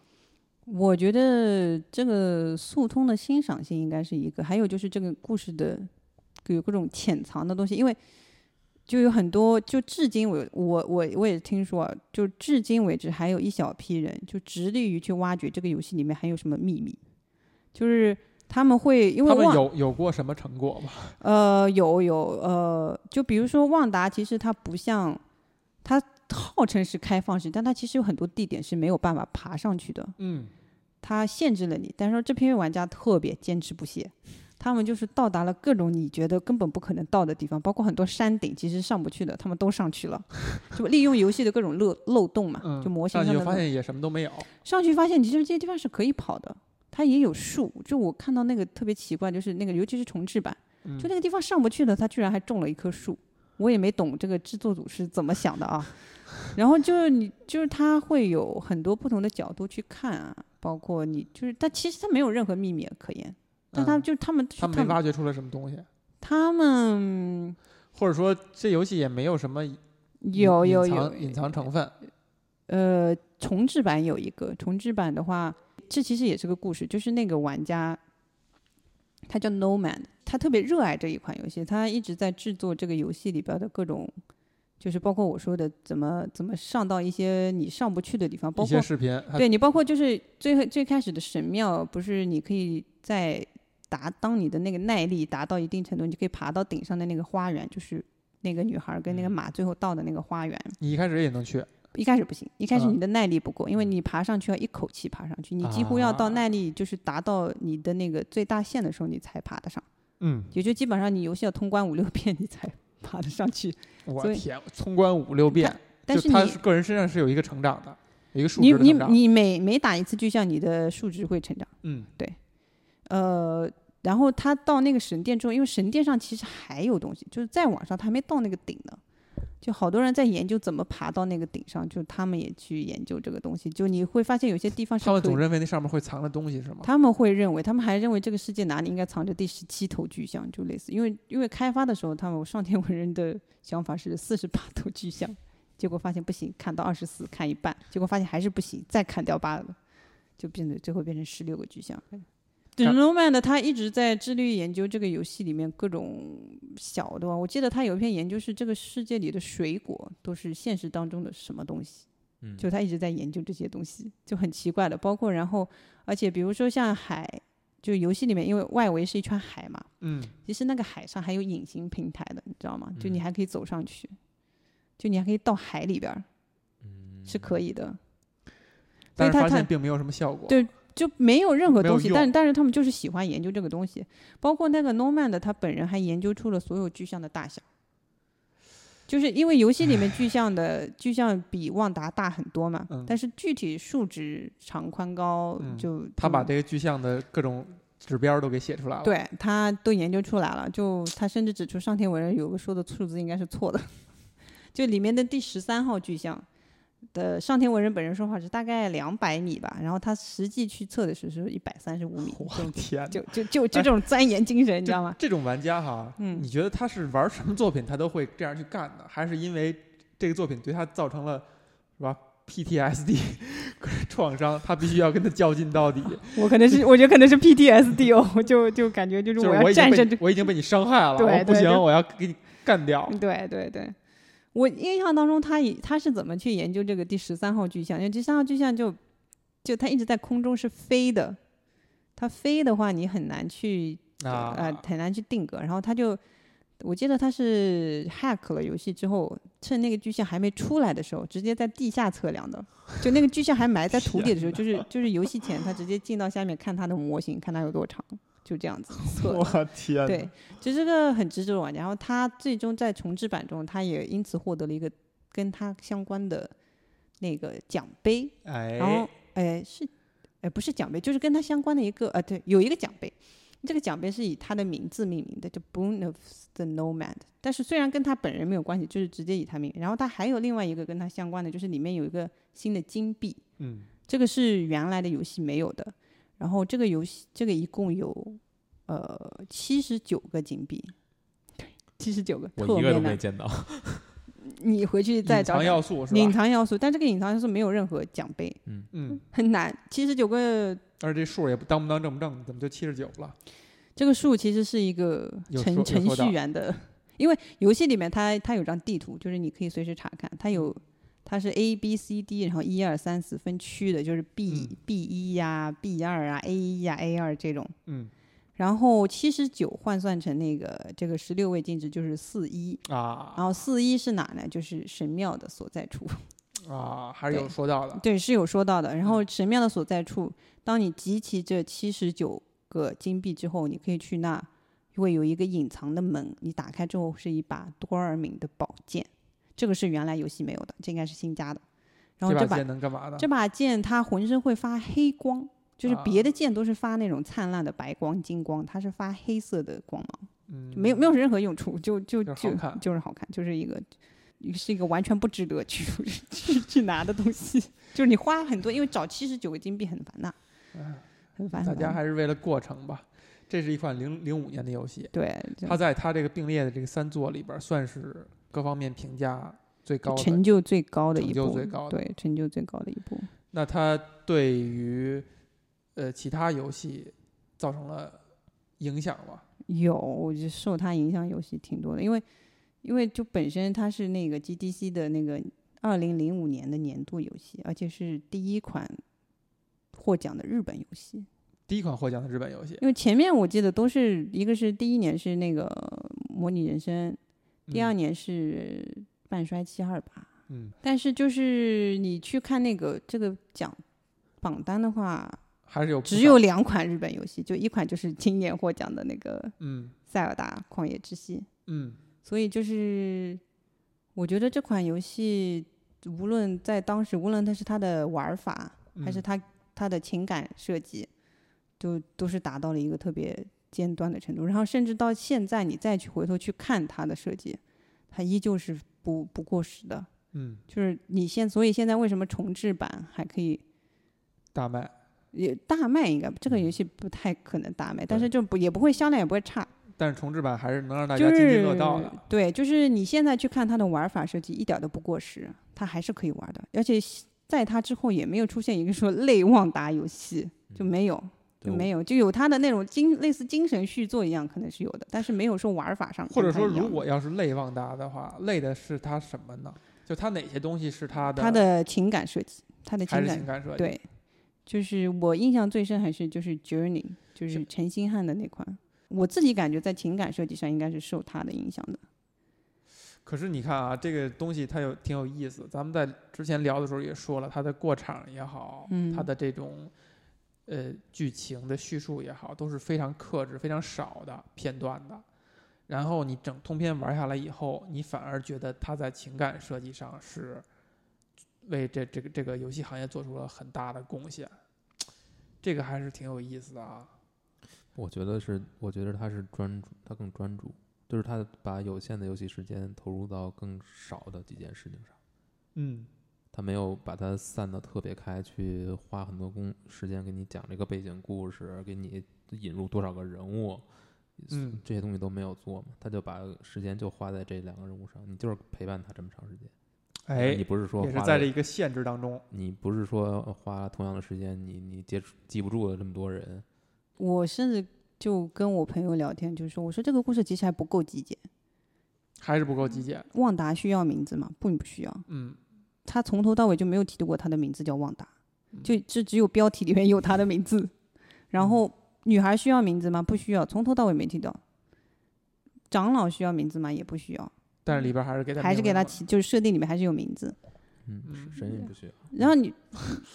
B: 我觉得这个速通的欣赏性应该是一个，还有就是这个故事的有各种潜藏的东西，因为就有很多，就至今我我我我也听说啊，就至今为止还有一小批人就致力于去挖掘这个游戏里面还有什么秘密，就是他们会因为
A: 他们
B: 旺
A: 有有过什么成果吗？
B: 呃有有呃，就比如说旺达，其实它不像它号称是开放式，但它其实有很多地点是没有办法爬上去的，
A: 嗯，
B: 它限制了你，但是这批玩家特别坚持不懈，他们就是到达了各种你觉得根本不可能到的地方，包括很多山顶其实上不去的，他们都上去了， 就利用游戏的各种漏漏洞嘛，
A: 嗯
B: 就模型
A: 上
B: 上
A: 去
B: 的
A: 就发
B: 漏
A: 现也什么都没有。
B: 上去发现其实这些地方是可以跑的，它也有树，就我看到那个特别奇怪，就是那个尤其是重置版，
A: 嗯
B: 就那个地方上不去的，它居然还种了一棵树，我也没懂这个制作组是怎么想 的啊。然后就是你，就是它会有很多不同的角度去看啊，包括你就是，但其实它没有任何秘密啊可言，但它
A: 嗯
B: 就他们
A: 他们
B: 他
A: 没
B: 们
A: 挖掘出来什么东西，
B: 他们
A: 或者说这游戏也没有什么隐
B: 有有
A: 隐
B: 有
A: 藏隐藏成分。
B: 呃，重置版有一个，重置版的话，这其实也是个故事，就是那个玩家，他叫 Nomad，他特别热爱这一款游戏，他一直在制作这个游戏里边的各种，就是包括我说的怎么怎么上到一些你上不去的地方，包
A: 一
B: 括
A: 些视频，它
B: 对你包括就是最最开始的神庙，不是你可以在达当你的那个耐力达到一定程度，你就可以爬到顶上的那个花园，就是那个女孩跟那个
C: 嗯
B: 马最后到的那个花园。
A: 你一开始也能去，
B: 一开始不行，一开始
A: 啊
B: 你的耐力不够，因为你爬上去要一口气爬上去，你几乎要到
A: 啊
B: 耐力就是达到你的那个最大限的时候，你才爬得上。
A: 嗯，
B: 也就基本上你游戏要通关五六 遍，你才爬得 上去。
A: 我
B: 所以
A: 天，通关五六遍，
B: 但
A: 就是他
B: 你
A: 个人身上是有一个成长的，有一个数
B: 你
A: 值的
B: 你
A: 成长。
B: 你每每打一次巨像，你的数值会成长。
A: 嗯，
B: 呃，然后他到那个神殿之后，因为神殿上其实还有东西，就是再往上，他还没到那个顶呢。就好多人在研究怎么爬到那个顶上，就他们也去研究这个东西。就你会发现有些地方是
A: 他们
B: 可以
A: 总认为那上面会藏着东西是吗？
B: 他们会认为，他们还认为这个世界哪里应该藏着第十七头巨象，就类似，因为因为开发的时候，他们上天文人的想法是四十八头巨象，结果发现不行，砍到二十四，砍一半，结果发现还是不行，再砍掉八个，就变得最后变成十六个巨像。d e n o m a n 的他一直在致力于研究这个游戏里面各种小的吧，我记得他有一篇研究是这个世界里的水果都是现实当中的什么东西，
C: 嗯，
B: 就他一直在研究这些东西，就很奇怪的。包括然后，而且比如说像海，就游戏里面因为外围是一圈海嘛，
A: 嗯，
B: 其实那个海上还有隐形平台的，你知道吗？就你
C: 嗯
B: 还可以走上去，就你还可以到海里边儿
C: 嗯
B: 是可以的，所
A: 但
B: 以
A: 是
B: 他
A: 发现
B: 他
A: 并没有什么效果。
B: 对就没有任何
A: 没有
B: 东西。
A: 用
B: 但但是他们就是喜欢研究这个东西，包括那个 Norman 的他本人还研究出了所有巨像的大小，就是因为游戏里面巨像的巨像比旺达大很多嘛，
A: 嗯
B: 但是具体数值、长、宽、高
A: 嗯
B: 就
A: 他把
B: 就
A: 这个具象的各种指标都给写出来了。，
B: 对他都研究出来了，就他甚至指出上天文人有个说的数字应该是错的， 就里面的第十三号巨像的上天文人本人说法是大概两百米吧，然后他实际去测的时候是一百三十五米，
A: 我天哪，
B: 就就就就这 种钻研精神，你知道吗？
A: 这种玩家哈，
B: 嗯
A: 你觉得他是玩什么作品他都会这样去干的，还是因为这个作品对他造成了是吧 PTSD 创伤，他必须要跟他较劲 到底？
B: 我可能是我觉得可能是 PTSD 哦，我就就感觉就是
A: 就是
B: 我
A: 我
B: 要
A: 已经
B: 战
A: 被
B: 胜
A: 你
B: 这，
A: 我已经被你伤害了，
B: 对
A: 我不
B: 对
A: 行，
B: 对
A: 我要给你干掉。
B: 对对对。我印象当中他，以他是怎么去研究这个第十三号巨像？因为第十三号巨像就就它一直在空中是飞的，它飞的话你很难去
A: 啊，
B: 呃很难去定格。然后他就，我记得他是 hack 了游戏之后，趁那个巨像还没出来的时候，直接在地下测量的。就那个巨像还埋在土 里的时候，就是就是游戏前他直接进到下面看它的模型，看它有多长，就 这样子测的。
A: 我天，
B: 对，，就这个很执着的玩家。然后他最终在重置版中，他也因此获得了一个跟他相关的那个奖杯。然
A: 哎
B: 后，，哎，是，哎，不是奖杯，就是跟他相关的一个，呃，对，有一个奖杯，这个奖杯是以他的名字命名的，叫 Boon of the Nomad。但是虽然跟他本人没有关系，就是直接以他命名。然后他还有另外一个跟他相关的，就是里面有一个新的金币，
A: 嗯，
B: 这个是原来的游戏没有的。然后这个游戏，这个一共有呃七十九个金币，对，七十九个，特
C: 我一个
B: 别
C: 都没
B: 难。
C: 见到。
B: 你回去再
A: 隐
B: 找
A: 藏
B: 找
A: 要素是
B: 隐
A: 吧？
B: 藏要素，但这个隐藏要素没有任何奖杯，
A: 嗯，
B: 很难。七十九个
A: 而且这数也不当不当正不正，怎么就七十九了？
B: 这个数其实是一个
A: 有说
B: 程
A: 有
B: 程
A: 说到
B: 序员的，因为游戏里面它它有张地图，就是你可以随时查看，它有它是 A B C D，然后一二三四分区的，就是 B、
A: 嗯
B: B 一呀、B 二啊、A 一呀、A 二这种。
A: 嗯
B: 然后七十九换算成那个这个十六位进制就是四一，然
A: 啊
B: 后四一是哪呢？就是神庙的所在处。
A: 啊，还是有
B: 对
A: 说到的。
B: 对，是有说到的。
A: 嗯
B: 然后神庙的所在处，当你集齐这七十九个金币之后，你可以去那，会有一个隐藏的门，你打开之后是一把多尔敏的宝剑，这个是原来游戏没有的，这应该是新加的。然后
A: 这
B: 这
A: 把
B: 把
A: 剑能干嘛呢？
B: 这把剑它浑身会发黑光，就是别
A: 啊
B: 的剑都是发那种灿烂的白光、金光，它是发黑色的光芒。
A: 嗯，
B: 没有没有任何用处，就就
A: 就好
B: 就是
A: 看
B: 就是好看，就是一个是一个完全不值得去 去去拿的东西，就是你花很多，因为找七十九个金币很烦呐、很烦
A: 哎大
B: 很
A: 家
B: 烦。
A: 还是为了过程吧。这是一款零零五年的游戏，
B: 对，就
A: 它在它这个并列的这个三座里边儿，算是各方面评价最高的
B: 成。就最高的
A: 成
B: 一
A: 就
B: 步，
A: 最高的
B: 对，成就最高的一步。
A: 那它对于呃其他游戏造成了影响吗？
B: 有，我就受它影响游戏挺多的，因为因为就本身它是那个 GDC 的那个二零零五年的年度游戏，而且是第一款获奖的日本游戏。
A: 第一款获奖的日本游戏，
B: 因为前面我记得都是一个是第一年是那个模拟人生，第二
A: 嗯
B: 年是半衰期二吧。
A: 嗯，
B: 但是就是你去看那个这个奖榜单的话，
A: 还是有不
B: 只
A: 少
B: 有两款日本游戏，就一款就是今年获奖的那个《
A: 嗯
B: 塞尔达：旷野之息》，
A: 嗯
B: 所以就是我觉得这款游戏无论在当时，无论它是它的玩法，还是
A: 嗯
B: 他他的情感设计，就都是达到了一个特别尖端的程度。然后甚至到现在，你再去回头去看他的设计，它依旧是不不过时的。
A: 嗯
B: 就是你现，所以现在为什么重置版还可以
A: 大卖，嗯
B: 也大卖？应该这个游戏不太可能大卖，但是就不也不会销量也不会差。
A: 但是重置版还是能让大
B: 就
A: 家
B: 是
A: 津津乐道的。
B: 对，就是你现在去看它的玩法设计一点都不过时，它还是可以玩的，而且在它之后也没有出现一个说 类忘打游戏，
A: 嗯
B: 就没有。就
C: 对
B: 没有，就有它的那种精类似精神续作一样，可能是有的，但是没有说玩法上
A: 或者
B: 跟它
A: 说，
B: 一样
A: 如果要是累旺达的话，累的是他什么呢？就他哪些东西是他的？
B: 它的情感设计，它的
A: 还
B: 情
A: 是
B: 感
A: 情感设计？，
B: 对，就是我印象最深还是就是 Journey，就是
A: 是
B: 陈星汉的那款。我自己感觉在情感设计上应该是受他的影响的。
A: 可是你看啊，这个东西它有挺有意思。咱们在之前聊的时候也说了，它的过场也好，
B: 嗯
A: 它的这种呃剧情的叙述也好，都是非常克制、非常少的片段的。然后你整通篇玩下来以后，你反而觉得它在情感设计上是为这这个这个游戏行业做出了很大的贡献，这个还是挺有意思的啊。
C: 我觉得是，我觉得他是专注，他更专注，就是他把有限的游戏时间投入到更少的几件事情上，
A: 嗯，
C: 他没有把它散得特别开，去花很多工时间给你讲这个背景故事，给你引入多少个人物，
A: 嗯
C: 这些东西都没有做嘛，他就把时间就花在这两个人物上，你就是陪伴他这么长时间，
A: 哎
C: 你，不是说
A: 也是
C: 花
A: 在
C: 了
A: 这一个限制当中。
C: 你不是说花同样的时间，你你接触记不住了这么多人，
B: 我甚至就跟我朋友聊天，就是说，我说这个故事其实还不够极简。
A: 还是不
B: 嗯
A: 够极简，
B: 旺达需要名字吗？不，不需要。
A: 嗯，
B: 他从头到尾就没有提到过他的名字叫旺达
A: 嗯，
B: 就这只有标题里面有他的名字。然后女孩需要名字吗？不需要，从头到尾没提到。长老需要名字吗？也不需要，
A: 但是里边还是给他
B: 还是给他
A: 命名了
B: 起，就是设定里面还是有名字。
C: 嗯
A: 嗯，
C: 谁也不需要，
B: 然后你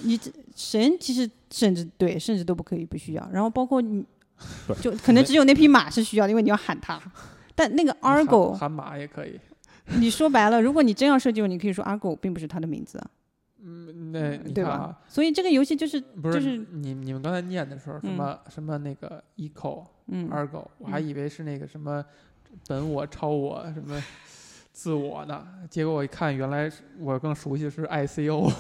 B: 你这神其实甚至对甚至都不可以不需要，然后包括你
C: 不是
B: 就可能只有那匹马是需要的，因为你要喊它。但那个
A: 喊
B: Argo，
A: 喊马也可以。
B: 你说白了，如果你真要设计，你可以说 Argo 并不是它的名字啊，
A: 嗯，那你
B: 对
A: 看
B: 吧
A: 啊，？
B: 所以这个游戏就是
A: 不
B: 就是是
A: 你你们刚才念的时候，什
B: 嗯
A: 么什么那个 eco
B: 嗯
A: argo，我还以为是那个什么本我、超我什么自我呢，结果我一看，原来是我更熟悉是 ICO，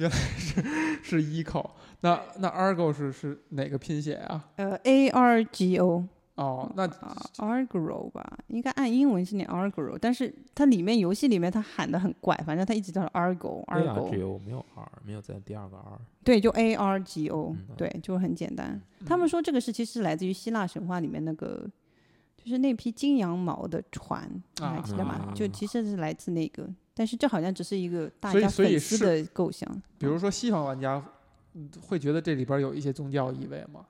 A: 原来是是 eco。那那 argo 是是哪个拼写啊？
B: 呃 A R G O
A: 哦，那
B: 啊 Argo 吧，应该按英文是念 Argo，但是它里面游戏里面它喊的很怪，反正它一直叫 Argo
C: 对啊，只
B: Argo，
C: 有没有 R，没有在第二个 R，
B: 对，就 A R G O，
C: 嗯
B: 对，就很简单。
A: 嗯
B: 他们说这个是其实来自于希腊神话里面那个，就是那匹金羊毛的船，你还
A: 啊
B: 记得吗？
C: 嗯
B: 就其实是来自那个，但是这好像只是一个大
A: 所以
B: 家
A: 所以
B: 粉丝
A: 是
B: 的构想。
A: 比如说西方玩家嗯会觉得这里边有一些宗教意味吗？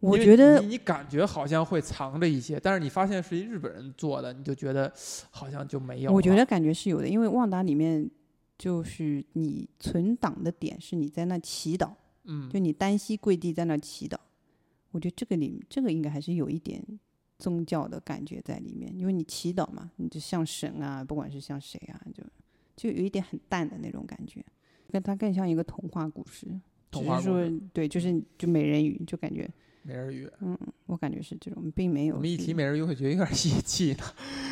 B: 我
A: 因为
B: 觉得
A: 你你感觉好像会藏着一些，但是你发现是一日本人做的，你就觉得好像就没有了。
B: 我觉得感觉是有的，因为旺达里面就是你存档的点是你在那祈祷，
A: 嗯
B: 就，你单膝跪地在那祈祷。我觉得这个里这个应该还是有一点宗教的感觉在里面，因为你祈祷嘛，你就像神啊，不管是像谁啊，就就有一点很淡的那种感觉，那它更像一个童话故事。
A: 童话
B: 只
A: 故
B: 是
A: 事嗯
B: 说对，就是就美人鱼，就感觉
A: 美人鱼，
B: 我感觉是这种，并没有
A: 我们一
B: 去
A: 提美人鱼会觉得有点泄气呢。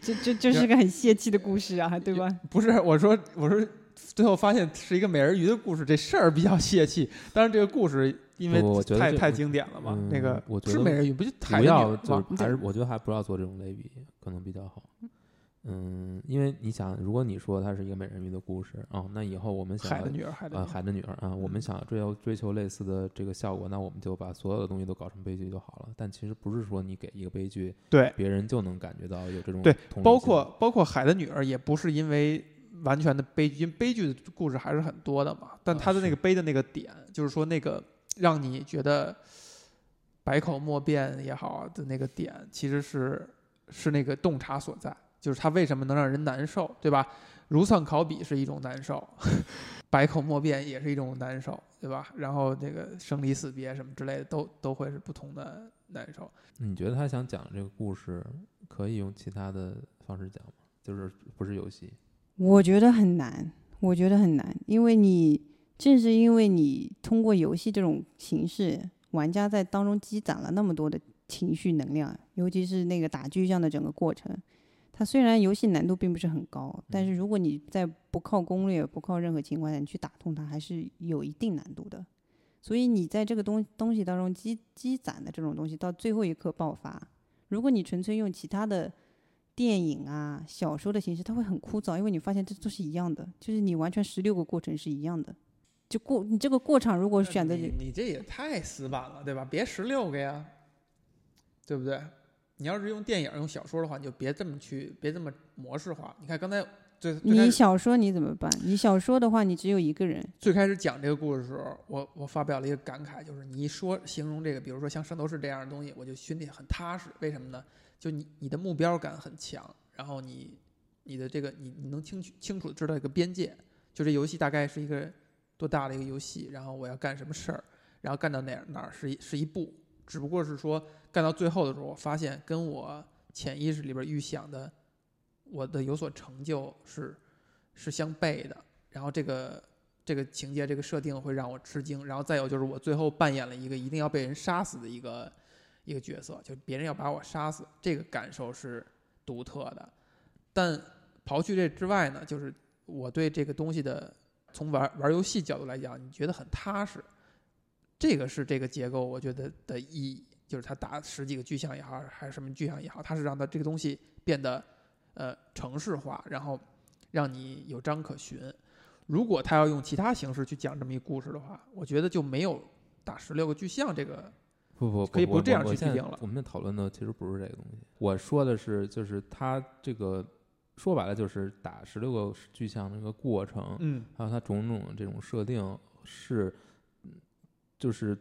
B: 就就就是个很泄气的故事啊，对吧？
A: 不是，我说我说最后发现是一个美人鱼的故事，这事儿比较泄气。但是这个故事因为
C: 不我觉得
A: 太
C: 这
A: 太经典了嘛，
C: 嗯
A: 那个
C: 我觉
A: 是
C: 得
A: 美人鱼不就太
C: 不要就
A: 吗？
C: 是还是我觉得还不要做这种类比，可能比较好。嗯，因为你想，如果你说它是一个美人鱼的故事啊、哦那以后我们想
A: 海
C: 要
A: 的女儿，海的
C: 呃
A: 女儿，
C: 海的女儿啊，我们想追求追求类似的这个效果，那我们就把所有的东西都搞成悲剧就好了。但其实不是说你给一个悲剧，
A: 对，
C: 别人就能感觉到有这种
A: 对
C: 同理
A: 包
C: 心
A: 括包括海的女儿也不是因为完全的悲剧，因为悲剧的故事还是很多的嘛。但
C: 啊
A: 他的那
C: 是
A: 个悲的那个点，就是说那个让你觉得百口莫辩也好啊的那个点，其实是是那个洞察所在，就是他为什么能让人难受，对吧？如丧考妣是一种难受， 百口莫辩也是一种难受，对吧？然后这个生离死别什么之类的，都都会是不同的难受。
C: 你觉得他想讲这个故事，可以用其他的方式讲吗？就是不是游戏？
B: 我觉得很难，我觉得很难，因为你正是因为你通过游戏这种形式，玩家在当中积攒了那么多的情绪能量，尤其是那个打巨像的整个过程。它虽然游戏难度并不是很高，但是如果你在不靠攻略、不靠任何情况下，你去打通它，还是有一定难度的。所以你在这个东东西当中积积攒的这种东西，到最后一刻爆发。如果你纯粹用其他的电影啊、小说的形式，它会很枯燥，因为你发现这都是一样的，就是你完全十六个过程是一样的。就过你这个过场，如果选择
A: 你你这也太死板了，对吧？别十六个呀，对不对？你要是用电影、用小说的话，你就别这么去，别这么模式化。你看刚才最最开
B: 你
A: 始
B: 小说你怎么办？你小说的话，你只有一个人，
A: 最开始讲这个故事的时候，我我发表了一个感慨，就是你一说形容这个，比如说像圣斗士这样的东西，我就心里很踏实。为什么呢？就你你的目标感很强，然后你你的这个你你能清楚清楚地知道一个边界，就这游戏大概是一个多大的一个游戏，然后我要干什么事儿，然后干到哪儿哪儿是一是一步，只不过是说干到最后的时候，我发现跟我潜意识里边预想的我的有所成就是是相悖的，然后这个。这个情节、这个设定会让我吃惊，然后再有就是我最后扮演了一个一定要被人杀死的一个一个角色，就别人要把我杀死，这个感受是独特的。但刨去这之外呢，就是我对这个东西的从玩玩游戏角度来讲，你觉得很踏实，这个是这个结构我觉得的意义，就是它打十几个具象也好，还是什么具象也好，它是让它这个东西变得呃程式化，然后让你有章可循。如果他要用其他形式去讲这么一故事的话，我觉得就没有打十六个巨像这个。
C: 不不，
A: 可以
C: 我
A: 不这样
C: 我
A: 去
C: 我
A: 批
C: 现在
A: 评了
C: 我们的讨论呢，其实不是这个东西。我说的是，就是它这个说白了就是打十六个具象那个过程，
A: 嗯，
C: 还有它种种这种设定是，嗯就是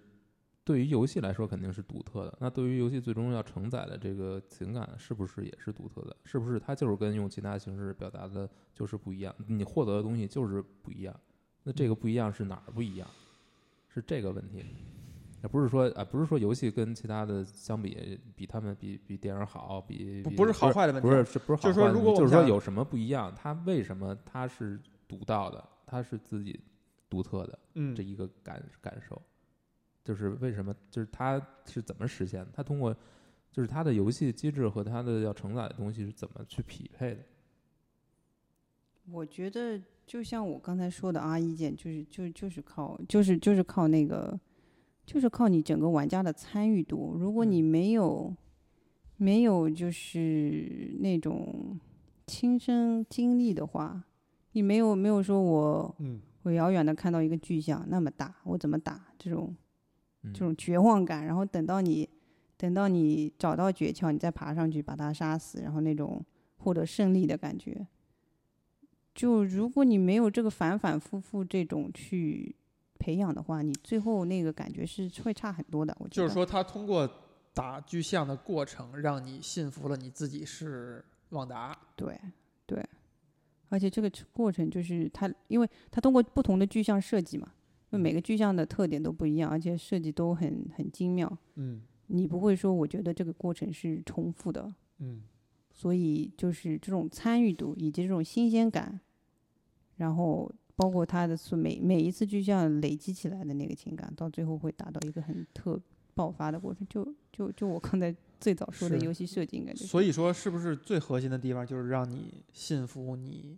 C: 对于游戏来说肯定是独特的。那对于游戏最终要承载的这个情感，是不是也是独特的？是不是它就是跟用其他形式表达的就是不一样？你获得的东西就是不一样。那这个不一样是哪儿不一样？是这个问题。也不是说啊，不是说游戏跟其他的相比，比他们比比电影好，比
A: 不
C: 比
A: 嗯不是好坏的问题，
C: 不是是不是好
A: 就是说
C: 坏的
A: 如
C: 问
A: 果我
C: 题就
A: 们
C: 是说
A: 想
C: 有什么不一样，它为什么它是独到的，它是自己独特的
A: 嗯
C: 这，一个感感受，就是为什么就是它是怎么实现的？它通过就是它的游戏机制和它的要承载的东西是怎么去匹配的？
B: 我觉得就像我刚才说的啊，意见就是就就是靠就是就是靠那个，就是靠你整个玩家的参与度。如果你没有、没有就是那种亲身经历的话，你没有没有说我
A: 嗯
B: 我遥远的看到一个巨像那么大，我怎么打这种
C: 嗯
B: 这种绝望感，然后等到你等到你找到诀窍，你再爬上去把它杀死，然后那种获得胜利的感觉。就如果你没有这个反反复复这种去培养的话，你最后那个感觉是会差很多的。我觉
A: 就
B: 得
A: 是，说他通过打巨像的过程，让你信服了你自己是旺达。
B: 对对，而且这个过程就是它，因为它通过不同的具象设计嘛，
A: 嗯
B: 因为每个具象的特点都不一样，而且设计都很很精妙。
A: 嗯
B: 你不会说，我觉得这个过程是重复的，
A: 嗯
B: 所以就是这种参与度以及这种新鲜感，然后包括他的所每每一次具象累积起来的那个情感，到最后会达到一个很特爆发的过程。就就就我刚才最早说的
A: 是
B: 游戏设计，应该就是
A: 所以说，是不是最核心的地方就是让你信服你，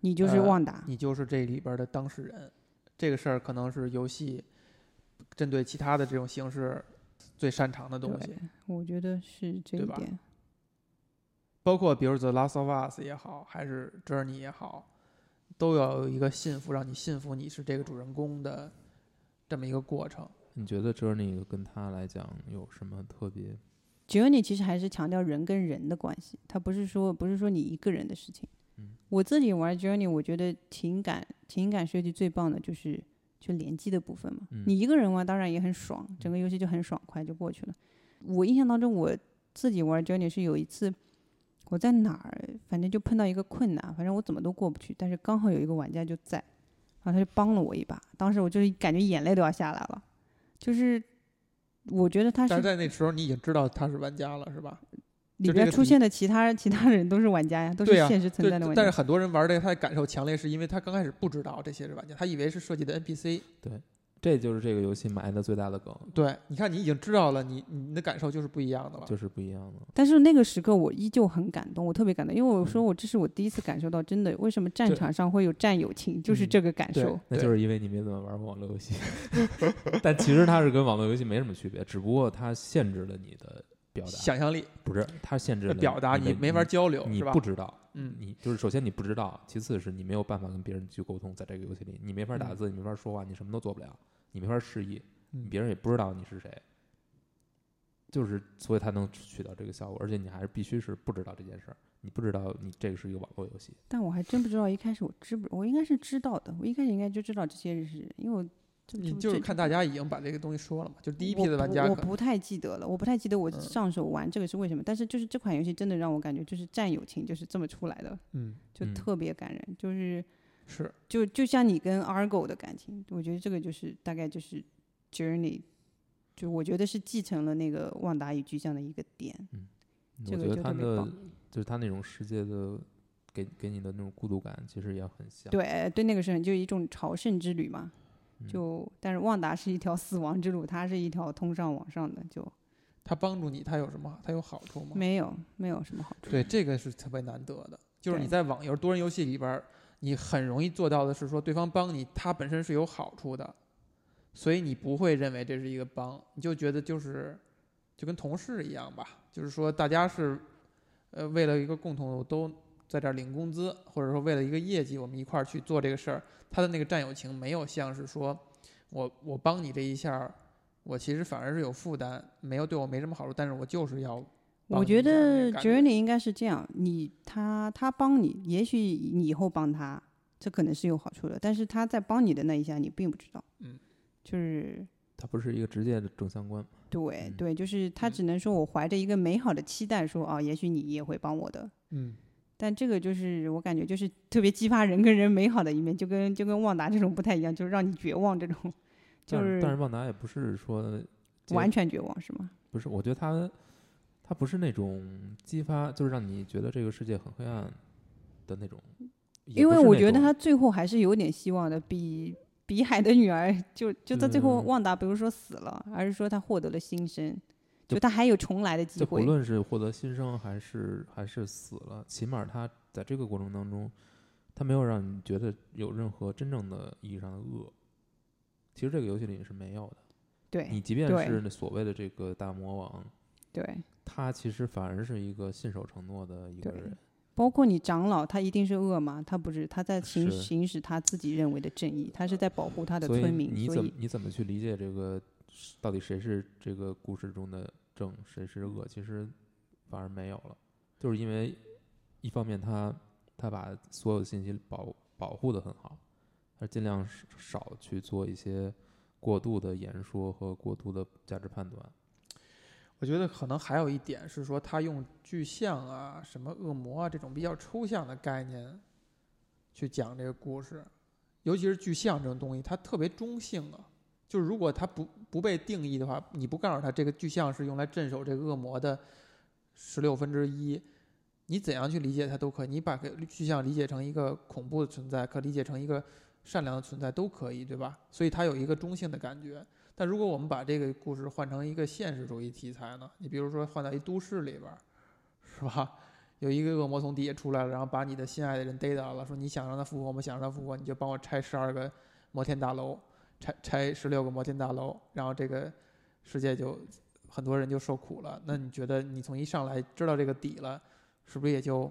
B: 你就是
A: 呃
B: 旺达，
A: 你就是这里边的当事人？这个事儿可能是游戏针对其他的这种形式最擅长的东西。
B: 我觉得是这一
A: 对吧
B: 点。
A: 包括比如《The Last of Us》也好，还是《Journey》也好，都要有一个信服，让你信服你是这个主人公的这么一个过程。
C: 你觉得 Journey 跟它来讲有什么特别？
B: Journey 其实还是强调人跟人的关系，它不是说不是说你一个人的事情。
C: 嗯
B: 我自己玩 Journey，我觉得情感情感设计最棒的就是就联机的部分嘛。
C: 嗯
B: 你一个人玩当然也很爽，整个游戏就很爽快就过去了。我印象当中，我自己玩 Journey 是有一次我在哪儿，反正就碰到一个困难，反正我怎么都过不去，但是刚好有一个玩家就在，然后他就帮了我一把，当时我就是感觉眼泪都要下来了，就是。我觉得
A: 但
B: 他是
A: 是在那时候你已经知道他是玩家了，是吧？
B: 里
A: 就这
B: 边
A: 个
B: 出
A: 题
B: 现的其他其他人都是玩家呀，都是
A: 对呀啊
B: 现实存
A: 对
B: 在的，玩家。
A: 但是很多人玩这个，他的感受强烈，是因为他刚开始不知道这些是玩家，他以为是设计的 NPC。
C: 对，这就是这个游戏埋的最大的梗，
A: 对，你看你已经知道了，你你的感受就是不一样的了。
C: 就是不一样的。
B: 但是那个时刻我依旧很感动，我特别感动，因为
A: 嗯
B: 我说我这是我第一次感受到，真的为什么战
C: 对
B: 场上会有战友情，就是
C: 嗯
B: 这个感
A: 对
B: 受。
C: 那就是因为你没怎么玩过网络游戏， 但其实它是跟网络游戏没什么区别，只不过它限制了你的表达，
A: 想象力、
C: 不是它限制了
A: 表达，
C: 你的
A: 没法交流，
C: 你
A: 是吧
C: 不？知道，
A: 嗯，
C: 你就是首先你不知道，其次是你没有办法跟别人去沟通，在这个游戏里你没法打字，你没法说话，你什么都做不了，你没法示意，
A: 嗯
C: 别人也不知道你是谁，就是所以它能取到这个效果，而且你还是必须是不知道这件事儿，你不知道你这个是一个网络游戏，
B: 但我还真不知道一开始我知不，我应该是知道的，我一开始应该就知道这些人，因为我这
A: 你
B: 这
A: 就是
B: 这
A: 看大家已经把这个东西说了嘛，就是第一批
B: 我
A: 的玩
B: 不
A: 家
B: 我
A: 可能
B: 不太记得了，我不太记得我
A: 嗯
B: 上手玩这个是为什么，但是就是这款游戏真的让我感觉就是战友情就是这么出来的，
A: 嗯
B: 就
C: 嗯
B: 特别感人，就是
A: 是
B: 就就像你跟 Argo 的感情，我觉得这个就是大概就是 Journey，就我觉得是继承了那个旺达与巨像的一个点，
C: 我
B: 这个
C: 觉得
B: 就
C: 它
B: 特别
C: 的
B: 棒。
C: 就是它那种世界的给给你的那种孤独感，其实也很像，
B: 对对，那个是很就是一种朝圣之旅嘛。
C: 嗯
B: 就但是旺达是一条死亡之路，它是一条通上往上的，就
A: 他帮助你，他有什么？他有好处吗？
B: 没有没有什么好处。
A: 对，这个是特别难得的，就是你
B: 对
A: 在网游多人游戏里边儿，你很容易做到的是说，对方帮你，他本身是有好处的，所以你不会认为这是一个帮，你就觉得就是就跟同事一样吧，就是说大家是呃为了一个共同的都在这儿领工资，或者说为了一个业绩，我们一块儿去做这个事儿，他的那个战友情没有像是说我我帮你这一下儿。我其实反而是有负担，没有对我没什么好处，但是我就是要帮
B: 我
A: 你
B: 觉
A: 一下那
B: 得
A: 个感觉
B: journey 应该是这样，你他他帮你，也许你以后帮他，这可能是有好处的，但是他在帮你的那一下，你并不知道。
A: 嗯，
B: 就是
C: 它不是一个直接的正相关。
B: 对
C: 嗯
B: 对，就是他只能说我怀着一个美好的期待说，哦，也许你也会帮我的，
A: 嗯，
B: 但这个就是我感觉就是特别激发人跟人美好的一面，就跟就跟旺达这种不太一样，就是让你绝望这种，就
C: 但
B: 是
C: 但是旺达也不是说接
B: 完全绝望是吗？
C: 不是，我觉得它它不是那种激发，就是让你觉得这个世界很黑暗的那种。也
B: 因
C: 不
B: 为
C: 是
B: 我
C: 那
B: 觉得
C: 种
B: 他最后还是有点希望的，比比海的女儿就就到最后
C: 嗯
B: 旺达不是说死了，而是说他获得了新生，就他还有重来的机
C: 就不
B: 会。
C: 论是获得新生还是还是死了，起码他在这个过程当中，他没有让你觉得有任何真正的意义上的恶。其实这个游戏里是没有的。
B: 对
C: 你即便
B: 对
C: 是那所谓的这个大魔王，
B: 对，
C: 他其实反而是一个信守承诺的一个
B: 对
C: 人。
B: 包括你长老，他一定是恶吗？他不是，他在行
C: 是
B: 行使他自己认为的正义，他是在保护他的
C: 所以
B: 村民，
C: 你
B: 所
C: 怎
B: 以
C: 么你怎么去理解这个是到底谁是这个故事中的正，谁是恶？其实反而没有了，就是因为一方面他他把所有的信息保保护的很好，他尽量少少去做一些过度的言说和过度的价值判断。
A: 我觉得可能还有一点是说，他用具象啊、什么恶魔啊这种比较抽象的概念去讲这个故事，尤其是具象这种东西，它特别中性啊。就是如果它不不被定义的话，你不告诉他这个具象是用来镇守这个恶魔的十六分之一，你怎样去理解它都可以。你把个具象理解成一个恐怖的存在，可理解成一个善良的存在都可以，对吧？所以它有一个中性的感觉。但如果我们把这个故事换成一个现实主义题材呢？你比如说换到一都市里边儿，是吧？有一个恶魔从底下出来了，然后把你的心爱的人逮到了，说你想让他复活吗？想让他复活，你就帮我拆十二个摩天大楼，拆拆十六个摩天大楼，然后这个世界就很多人就受苦了。那你觉得你从一上来知道这个底了，是不是也就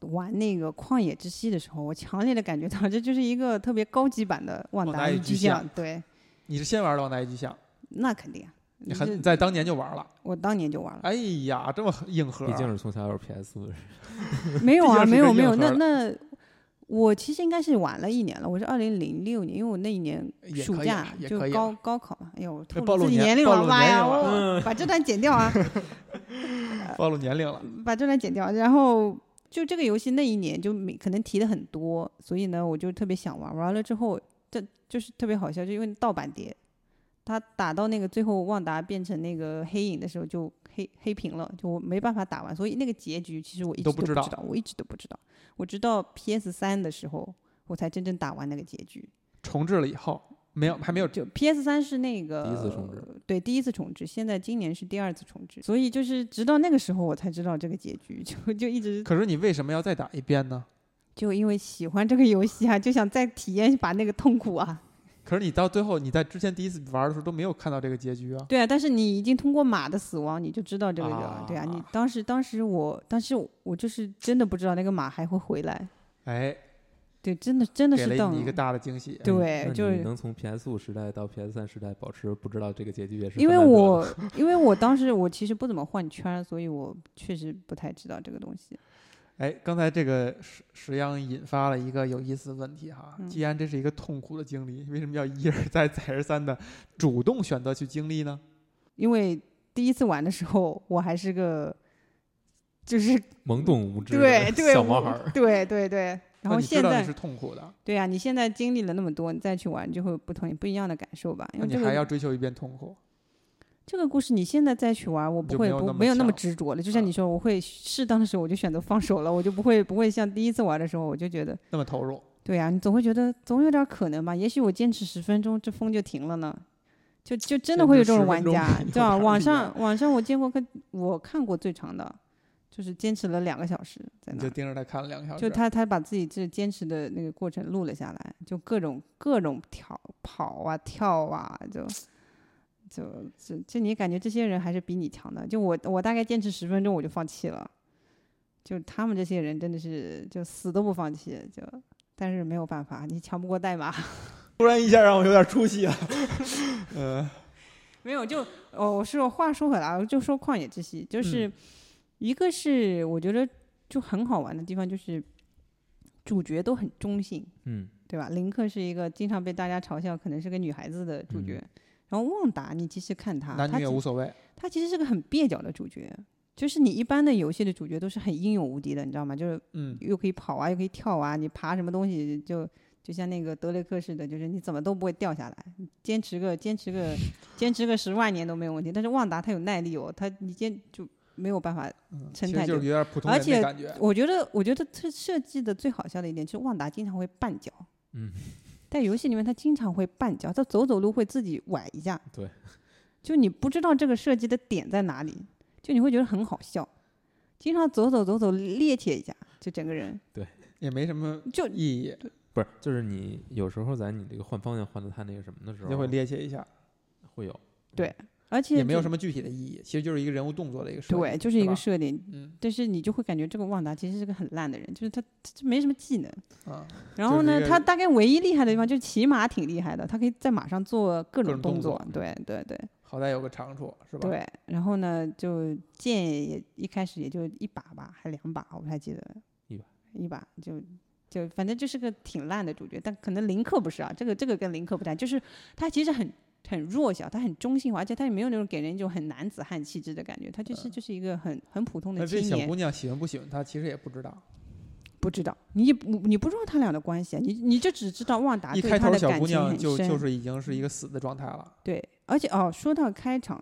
B: 玩那个旷野之息的时候，我强烈的感觉到这就是一个特别高级版的旺
A: 旺
B: 达
A: 达与
B: 与
A: 巨
B: 巨像。对，
A: 你是先玩到那一具象，
B: 那肯定啊。
A: 你
B: 这
C: 嗯
A: 很在当年就玩了？
B: 我当年就 玩了。
A: 哎呀，这么硬核啊、
C: 毕竟是从小有 PS 的人，
B: 没有
A: 毕
B: 啊，
A: 竟是
B: 没
A: 一个
B: 有没
A: 硬
B: 有，那
A: 核
B: 那我其实应该是晚了一年了，我是二零零六年，因为我那一年
A: 也
B: 暑
A: 可以
B: 假
A: 啊也
B: 就
A: 可以
B: 高高考嘛，哎呦，我透
A: 暴露
B: 露自己
A: 年
B: 年龄
A: 暴
B: 了，
A: 露
B: 妈
A: 年
B: 呀，
A: 龄了嗯
B: 我把这段剪掉啊，
A: 暴露年龄了。
B: 把这段剪掉，然后。就这个游戏那一年就没可能提的很多，所以呢，我就特别想玩。玩了之后，这就是特别好笑，就因为盗版碟，他打到那个最后旺达变成那个黑影的时候就黑黑屏了，就我没办法打完，所以那个结局其实我一直
A: 都
B: 都
A: 不
B: 不
A: 知
B: 知
A: 道
B: 道，我一直都不知道，我直到 PS 三的时候我才真正打完那个结局。
A: 重置了以后，没有还没有
B: 就 PS 三是那个
C: 第一次重置，
B: 对，第一次重置，现在今年是第二次重置，所以就是直到那个时候我才知道这个结局，就就一直
A: 可是你为什么要再打一遍呢？
B: 就因为喜欢这个游戏啊，就想再体验把那个痛苦啊，
A: 可是你到最后，你在之前第一次玩的时候都没有看到这个结局啊。
B: 对啊，但是你已经通过马的死亡，你就知道这个人了，对啊，你
A: 啊
B: 当时当时我当时我我就是真的不知道那个马还会回来，
A: 哎，
B: 对，真的真的
A: 给
B: 是
A: 了
B: 等
A: 你一个大的惊喜。
B: 对
C: 那
B: 就
C: 你
B: 是
C: 能从 PS 五时代到 PS 三时代保持不知道这个结局也是
B: 因为
C: 很难得的
B: 我因为我当时我其实不怎么换圈儿，所以我确实不太知道这个东西。
A: 哎，刚才这个石石央引发了一个有意思的问题哈。
B: 嗯
A: 既然这是一个痛苦的经历，为什么要一而再、再而三的主动选择去经历呢？
B: 因为第一次玩的时候，我还是个，就是
C: 懵懂无知的
B: 对对
C: 小毛 孩儿，
B: 对对对。然
A: 那
B: 后
A: 你知
B: 现
A: 道
B: 在
A: 你是痛苦的，
B: 对啊，你现在经历了那么多，你再去玩就会有不同不一样的感受吧。因
A: 那
B: 为
A: 你
B: 这
A: 还要
B: 个
A: 追求一遍痛苦。
B: 这个故事，你现在再去玩，我
A: 就
B: 不会
A: 没有那
B: 不
A: 么
B: 没有那么
A: 强嗯
B: 执着了。就像你说，我会适当的时候我就选择放手了，我就不会不会像第一次玩的时候，我就觉得
A: 那么投入，
B: 对啊，你总会觉得总有点可能吧？也许我坚持十分钟，这风就停了呢。就就真的
A: 坚
B: 会有
A: 持
B: 这种
A: 10
B: 玩
A: 分钟
B: 家
A: 有，
B: 对吧？
A: 点
B: 网
A: 厉
B: 上网上我见过跟我看过最长的，就是坚持了两个小时在
A: 你
B: 那
A: 就
B: 儿。
A: 盯着他看了两个小时。
B: 嗯就他他把自己这坚持的那个过程录了下来，就各种各种跳跑啊跳啊，就就就就你感觉这些人还是比你强的。就我我大概坚持十分钟我就放弃了，就他们这些人真的是就死都不放弃，就但是没有办法，你强不过代码。
A: 突然一下让我有点出戏了。 呃，
B: 没有，就哦，我是话说回来，我啊就说旷野之息，就是、一个是我觉得就很好玩的地方，就是主角都很中性。
C: 嗯，
B: 对吧？林克是一个经常被大家嘲笑，可能是个女孩子的主角。然后旺达，你其实看他，
A: 男
B: 啊他
A: 女嗯也
B: 其
A: 无所谓。
B: 他其实是个很蹩脚的主角。就是你一般的游戏的主角都是很英勇无敌的，你知道吗？就是
A: 嗯，
B: 又可以跑啊，又可以跳啊，你爬什么东西就就像那个德雷克似的，就是你怎么都不会掉下来，坚持个坚持个坚持个十万年都没有问题。但是旺达他有耐力哦，他你坚就没有办法
A: 嗯
B: 陈
A: 其实
B: 太
A: 就是
B: 就
A: 有点普通
B: 而
A: 人
B: 且
A: 的感觉。
B: 我觉得，我觉得这设计的最好笑的一点就是旺达经常会绊脚。
C: 嗯，
B: 在游戏里面他经常会绊脚，他走走路会自己崴一下。
C: 对，
B: 就你不知道这个设计的点在哪里，就你会觉得很好笑。经常走走走走趔趄一下，就整个人
A: 也没什么
B: 就
A: 意义，
C: 不是，就是你有时候在你这个换方向换到他那个什么的时候，
A: 就会趔趄一下，
C: 会有
B: 而且
A: 也没有什
B: 么
A: 么具体的意义，其实就是一个人物动作的一个设计。
B: 对，就是一
A: 吧
B: 个设定。
A: 嗯
B: 但是你就会感觉这个旺达其实是个很烂的人，就是他他他没什么技能。
A: 啊，
B: 然
A: 就
B: 后
A: 是
B: 呢
A: 一，个
B: 他大概唯一厉害的地方就是骑马挺厉害的，他可以在马上做
A: 各
B: 各种
A: 种动
B: 动作
A: 作。嗯
B: 对对对。
A: 好歹有个长处是吧？，
B: 对，然后呢，就剑也一开始也就一把吧，还两把，我不太记得了。
C: 一把，
B: 一把就就反正就是个挺烂的主角，但可能林克不是啊，这个这个跟林克不太，就是他其实很很弱小，他很中性化，而且他也没有那种给人一种很男子汉气质的感觉，他就是就是一个很很普通的
A: 嗯那这
B: 青
A: 小
B: 年
A: 姑。娘喜欢不喜欢他，其实也不知道。
B: 不知道你也不你不知道他俩的关系啊，你你就只知道旺达
A: 一
B: 啊对
A: 开
B: 他
A: 头
B: 的
A: 小
B: 感
A: 姑
B: 情
A: 娘
B: 很
A: 就
B: 深嗯
A: 就是已经是一个死的状态了。
B: 对，而且哦，说到开场，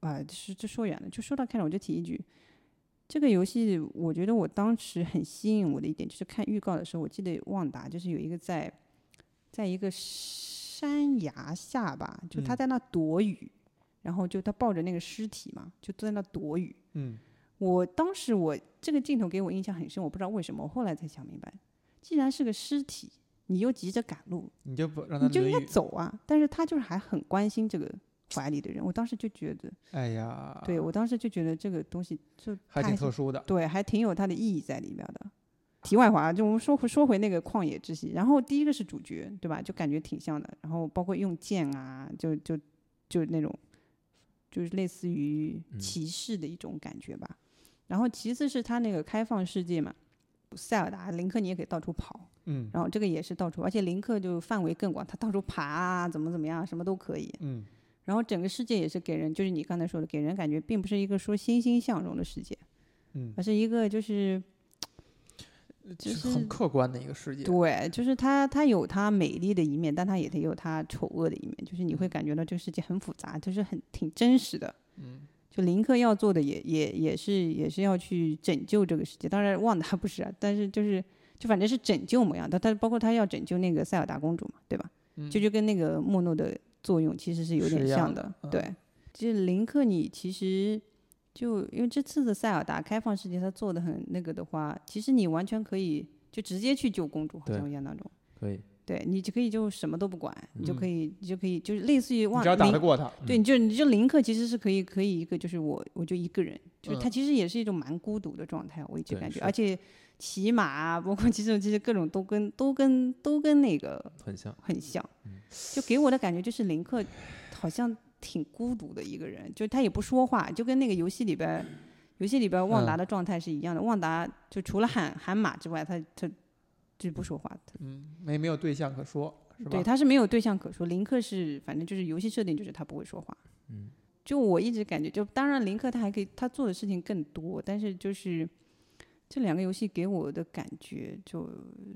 B: 啊、是这说远了，就说到开场，我就提一句，这个游戏我觉得我当时很吸引我的一点，就是看预告的时候，我记得旺达就是有一个在，在一个山崖下吧，就他
A: 嗯
B: 在那躲雨，然后就他抱着那个尸体嘛，就在那躲雨。
A: 嗯，
B: 我当时我这个镜头给我印象很深，我不知道为什么，我后来才想明白，既然是个尸体，你又急着赶路，
A: 你就不让她
B: 你就
A: 淋
B: 应该
A: 雨。
B: 走啊！但是他就是还很关心这个怀里的人，我当时就觉得，
A: 哎呀，
B: 对，我当时就觉得这个东西就
A: 还挺
B: 是
A: 特殊的。
B: 对，还挺有它的意义在里面的。题外话啊，就我们说回说回那个旷野之息，然后第一个是主角，对吧？就感觉挺像的，然后包括用剑啊，就就就那种，就是类似于
C: 嗯
B: 骑士的一种感觉吧。然后其次是他那个开放世界嘛，塞尔达林克你也可以到处跑，
A: 嗯
B: 然后这个也是到处，而且林克就范围更广，他到处爬啊，怎么怎么样，什么都可以。
A: 嗯，
B: 然后整个世界也是给人，就是你刚才说的，给人感觉并不是一个说欣欣向荣的世界，
A: 嗯
B: 而是一个就是就是
A: 呃很客观的一个世界。
B: 呃对，就是它它有它美丽的一面，但它也得有它丑恶的一面，就是你会感觉到这个世界很复杂，就是很挺真实的。
A: 嗯，
B: 就林克要做的也也也是也是要去拯救这个世界，当然旺达不是啊，但是就是就反正是拯救模样，但但包括他要拯救那个塞尔达公主嘛，对吧？
A: 嗯
B: 这就跟那个莫诺的作用其实是有
A: 是
B: 点
A: 一
B: 像
A: 样
B: 的。
A: 的嗯
B: 对，就是林克你其实就因为这次的塞尔达开放世界，它做的很那个的话，其实你完全可以就直接去救公主，好
C: 对
B: 像印象当中，
C: 可以，
B: 对你就可以就什么都不管，你就
A: 嗯
B: 可以你就可以就是类似于
A: 你
B: 忘
A: 只要打
B: 林
A: 得过他，
B: 对，你就你就林克其实是可以可以一个就是我我就一个人，就是他
A: 嗯
B: 其实也是一种蛮孤独的状态，我一直
C: 对
B: 感觉，
C: 是
B: 而且骑马啊，包括其实其实各种都跟都跟都跟那个
C: 很像，
B: 很像，就给我的感觉就是林克好像挺孤独的一个人，就是他也不说话，就跟那个游戏里边儿游戏里边儿旺达的状态是一样的，旺达就除了喊喊马之外，他他就不说话，他
A: 嗯，没没有对象可说，是吧？
B: 对，他是没有对象可说。林克是，反正就是游戏设定就是他不会说话。
C: 嗯，
B: 就我一直感觉，就当然林克他还可以，他做的事情更多，但是就是这两个游戏给我的感觉就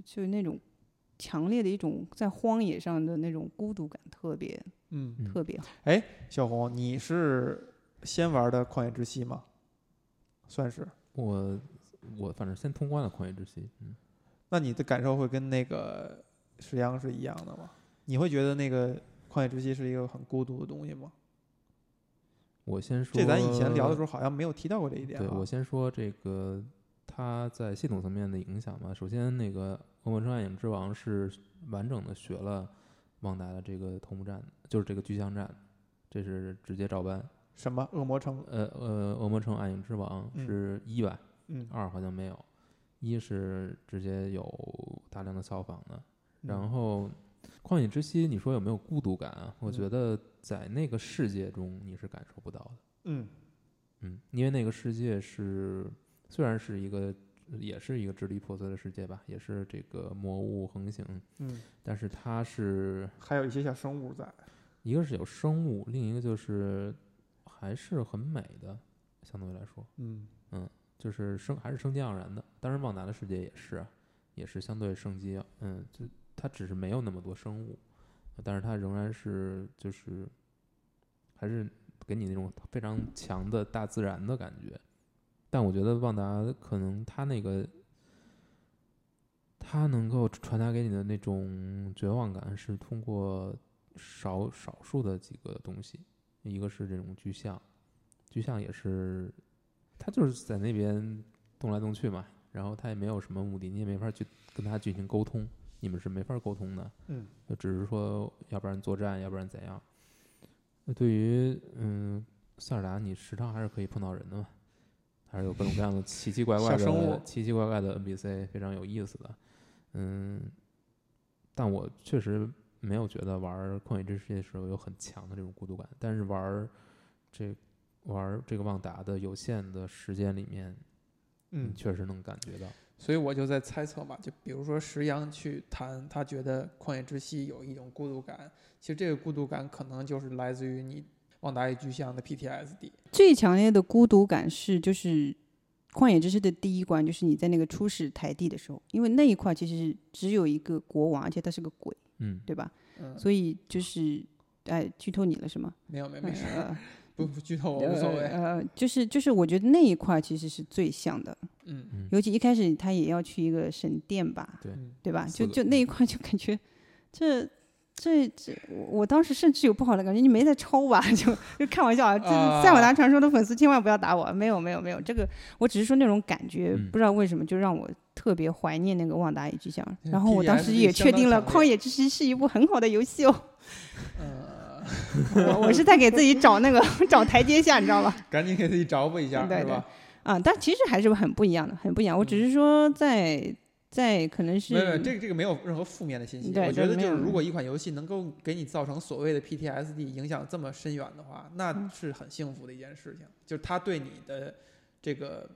B: 就那种强烈的一种在荒野上的那种孤独感，特别
A: 嗯，
C: 嗯
B: 特别好。
A: 小红，你是先玩的《旷野之息》吗？算是。
C: 我我反正先通关了《旷野之息》，嗯，
A: 那你的感受会跟那个石羊是一样的吗？你会觉得那个《旷野之息》是一个很孤独的东西吗？
C: 我先说，
A: 这咱以前聊的时候
C: 候，
A: 好像没有提到过这一点、啊。
C: 对我先说这个它在系统层面的影响吧。首先，那个《恶魔城暗影之王》是完整的学了旺达的这个头目战，就是这个巨像战，这是直接照搬。
A: 什么恶魔城？
C: 呃呃，《恶魔城暗影之王》
A: 嗯
C: 是一吧？
A: 嗯，
C: 二好像没有，一是直接有大量的效仿的。
A: 嗯
C: 然后，《旷野之息》，你说有没有孤独感啊？
A: 嗯
C: 我觉得在那个世界中你是感受不到的。
A: 嗯
C: 嗯，因为那个世界是虽然是一个也是一个支离破碎的世界吧，也是这个魔物横行，
A: 嗯，
C: 但是它是
A: 还有一些小生物在。
C: 一个是有生物，另一个就是还是很美的，相对来说。
A: 嗯
C: 就是生还是生机盎然的。当然，旺达的世界也是啊，也是相对生机，嗯，就它只是没有那么多生物，但是它仍然是就是还是给你那种非常强的大自然的感觉。但我觉得旺达可能它那个。它能够传达给你的那种绝望感，是通过少少数的几个东西，一个是这种具象，具象也是他就是在那边动来动去嘛，然后他也没有什么目的，你也没法去跟他进行沟通，你们是没法沟通的，
A: 嗯，
C: 就只是说要不然作战，要不然怎样。那对于嗯塞尔达，你时常还是可以碰到人的嘛，还是有各种各样的奇奇怪怪
A: 小生物
C: 的奇奇怪怪的 NPC，非常有意思的，嗯，但我确实没有觉得玩《旷野之息》的时候有很强的这种孤独感，但是玩儿这玩儿这个旺达的有限的时间里面，
A: 嗯
C: 你，确实能感觉到，
A: 所以我就在猜测嘛，就比如说石羊去谈，他觉得旷野之息有一种孤独感，其实这个孤独感可能就是来自于你旺达与巨像的 PTSD。
B: 最强烈的孤独感是就是。旷野之息的第一关就是你在那个初始台地的时候，因为那一块其实只有一个国王，而且他是个鬼，
C: 嗯，
B: 对吧？
A: 嗯，
B: 所以就是，哎，剧透你了是吗？
A: 没有没有没事，
B: 呃，
A: 不不剧透我无所谓。
B: 呃，呃就是就是，我觉得那一块其实是最像的，
A: 嗯
C: 嗯
B: 尤其一开始他也要去一个神殿吧，
C: 对
A: 嗯
B: 对吧？就是
C: 的
B: 就那一块就感觉这。这这，我我当时甚至有不好的感觉，你没在抄吧？ 就就开玩笑啊！这
A: 啊
B: 《塞尔达传说》的粉丝千万不要打我，没有没有没有，这个我只是说那种感觉，
C: 嗯
B: 不知道为什么就让我特别怀念那个《旺达与巨像》，
A: 嗯
B: 然后我当
A: PTSD
B: 时也确定了，《
A: 相当强
B: 旷
A: 烈
B: 野之息》是一部很好的游戏哦。
A: 呃，
B: 我我是在给自己找那个 找台阶下，你知道吧？
A: 赶紧给自己找补一下，
B: 对
A: 是吧？
B: 啊，但其实还是很不一样的，很不一样。我只是说在在可能是
A: 嗯没有没有，这个这个没有任何负面的信息。
B: 对
A: 我觉得
B: 对没
A: 就
B: 有
A: 是，
B: 没有
A: 如果一款游戏能够给你造成所谓的 PTSD 影响这么深远的话，那是很幸福的一件事情。就是它对你的这个，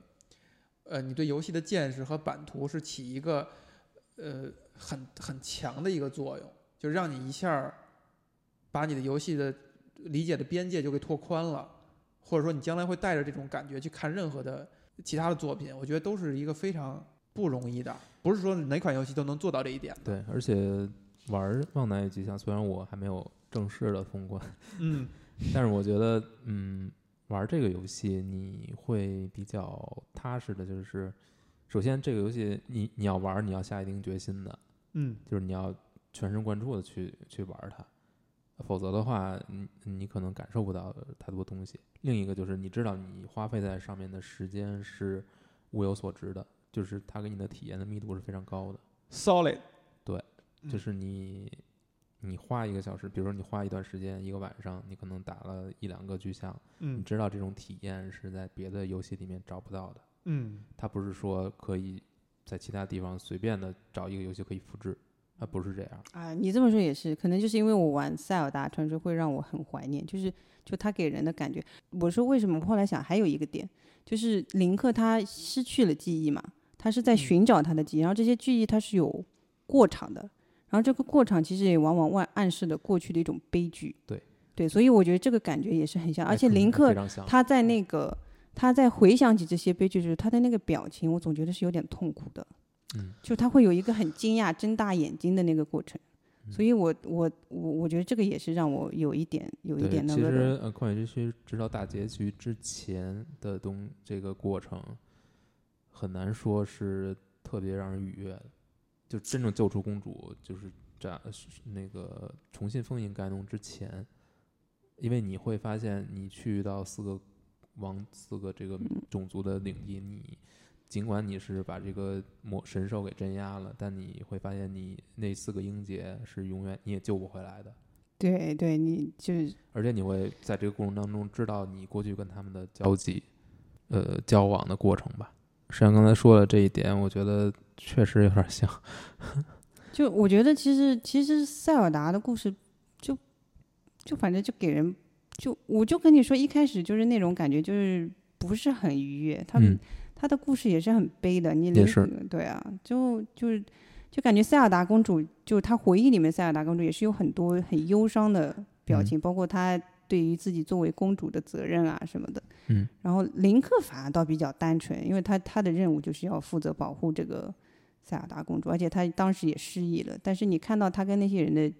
A: 呃，你对游戏的见识和版图是起一个呃很很强的一个作用，就让你一下儿把你的游戏的理解的边界就给拓宽了，或者说你将来会带着这种感觉去看任何的其他的作品，我觉得都是一个非常不容易的，不是说哪款游戏都能做到这一点。
C: 对，而且玩儿《旺达与吉祥》，虽然我还没有正式的通关，
A: 嗯
C: 但是我觉得，嗯，玩这个游戏你会比较踏实的，就是首先这个游戏你你要玩儿，你要下一定决心的，
A: 嗯
C: 就是你要全神贯注的去去玩儿它，否则的话，你你可能感受不到太多东西。另一个就是你知道你花费在上面的时间是物有所值的，就是它给你的体验的密度是非常高的。
A: solid，嗯
C: 就是你你花一个小时，比如说你花一段时间，一个晚上，你可能打了一两个巨像，你
A: 嗯
C: 知道这种体验是在别的游戏里面找不到的。
A: 嗯
C: 它不是说可以在其他地方随便的找一个游戏可以复制，它不是这样。
B: 啊，你这么说也是，可能就是因为我玩塞尔达传说会让我很怀念，就是就他给人的感觉。我说为什么？我后来想还有一个点，就是林克他失去了记忆嘛，他是在
A: 嗯
B: 寻找他的记忆，然后这些记忆它是有过场的，然后这个过场其实也往往外暗示了过去的一种悲剧。
C: 对
B: 对，所以我觉得这个感觉也是很像，而且
C: 哎可能
B: 林克
C: 非常像
B: 他在那个他在回想起这些悲剧时，他的那个表情，我总觉得是有点痛苦的。
C: 嗯，
B: 就他会有一个很惊讶、睁大眼睛的那个过程。
C: 嗯
B: 所以我，我我我觉得这个也是让我有一点有一
C: 对，
B: 点那
C: 其
B: 个的
C: 实呃，旷野之息直到大结局之前的东这个过程，很难说是特别让人愉悦的。就真正救出公主，就是这那个重新封印盖农之前，因为你会发现，你去到四个王四个这个
B: 嗯
C: 种族的领地，你尽管你是把这个魔神兽给镇压了，但你会发现，你那四个英杰是永远你也救不回来的。
B: 对对，你就是
C: 而且你会在这个过程当中知道你过去跟他们的交集，呃，交往的过程吧。实际上刚才说的这一点，我觉得确实有点像。
B: 就我觉得其实其实塞尔达的故事就就反正就给人就我就跟你说一开始就是那种感觉就是不是很愉悦，他们、
C: 嗯
B: 他的故事也是很悲的，你
C: 也
B: 理
C: 是
B: 对啊，就就是就感觉塞尔达公主，就她回忆里面塞尔达公主也是有很多很忧伤的表
C: 嗯
B: 情，包括她对于自己作为公主的责任啊什么的。
C: 嗯。
B: 然后林克反而倒比较单纯，因为他他的任务就是要负责保护这个塞尔达公主，而且他当时也失忆了。但是你看到他跟那些人的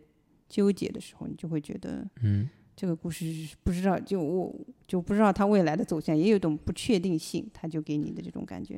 B: 纠结的时候，你就会觉得，
C: 嗯，
B: 这个故事是不知道，就我就不知道它未来的走向，也有一种不确定性，它就给你的这种感觉。